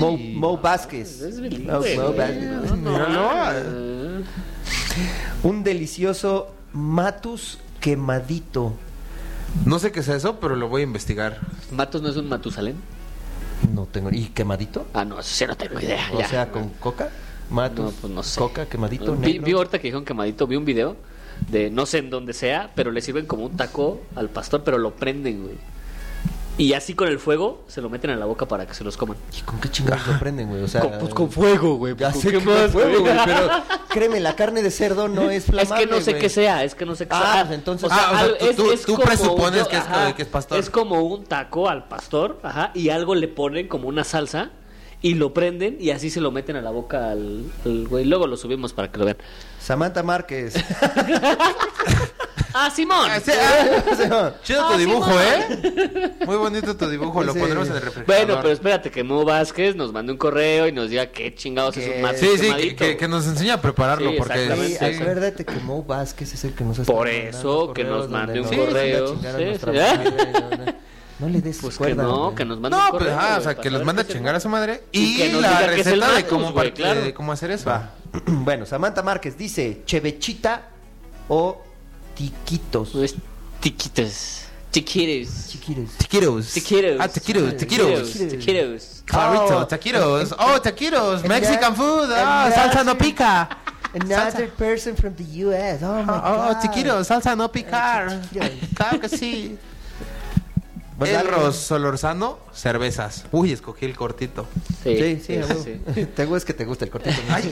[SPEAKER 1] Mo, Mo Vázquez.
[SPEAKER 3] Es
[SPEAKER 1] Mo-
[SPEAKER 3] bilingüe,
[SPEAKER 1] Mo
[SPEAKER 3] güey.
[SPEAKER 1] Vázquez.
[SPEAKER 3] No, no, Eh,
[SPEAKER 4] Míralo.
[SPEAKER 1] Un delicioso matus quemadito.
[SPEAKER 4] No sé qué es eso, pero lo voy a investigar.
[SPEAKER 3] ¿Matos no es un Matusalén?
[SPEAKER 1] No tengo. ¿Y quemadito?
[SPEAKER 3] Ah, no, eso sí no tengo idea.
[SPEAKER 1] O
[SPEAKER 3] ya.
[SPEAKER 1] sea, con coca. Matus,
[SPEAKER 3] No, pues no sé.
[SPEAKER 1] coca, quemadito,
[SPEAKER 3] vi,
[SPEAKER 1] negro.
[SPEAKER 3] vi ahorita que dijeron quemadito, vi un video de no sé en dónde sea, pero le sirven como un taco al pastor, pero lo prenden, güey. Y así con el fuego se lo meten a la boca para que se los coman.
[SPEAKER 1] ¿Y con qué chingados lo prenden, güey? O sea,
[SPEAKER 3] con, pues con fuego, güey.
[SPEAKER 1] ya
[SPEAKER 3] pues,
[SPEAKER 1] sé
[SPEAKER 3] ¿qué
[SPEAKER 1] que con
[SPEAKER 3] más,
[SPEAKER 1] fuego,
[SPEAKER 3] güey?
[SPEAKER 1] güey, pero créeme, la carne de cerdo no es
[SPEAKER 3] Es
[SPEAKER 1] flamable,
[SPEAKER 3] que no sé
[SPEAKER 1] güey.
[SPEAKER 3] qué sea, es que no sé qué
[SPEAKER 1] Ah,
[SPEAKER 3] sea.
[SPEAKER 1] pues entonces-
[SPEAKER 4] Ah, o sea,
[SPEAKER 3] algo-
[SPEAKER 4] tú- tú- tú
[SPEAKER 3] como
[SPEAKER 4] presupones
[SPEAKER 3] un-
[SPEAKER 4] que es- que es pastor.
[SPEAKER 3] Es como un taco al pastor, ajá, y algo le ponen como una salsa y lo prenden y así se lo meten a la boca al, al güey. Luego lo subimos para que lo vean.
[SPEAKER 1] Samantha Márquez.
[SPEAKER 3] ¡Ah, Simón!
[SPEAKER 4] Ah, sí, ah, Chido tu
[SPEAKER 3] Ah, sí,
[SPEAKER 4] dibujo,
[SPEAKER 3] mamá.
[SPEAKER 4] ¿eh? Muy bonito tu dibujo. Lo
[SPEAKER 1] Ese-
[SPEAKER 4] pondremos en el refrigerador.
[SPEAKER 3] Bueno, pero espérate que Mo Vázquez nos mande un correo y nos diga qué chingados es
[SPEAKER 1] Que-
[SPEAKER 3] un mato
[SPEAKER 4] Sí, sí, que,
[SPEAKER 3] quemadito.
[SPEAKER 4] que- que nos enseñe a prepararlo.
[SPEAKER 3] Sí,
[SPEAKER 4] porque
[SPEAKER 1] Sí,
[SPEAKER 3] exactamente.
[SPEAKER 4] sí.
[SPEAKER 1] acuérdate que Mo Vázquez es el que nos hace.
[SPEAKER 3] Por eso, que nos mande un
[SPEAKER 4] correo.
[SPEAKER 3] Sí, sí.
[SPEAKER 1] No le des
[SPEAKER 3] Pues que
[SPEAKER 1] cuerda,
[SPEAKER 3] no,
[SPEAKER 1] güey.
[SPEAKER 3] que nos mande
[SPEAKER 4] No,
[SPEAKER 3] un
[SPEAKER 4] pues,
[SPEAKER 3] correo.
[SPEAKER 4] ah, o
[SPEAKER 3] güey,
[SPEAKER 4] sea,
[SPEAKER 3] para
[SPEAKER 4] que los
[SPEAKER 3] saber
[SPEAKER 4] mande a
[SPEAKER 3] qué es
[SPEAKER 4] chingar a su madre.
[SPEAKER 3] Y
[SPEAKER 4] Y,
[SPEAKER 3] que nos
[SPEAKER 4] la
[SPEAKER 3] diga que es el
[SPEAKER 4] receta de
[SPEAKER 3] Matus,
[SPEAKER 4] cómo,
[SPEAKER 3] güey,
[SPEAKER 4] par-
[SPEAKER 3] claro.
[SPEAKER 4] de cómo hacer eso.
[SPEAKER 1] Bueno, Samantha Márquez dice chevechita o tiquitos.
[SPEAKER 3] No es tiquites. Tiquitos.
[SPEAKER 1] Chiquires.
[SPEAKER 4] Taquitos.
[SPEAKER 3] Tiquitos.
[SPEAKER 4] Ah, taquitos,
[SPEAKER 3] Taquitos.
[SPEAKER 4] taquitos.
[SPEAKER 3] Taquitos.
[SPEAKER 4] Claritos,
[SPEAKER 1] Oh.
[SPEAKER 4] taquitos. Oh, taquitos. Mexican food. Ah,
[SPEAKER 1] And
[SPEAKER 4] salsa no
[SPEAKER 1] that's-
[SPEAKER 4] pica.
[SPEAKER 1] Another person from the US. Oh my
[SPEAKER 3] Ah,
[SPEAKER 4] Oh,
[SPEAKER 1] god.
[SPEAKER 4] chiquito, salsa no picar.
[SPEAKER 1] chiquillos.
[SPEAKER 4] Claro que sí.
[SPEAKER 1] Bueno, dale,
[SPEAKER 4] Elros Solorzano, cervezas. Uy, escogí el cortito.
[SPEAKER 1] Sí, sí, a huevo. Tengo es que te gusta el cortito. Ay,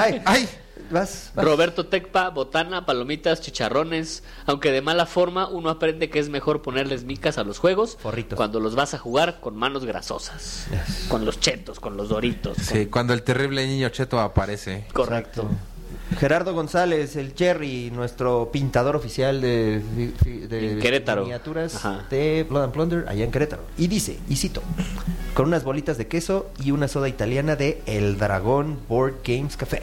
[SPEAKER 1] ay,
[SPEAKER 4] Ay,
[SPEAKER 1] Vas. vas.
[SPEAKER 3] Roberto Tecpa, botana, palomitas, chicharrones. Aunque de mala forma uno aprende que es mejor ponerles micas a los juegos
[SPEAKER 1] Forritos.
[SPEAKER 3] cuando los vas a jugar con manos grasosas. Con los chetos, con los doritos.
[SPEAKER 4] sí, cuando el terrible niño Cheto aparece.
[SPEAKER 3] con- Correcto.
[SPEAKER 1] Gerardo González, el Jerry, nuestro pintador oficial de, fi- fi- de
[SPEAKER 3] En Querétaro.
[SPEAKER 1] miniaturas
[SPEAKER 3] Ajá.
[SPEAKER 1] de Blood and Plunder allá en Querétaro. Y dice, y cito, con unas bolitas de queso y una soda italiana de El Dragón Board Games Café,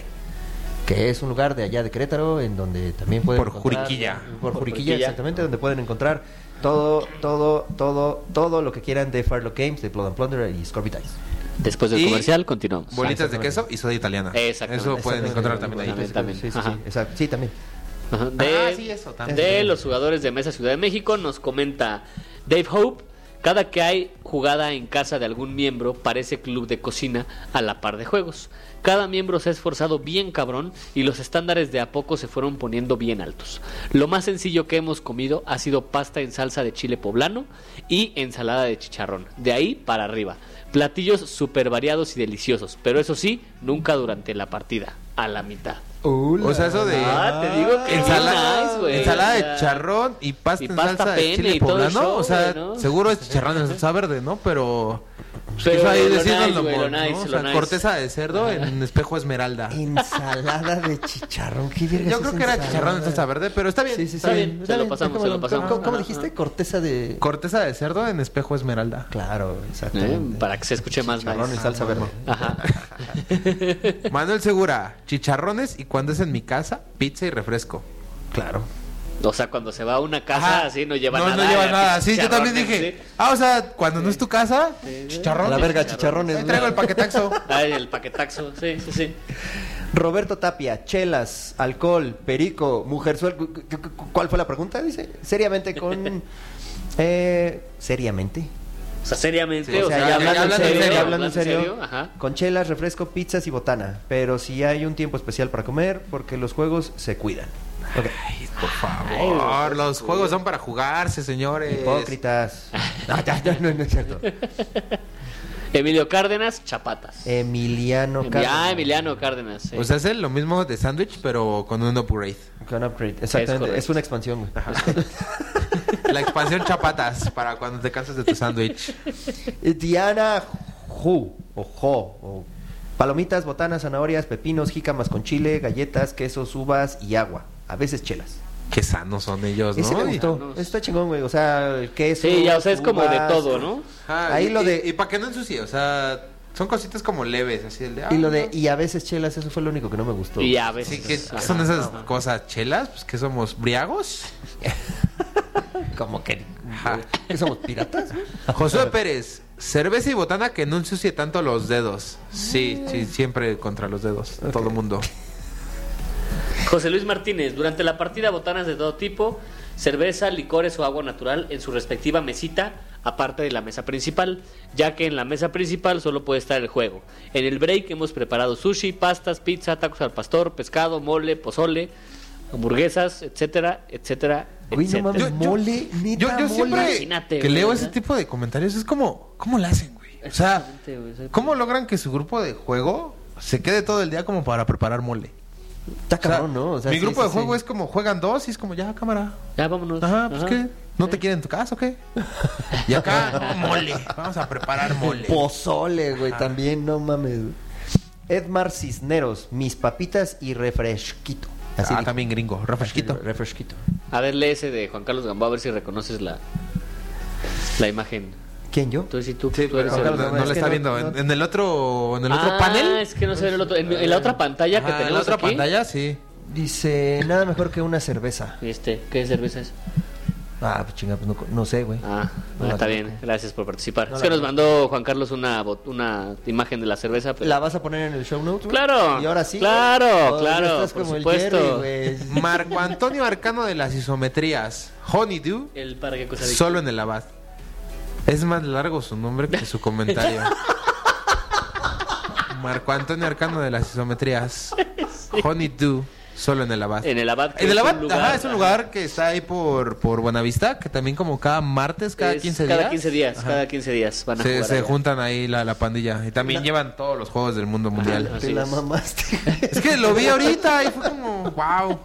[SPEAKER 1] que es un lugar de allá de Querétaro en donde también pueden
[SPEAKER 4] Por
[SPEAKER 1] encontrar-
[SPEAKER 4] Juriquilla.
[SPEAKER 1] Por,
[SPEAKER 3] Por
[SPEAKER 1] Juriquilla,
[SPEAKER 3] Juriquilla.
[SPEAKER 1] exactamente, donde pueden encontrar todo, todo, todo, todo lo que quieran de Farlock Games, de Blood and Plunder y Scorpio Dice.
[SPEAKER 3] Después del
[SPEAKER 4] Y-
[SPEAKER 3] comercial, continuamos.
[SPEAKER 4] Bolitas de queso y soda italiana.
[SPEAKER 3] Exactamente.
[SPEAKER 4] Eso pueden
[SPEAKER 1] Exactamente.
[SPEAKER 4] encontrar también ahí.
[SPEAKER 3] También,
[SPEAKER 1] Sí, sí, sí,
[SPEAKER 3] ajá.
[SPEAKER 1] exacto, sí, también.
[SPEAKER 3] Ajá, De,
[SPEAKER 4] Ah, sí, eso también.
[SPEAKER 3] de los jugadores de Mesa Ciudad de México nos comenta Dave Hope, cada que hay jugada en casa de algún miembro parece club de cocina a la par de juegos. Cada miembro se ha esforzado bien cabrón y los estándares de a poco se fueron poniendo bien altos. Lo más sencillo que hemos comido ha sido pasta en salsa de chile poblano y ensalada de chicharrón. De ahí para arriba. Platillos súper variados y deliciosos, pero eso sí, nunca durante la partida, a la mitad.
[SPEAKER 4] O sea, eso de
[SPEAKER 3] Ah, te digo que
[SPEAKER 4] ensalada,
[SPEAKER 3] bien nice, güey.
[SPEAKER 4] ensalada
[SPEAKER 3] O sea,
[SPEAKER 4] de charrón y pasta
[SPEAKER 3] y
[SPEAKER 4] en
[SPEAKER 3] pasta
[SPEAKER 4] salsa de
[SPEAKER 3] pene
[SPEAKER 4] chile
[SPEAKER 3] y todo el
[SPEAKER 4] poblano.
[SPEAKER 3] show,
[SPEAKER 4] o sea,
[SPEAKER 3] güey, ¿no?
[SPEAKER 4] seguro es chicharrón en salsa verde, ¿no? Pero... pues,
[SPEAKER 3] Pero
[SPEAKER 4] eso ahí
[SPEAKER 3] lo
[SPEAKER 4] decían
[SPEAKER 3] nice,
[SPEAKER 4] los
[SPEAKER 3] güey, lo
[SPEAKER 4] monos, ¿no?
[SPEAKER 3] nice,
[SPEAKER 4] O
[SPEAKER 3] lo
[SPEAKER 4] sea,
[SPEAKER 3] nice.
[SPEAKER 4] corteza de cerdo en espejo esmeralda.
[SPEAKER 1] Ensalada de chicharrón. ¿Qué vergas
[SPEAKER 4] Yo
[SPEAKER 1] es
[SPEAKER 4] creo que era
[SPEAKER 1] ensalada?
[SPEAKER 4] chicharrón en salsa verde, pero está bien.
[SPEAKER 1] Sí, sí,
[SPEAKER 4] está
[SPEAKER 1] sí.
[SPEAKER 4] bien.
[SPEAKER 3] se lo pasamos, se lo
[SPEAKER 1] ¿Cómo-
[SPEAKER 3] pasamos.
[SPEAKER 1] ¿Cómo, cómo
[SPEAKER 3] Ajá,
[SPEAKER 1] dijiste?
[SPEAKER 3] ajá.
[SPEAKER 1] Corteza de.
[SPEAKER 4] Corteza de cerdo en espejo esmeralda.
[SPEAKER 1] Claro,
[SPEAKER 3] ¿eh?
[SPEAKER 1] exactamente.
[SPEAKER 3] Para que se escuche más
[SPEAKER 1] Chicharrón en
[SPEAKER 3] nice.
[SPEAKER 1] salsa verde.
[SPEAKER 3] Ajá.
[SPEAKER 4] Manuel Segura, chicharrones y cuando es en mi casa, pizza y refresco.
[SPEAKER 1] Claro.
[SPEAKER 3] O sea, cuando se va a una casa
[SPEAKER 4] Ajá.
[SPEAKER 3] así no lleva
[SPEAKER 4] no,
[SPEAKER 3] nada.
[SPEAKER 4] No lleva
[SPEAKER 3] eh,
[SPEAKER 4] nada. Sí, yo
[SPEAKER 3] chicharrones,
[SPEAKER 4] también dije.
[SPEAKER 3] sí.
[SPEAKER 4] Ah, o sea, cuando no es tu casa,
[SPEAKER 1] A
[SPEAKER 4] chicharrón.
[SPEAKER 1] la verga,
[SPEAKER 4] Ahí
[SPEAKER 1] chicharrones.
[SPEAKER 4] traigo
[SPEAKER 1] ¿no?
[SPEAKER 4] el paquetaxo.
[SPEAKER 3] Ay, el paquetaxo, sí, sí, sí.
[SPEAKER 1] Roberto Tapia, chelas, alcohol, perico, mujer suel- cu- cu- cu- ¿Cuál fue la pregunta? Dice. Seriamente con. eh, seriamente.
[SPEAKER 3] O sea, seriamente,
[SPEAKER 4] Sí,
[SPEAKER 3] o sea, ya hablando, en serio,
[SPEAKER 1] ya
[SPEAKER 3] hablando en serio, ajá.
[SPEAKER 1] Con chelas, refresco, pizzas y botana. Pero si hay un tiempo especial para comer, porque los juegos se cuidan. Ok.
[SPEAKER 4] Por favor, los juegos son para jugarse, señores.
[SPEAKER 1] Hipócritas. No, ya, ya, no, no es cierto.
[SPEAKER 3] Emilio Cárdenas, chapatas.
[SPEAKER 1] Emiliano
[SPEAKER 3] Emi-
[SPEAKER 1] Cárdenas.
[SPEAKER 3] Ah, Emiliano Cárdenas. sí.
[SPEAKER 4] Eh, O sea, es lo mismo de sándwich, pero con un upgrade.
[SPEAKER 1] Con upgrade. Exactamente. Es,
[SPEAKER 3] correcto.
[SPEAKER 1] una expansión, güey.
[SPEAKER 4] La expansión chapatas para cuando te cansas de tu sándwich.
[SPEAKER 1] Eh, Diana Ju, o Jo, o palomitas, botanas, zanahorias, pepinos, jícamas con chile, galletas, quesos, uvas y agua. A veces chelas.
[SPEAKER 4] Qué sanos son ellos, Pues ¿no?
[SPEAKER 1] Ese me
[SPEAKER 4] Y-
[SPEAKER 1] gustó.
[SPEAKER 3] no.
[SPEAKER 1] Eso Está chingón, güey. O sea, el queso.
[SPEAKER 3] sí, ya, o sea, es como de
[SPEAKER 1] uvas.
[SPEAKER 3] todo, ¿no?
[SPEAKER 4] Ajá,
[SPEAKER 1] Ahí
[SPEAKER 4] y,
[SPEAKER 1] lo
[SPEAKER 4] y-
[SPEAKER 1] de-
[SPEAKER 4] Y, para que no ensucie, o sea, son cositas como leves, así el de. ah,
[SPEAKER 1] Y lo de,
[SPEAKER 4] no.
[SPEAKER 1] y a veces chelas, eso fue lo único que no me gustó.
[SPEAKER 3] Y a veces.
[SPEAKER 4] Sí, ¿qué, qué
[SPEAKER 3] ajá.
[SPEAKER 4] son esas cosas? ¿Chelas? Pues que somos briagos.
[SPEAKER 1] Como que.
[SPEAKER 4] Ajá.
[SPEAKER 1] ¿Qué somos piratas? güey?
[SPEAKER 4] Josué Pérez, cerveza y botana que no ensucie tanto los dedos. Sí, sí, siempre contra los dedos, todo mundo.
[SPEAKER 3] José Luis Martínez, durante la partida botanas de todo tipo, cerveza, licores o agua natural en su respectiva mesita, aparte de la mesa principal, ya que en la mesa principal solo puede estar el juego. En el break hemos preparado sushi, pastas, pizza, tacos al pastor, pescado, mole, pozole, hamburguesas, etcétera, etcétera,
[SPEAKER 1] Güey, no
[SPEAKER 3] etcétera.
[SPEAKER 1] mames. Mole, neta,
[SPEAKER 4] yo, yo
[SPEAKER 1] mole.
[SPEAKER 4] siempre
[SPEAKER 3] Imagínate,
[SPEAKER 4] que
[SPEAKER 3] güey,
[SPEAKER 4] leo
[SPEAKER 3] ¿verdad?
[SPEAKER 4] ese tipo de comentarios es como, ¿cómo lo hacen, güey? O sea,
[SPEAKER 3] Exactamente, güey, exactamente.
[SPEAKER 4] ¿cómo logran que su grupo de juego se quede todo el día como para preparar mole?
[SPEAKER 1] Está
[SPEAKER 4] O sea,
[SPEAKER 1] Ah, cabrón, ¿no? O sea,
[SPEAKER 4] mi
[SPEAKER 1] sí,
[SPEAKER 4] grupo
[SPEAKER 1] sí,
[SPEAKER 4] de juego
[SPEAKER 1] sí.
[SPEAKER 4] es como juegan dos y es como ya cámara.
[SPEAKER 3] Ya vámonos.
[SPEAKER 4] Ajá, pues
[SPEAKER 3] Ajá.
[SPEAKER 4] qué, ¿no te quieren en tu casa o qué? Y acá no, mole, vamos a preparar mole.
[SPEAKER 1] Pozole, güey, también, no mames. Edmar Cisneros, mis papitas y refresquito.
[SPEAKER 4] ah,
[SPEAKER 1] dijo.
[SPEAKER 4] también gringo, refresquito.
[SPEAKER 1] Refresquito.
[SPEAKER 3] A ver, lee ese de Juan Carlos Gambá, a ver si reconoces la, la imagen.
[SPEAKER 1] ¿Quién yo?
[SPEAKER 3] Tú, sí, tú,
[SPEAKER 4] Sí,
[SPEAKER 3] tú
[SPEAKER 4] pero
[SPEAKER 3] eres
[SPEAKER 4] no,
[SPEAKER 1] Juan
[SPEAKER 3] el-
[SPEAKER 1] Carlos
[SPEAKER 4] no- no
[SPEAKER 1] es
[SPEAKER 4] lo
[SPEAKER 1] que
[SPEAKER 4] está
[SPEAKER 1] no-
[SPEAKER 4] viendo.
[SPEAKER 1] no-
[SPEAKER 4] En, en el otro, en el otro
[SPEAKER 3] Ah,
[SPEAKER 4] panel.
[SPEAKER 3] Es que no se ve el otro. En, en la otra pantalla que
[SPEAKER 4] Ajá,
[SPEAKER 3] tenemos
[SPEAKER 4] en la otra
[SPEAKER 3] aquí,
[SPEAKER 4] pantalla, sí.
[SPEAKER 1] Dice, nada mejor que una cerveza.
[SPEAKER 3] Este, ¿qué cerveza es?
[SPEAKER 1] Ah, pues chinga, pues no, no sé, güey.
[SPEAKER 3] Ah,
[SPEAKER 1] No la
[SPEAKER 3] ah, está
[SPEAKER 1] conozco.
[SPEAKER 3] bien. Gracias por participar.
[SPEAKER 1] No
[SPEAKER 3] es
[SPEAKER 1] la
[SPEAKER 3] que nos
[SPEAKER 1] conozco.
[SPEAKER 3] mandó Juan Carlos una, bot- una imagen de la cerveza. pero-
[SPEAKER 1] ¿La vas a poner en el show notes? güey?
[SPEAKER 3] Claro,
[SPEAKER 1] Y ahora sí.
[SPEAKER 3] claro,
[SPEAKER 1] güey. Oh,
[SPEAKER 3] claro,
[SPEAKER 1] ya Estás
[SPEAKER 3] por
[SPEAKER 1] como el
[SPEAKER 3] supuesto.
[SPEAKER 1] Jerry, güey.
[SPEAKER 4] Marco Antonio Arcano de las isometrías. Honeydew,
[SPEAKER 3] El para qué cosa dice.
[SPEAKER 4] solo en el abad. Es más largo su nombre que su comentario. Marco Antonio Arcano de las isometrías. Honeydew, solo en el abad.
[SPEAKER 3] En el Abad. que
[SPEAKER 4] En el
[SPEAKER 3] es un
[SPEAKER 4] Abad,
[SPEAKER 3] lugar-
[SPEAKER 4] ajá, es un lugar que está ahí por, por Buenavista, que también como cada martes, cada
[SPEAKER 3] es
[SPEAKER 4] 15 días.
[SPEAKER 3] Cada 15 días, cada 15 días van a
[SPEAKER 4] se,
[SPEAKER 3] jugar
[SPEAKER 4] se
[SPEAKER 3] allá.
[SPEAKER 4] juntan ahí la, la pandilla. Y también llevan todos los juegos del mundo mundial.
[SPEAKER 3] Así
[SPEAKER 1] Te la
[SPEAKER 3] es.
[SPEAKER 1] mamaste.
[SPEAKER 4] Es que lo vi ahorita y fue como, wow.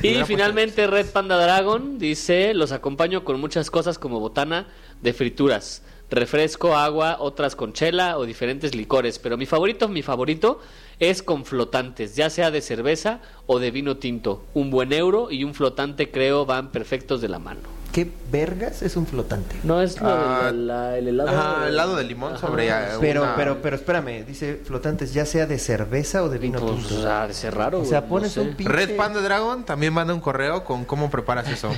[SPEAKER 3] Y finalmente Red Panda Dragon dice, los acompaño con muchas cosas como botana de frituras, refresco, agua, otras con chela o diferentes licores, pero mi favorito, mi favorito es con flotantes, ya sea de cerveza o de vino tinto. Un buen euro y un flotante creo van perfectos de la mano.
[SPEAKER 1] ¿Qué vergas es un flotante?
[SPEAKER 3] No es lo
[SPEAKER 4] Ah,
[SPEAKER 3] del- la- el helado.
[SPEAKER 4] ajá, helado de limón sobre, ah,
[SPEAKER 1] Pero,
[SPEAKER 4] una-
[SPEAKER 1] pero, pero espérame, dice flotantes, ya sea de cerveza o de vino
[SPEAKER 3] Pues,
[SPEAKER 1] tinto.
[SPEAKER 3] o sea, es raro.
[SPEAKER 1] O sea,
[SPEAKER 3] güey, no
[SPEAKER 1] pones
[SPEAKER 3] sé.
[SPEAKER 1] un pinche...
[SPEAKER 4] Red Panda Dragon también manda un correo con cómo preparas eso.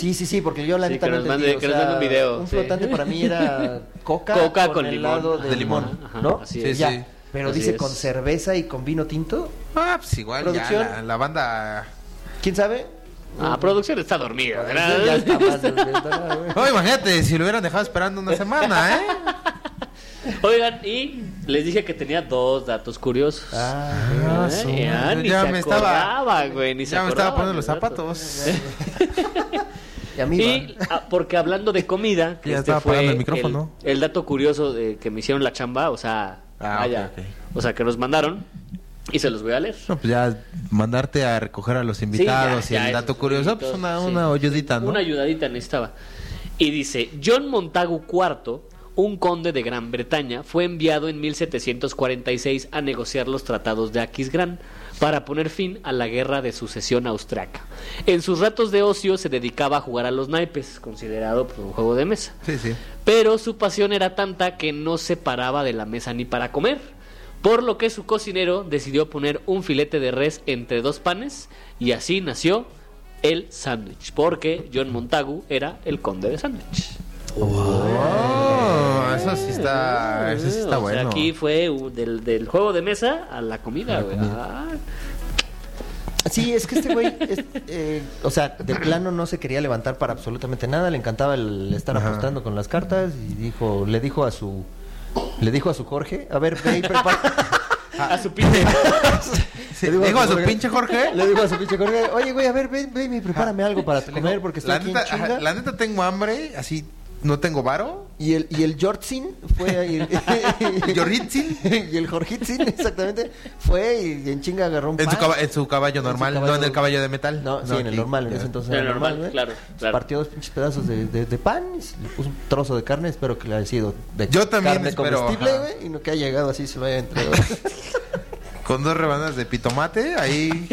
[SPEAKER 1] Sí, sí, sí, porque yo la
[SPEAKER 3] Sí,
[SPEAKER 1] neta
[SPEAKER 3] que
[SPEAKER 1] no
[SPEAKER 3] nos
[SPEAKER 1] entendí,
[SPEAKER 3] mande-
[SPEAKER 1] o
[SPEAKER 3] que nos
[SPEAKER 1] sea,
[SPEAKER 3] mande un video,
[SPEAKER 1] Un
[SPEAKER 3] sí.
[SPEAKER 1] flotante para mí era coca,
[SPEAKER 3] Coca con limón.
[SPEAKER 1] helado de,
[SPEAKER 4] De
[SPEAKER 1] limón,
[SPEAKER 4] limón.
[SPEAKER 3] Ajá,
[SPEAKER 1] ¿no?
[SPEAKER 3] así
[SPEAKER 4] es.
[SPEAKER 1] Ya,
[SPEAKER 4] Sí, sí.
[SPEAKER 1] Pero
[SPEAKER 3] Así
[SPEAKER 1] dice
[SPEAKER 3] es.
[SPEAKER 1] con cerveza y con vino tinto,
[SPEAKER 4] Ah, pues igual ya
[SPEAKER 1] Producción.
[SPEAKER 4] la, la banda...
[SPEAKER 1] ¿quién sabe?
[SPEAKER 3] Ah, producción está dormida, ¿verdad?
[SPEAKER 1] Ya está más desventada, güey.
[SPEAKER 4] No, imagínate, si lo hubieran dejado esperando una semana, ¿eh?
[SPEAKER 3] Oigan, y les dije que tenía dos datos curiosos.
[SPEAKER 1] Ah,
[SPEAKER 4] Ah,
[SPEAKER 3] Ay,
[SPEAKER 4] su-
[SPEAKER 3] ya, ni se acordaba, güey, ni se
[SPEAKER 4] ya me
[SPEAKER 3] acordaba,
[SPEAKER 4] estaba poniendo los
[SPEAKER 3] exacto.
[SPEAKER 4] zapatos.
[SPEAKER 1] y a mí
[SPEAKER 3] Y
[SPEAKER 1] va.
[SPEAKER 3] ah, porque hablando de comida, este,
[SPEAKER 4] Ya estaba apagando el micrófono.
[SPEAKER 3] El, el dato curioso de que me hicieron la chamba, o sea,
[SPEAKER 4] Ah,
[SPEAKER 3] vaya,
[SPEAKER 4] ok, ok.
[SPEAKER 3] o sea que nos mandaron Y se los voy a leer.
[SPEAKER 4] No, pues ya mandarte a recoger a los invitados
[SPEAKER 3] ya,
[SPEAKER 4] y
[SPEAKER 3] ya,
[SPEAKER 4] el dato
[SPEAKER 3] esos
[SPEAKER 4] curioso,
[SPEAKER 3] videitos,
[SPEAKER 4] pues una,
[SPEAKER 3] sí.
[SPEAKER 4] una ayudita, ¿no?
[SPEAKER 3] Una ayudadita necesitaba. Y dice, John Montagu IV, un conde de Gran Bretaña, fue enviado en 1746 a negociar los tratados de Aquisgrán para poner fin a la guerra de sucesión austriaca. En sus ratos de ocio se dedicaba a jugar a los naipes, considerado pues, un juego de mesa.
[SPEAKER 4] Sí, sí.
[SPEAKER 3] Pero su pasión era tanta que no se paraba de la mesa ni para comer. Por lo que su cocinero decidió poner un filete de res entre dos panes y así nació el sándwich. Porque John Montagu era el conde de sándwich.
[SPEAKER 4] Oh, eso sí está, eso sí está
[SPEAKER 3] eh, O sea,
[SPEAKER 4] bueno.
[SPEAKER 3] aquí fue un- del, del juego de mesa a la comida, güey. Ah,
[SPEAKER 1] Sí, es que este güey, es- eh, o sea, de plano no se quería levantar para absolutamente nada, le encantaba el estar
[SPEAKER 4] Ajá.
[SPEAKER 1] apostando con las cartas y dijo, le dijo a su, le dijo a su Jorge, a ver, ve y prepara.
[SPEAKER 3] Ah, a su pinche.
[SPEAKER 4] Sí,
[SPEAKER 1] Le digo a
[SPEAKER 4] digo a
[SPEAKER 1] su
[SPEAKER 4] su
[SPEAKER 1] Jorge-
[SPEAKER 4] pinche Jorge.
[SPEAKER 1] Le dijo a su pinche Jorge, oye güey, a ver, ve, ve y prepárame algo para
[SPEAKER 4] Le digo,
[SPEAKER 1] comer porque estoy
[SPEAKER 4] la
[SPEAKER 1] aquí en
[SPEAKER 4] neta, ajá,
[SPEAKER 1] chinga.
[SPEAKER 4] La neta tengo hambre, así no tengo varo.
[SPEAKER 1] Y el, y el Jortzin fue ahí. El,
[SPEAKER 4] Jorritzin.
[SPEAKER 1] y el Jorgitzin, exactamente. Fue y en chinga agarró un
[SPEAKER 4] En
[SPEAKER 1] pan.
[SPEAKER 4] su, caba- en su caballo
[SPEAKER 1] En su
[SPEAKER 4] normal,
[SPEAKER 1] caballo-
[SPEAKER 4] no en el caballo de metal.
[SPEAKER 1] No, sí, en el
[SPEAKER 4] aquí.
[SPEAKER 1] normal, en
[SPEAKER 4] Ya.
[SPEAKER 1] ese entonces.
[SPEAKER 3] En
[SPEAKER 1] era
[SPEAKER 3] el normal, claro, claro.
[SPEAKER 1] Partió dos pinches pedazos de, de- de pan, y se le puso un trozo de carne, espero que le haya sido de
[SPEAKER 4] Yo también
[SPEAKER 1] carne
[SPEAKER 4] espero,
[SPEAKER 1] comestible,
[SPEAKER 4] ajá.
[SPEAKER 1] güey, y no que haya llegado así, se lo haya entregado.
[SPEAKER 4] Con dos rebanas de pitomate ahí.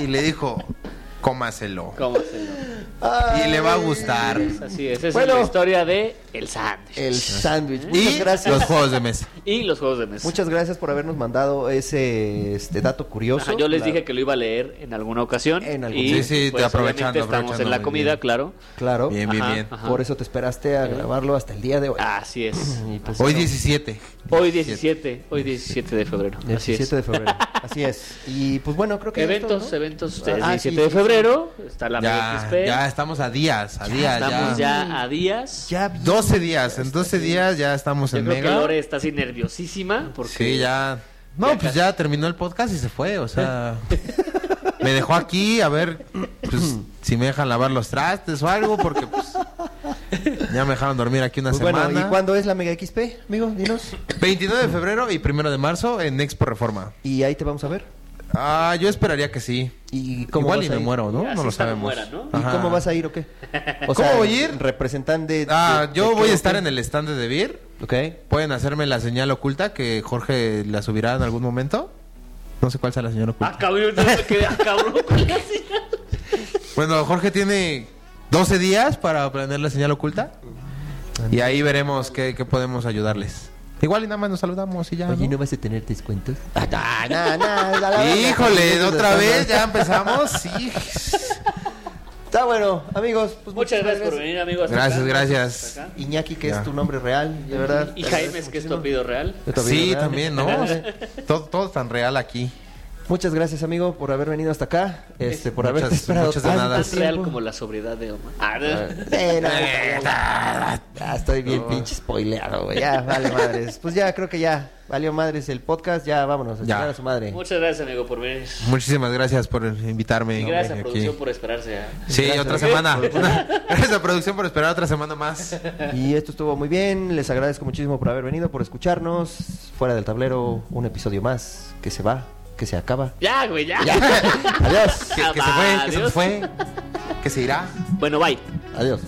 [SPEAKER 4] y le dijo, cómaselo.
[SPEAKER 3] ¿Cómo se llama?
[SPEAKER 1] Ay,
[SPEAKER 4] Y le va a gustar.
[SPEAKER 3] Así es, esa
[SPEAKER 1] Bueno.
[SPEAKER 3] es la historia de el sándwich.
[SPEAKER 1] El sándwich.
[SPEAKER 4] Y
[SPEAKER 1] Muchas gracias.
[SPEAKER 4] los juegos de mesa.
[SPEAKER 3] Y los juegos de mesa.
[SPEAKER 1] Muchas gracias por habernos mandado ese este, dato curioso.
[SPEAKER 3] Ajá, Ah, yo les
[SPEAKER 1] La-
[SPEAKER 3] dije que lo iba a leer en alguna ocasión.
[SPEAKER 1] En algún-
[SPEAKER 3] y, pues,
[SPEAKER 4] Sí, sí, te aprovechando,
[SPEAKER 3] obviamente Estamos
[SPEAKER 4] aprovechando,
[SPEAKER 3] en la
[SPEAKER 4] muy
[SPEAKER 3] comida,
[SPEAKER 4] bien.
[SPEAKER 3] claro.
[SPEAKER 1] Claro.
[SPEAKER 4] Bien, bien, bien.
[SPEAKER 3] Ajá. Ah,
[SPEAKER 1] Por eso te esperaste a grabarlo hasta el día de hoy.
[SPEAKER 3] Así es.
[SPEAKER 1] Y pues,
[SPEAKER 4] Hoy
[SPEAKER 1] bueno,
[SPEAKER 4] 17.
[SPEAKER 3] Hoy 17, hoy 17 de febrero. Así
[SPEAKER 1] 17
[SPEAKER 3] es.
[SPEAKER 1] de febrero. Así es. Y pues bueno, creo que.
[SPEAKER 3] Eventos,
[SPEAKER 1] esto, ¿no?
[SPEAKER 3] eventos.
[SPEAKER 1] Ah,
[SPEAKER 3] El
[SPEAKER 1] sí,
[SPEAKER 3] 17
[SPEAKER 1] sí,
[SPEAKER 3] de
[SPEAKER 1] sí.
[SPEAKER 3] febrero está la
[SPEAKER 4] Ya,
[SPEAKER 3] MXP.
[SPEAKER 4] ya estamos a días, a días.
[SPEAKER 3] estamos ya, a días.
[SPEAKER 1] Ya. vi-
[SPEAKER 4] 12 días, en 12 días ya estamos
[SPEAKER 3] Yo
[SPEAKER 4] en
[SPEAKER 3] creo que
[SPEAKER 4] Mega.
[SPEAKER 3] Lore está así nerviosísima. Porque
[SPEAKER 4] Sí, ya. No,
[SPEAKER 3] Ya
[SPEAKER 4] pues
[SPEAKER 3] casi.
[SPEAKER 4] ya terminó el podcast y se fue, o sea. me dejó aquí a ver pues, si me dejan lavar los trastes o algo, porque pues. Ya me dejaron dormir aquí una
[SPEAKER 1] Pues
[SPEAKER 4] semana.
[SPEAKER 1] bueno, ¿y cuándo es la Mega XP, amigo? Dinos.
[SPEAKER 4] 29 de febrero y 1 de marzo en Expo Reforma.
[SPEAKER 1] Y ahí te vamos a ver.
[SPEAKER 4] Ah, yo esperaría que sí.
[SPEAKER 1] ¿Y cómo
[SPEAKER 4] Igual
[SPEAKER 1] vas
[SPEAKER 4] y
[SPEAKER 1] a
[SPEAKER 4] me
[SPEAKER 1] ir?
[SPEAKER 4] muero, ¿no?
[SPEAKER 3] Así
[SPEAKER 4] no lo
[SPEAKER 3] está como
[SPEAKER 4] sabemos.
[SPEAKER 3] era, ¿no?
[SPEAKER 1] ¿Y
[SPEAKER 4] Ajá.
[SPEAKER 1] cómo vas a ir o qué? O
[SPEAKER 4] ¿Cómo voy a ir?
[SPEAKER 1] Representante. de-
[SPEAKER 4] Ah,
[SPEAKER 1] de-
[SPEAKER 4] yo
[SPEAKER 1] de
[SPEAKER 4] voy
[SPEAKER 1] qué
[SPEAKER 4] a estar
[SPEAKER 1] orden.
[SPEAKER 4] en el stand de Beer.
[SPEAKER 1] Ok.
[SPEAKER 4] Pueden hacerme la señal oculta que Jorge la subirá en algún momento. No sé cuál sea la señal oculta.
[SPEAKER 3] Ah, cabrón, yo me quedé, ah, cabrón. casi.
[SPEAKER 4] Bueno, Jorge tiene 12 días para aprender la señal oculta. Y ahí veremos qué, qué podemos ayudarles. Igual y nada más nos saludamos y ya.
[SPEAKER 1] Oye,
[SPEAKER 4] ¿no?
[SPEAKER 1] ¿no vas a tener descuentos? Ah, no, no, no, la verdad,
[SPEAKER 4] Híjole,
[SPEAKER 1] no,
[SPEAKER 4] otra
[SPEAKER 1] no, no.
[SPEAKER 4] vez ya empezamos. Sí.
[SPEAKER 1] Está bueno, amigos. Pues
[SPEAKER 3] Muchas gracias por venir, amigos.
[SPEAKER 4] Gracias, gracias.
[SPEAKER 1] Iñaki, que
[SPEAKER 4] Ya.
[SPEAKER 1] es tu nombre real, de verdad.
[SPEAKER 3] Y
[SPEAKER 1] te
[SPEAKER 3] Jaime, es
[SPEAKER 1] agradezco
[SPEAKER 3] que es tu
[SPEAKER 1] muchísimo.
[SPEAKER 3] apellido real.
[SPEAKER 1] Yo te apellido
[SPEAKER 4] Sí,
[SPEAKER 1] real.
[SPEAKER 4] también, ¿no? Todo, todo tan real aquí.
[SPEAKER 1] Muchas gracias, amigo, por haber venido hasta acá. Este, por haberte
[SPEAKER 4] Muchas-
[SPEAKER 1] esperado
[SPEAKER 4] muchas de
[SPEAKER 1] tanto
[SPEAKER 4] nada.
[SPEAKER 3] Tan real
[SPEAKER 1] tiempo.
[SPEAKER 3] como la sobriedad de Omar. Ah, no.
[SPEAKER 1] Eh, no, ya estoy bien pinche spoileado, güey. Ya, vale madres. Pues ya, creo que ya. Valió madres el podcast. Ya, vámonos a
[SPEAKER 4] Ya.
[SPEAKER 1] chingar a su madre.
[SPEAKER 3] Muchas gracias, amigo, por venir.
[SPEAKER 4] Muchísimas gracias por invitarme.
[SPEAKER 3] Y gracias a
[SPEAKER 4] aquí.
[SPEAKER 3] producción por esperarse. ah.
[SPEAKER 4] Sí,
[SPEAKER 1] Gracias.
[SPEAKER 4] otra semana. Una- Gracias a producción por esperar otra semana más.
[SPEAKER 1] Y esto estuvo muy bien. Les agradezco muchísimo por haber venido, por escucharnos. Fuera del tablero, un episodio más que se va, que se acaba.
[SPEAKER 3] Ya, güey, ya.
[SPEAKER 1] Adiós.
[SPEAKER 4] Que, que se fue, que se
[SPEAKER 3] Adiós.
[SPEAKER 4] fue, que se irá.
[SPEAKER 3] Bueno, bye.
[SPEAKER 1] Adiós.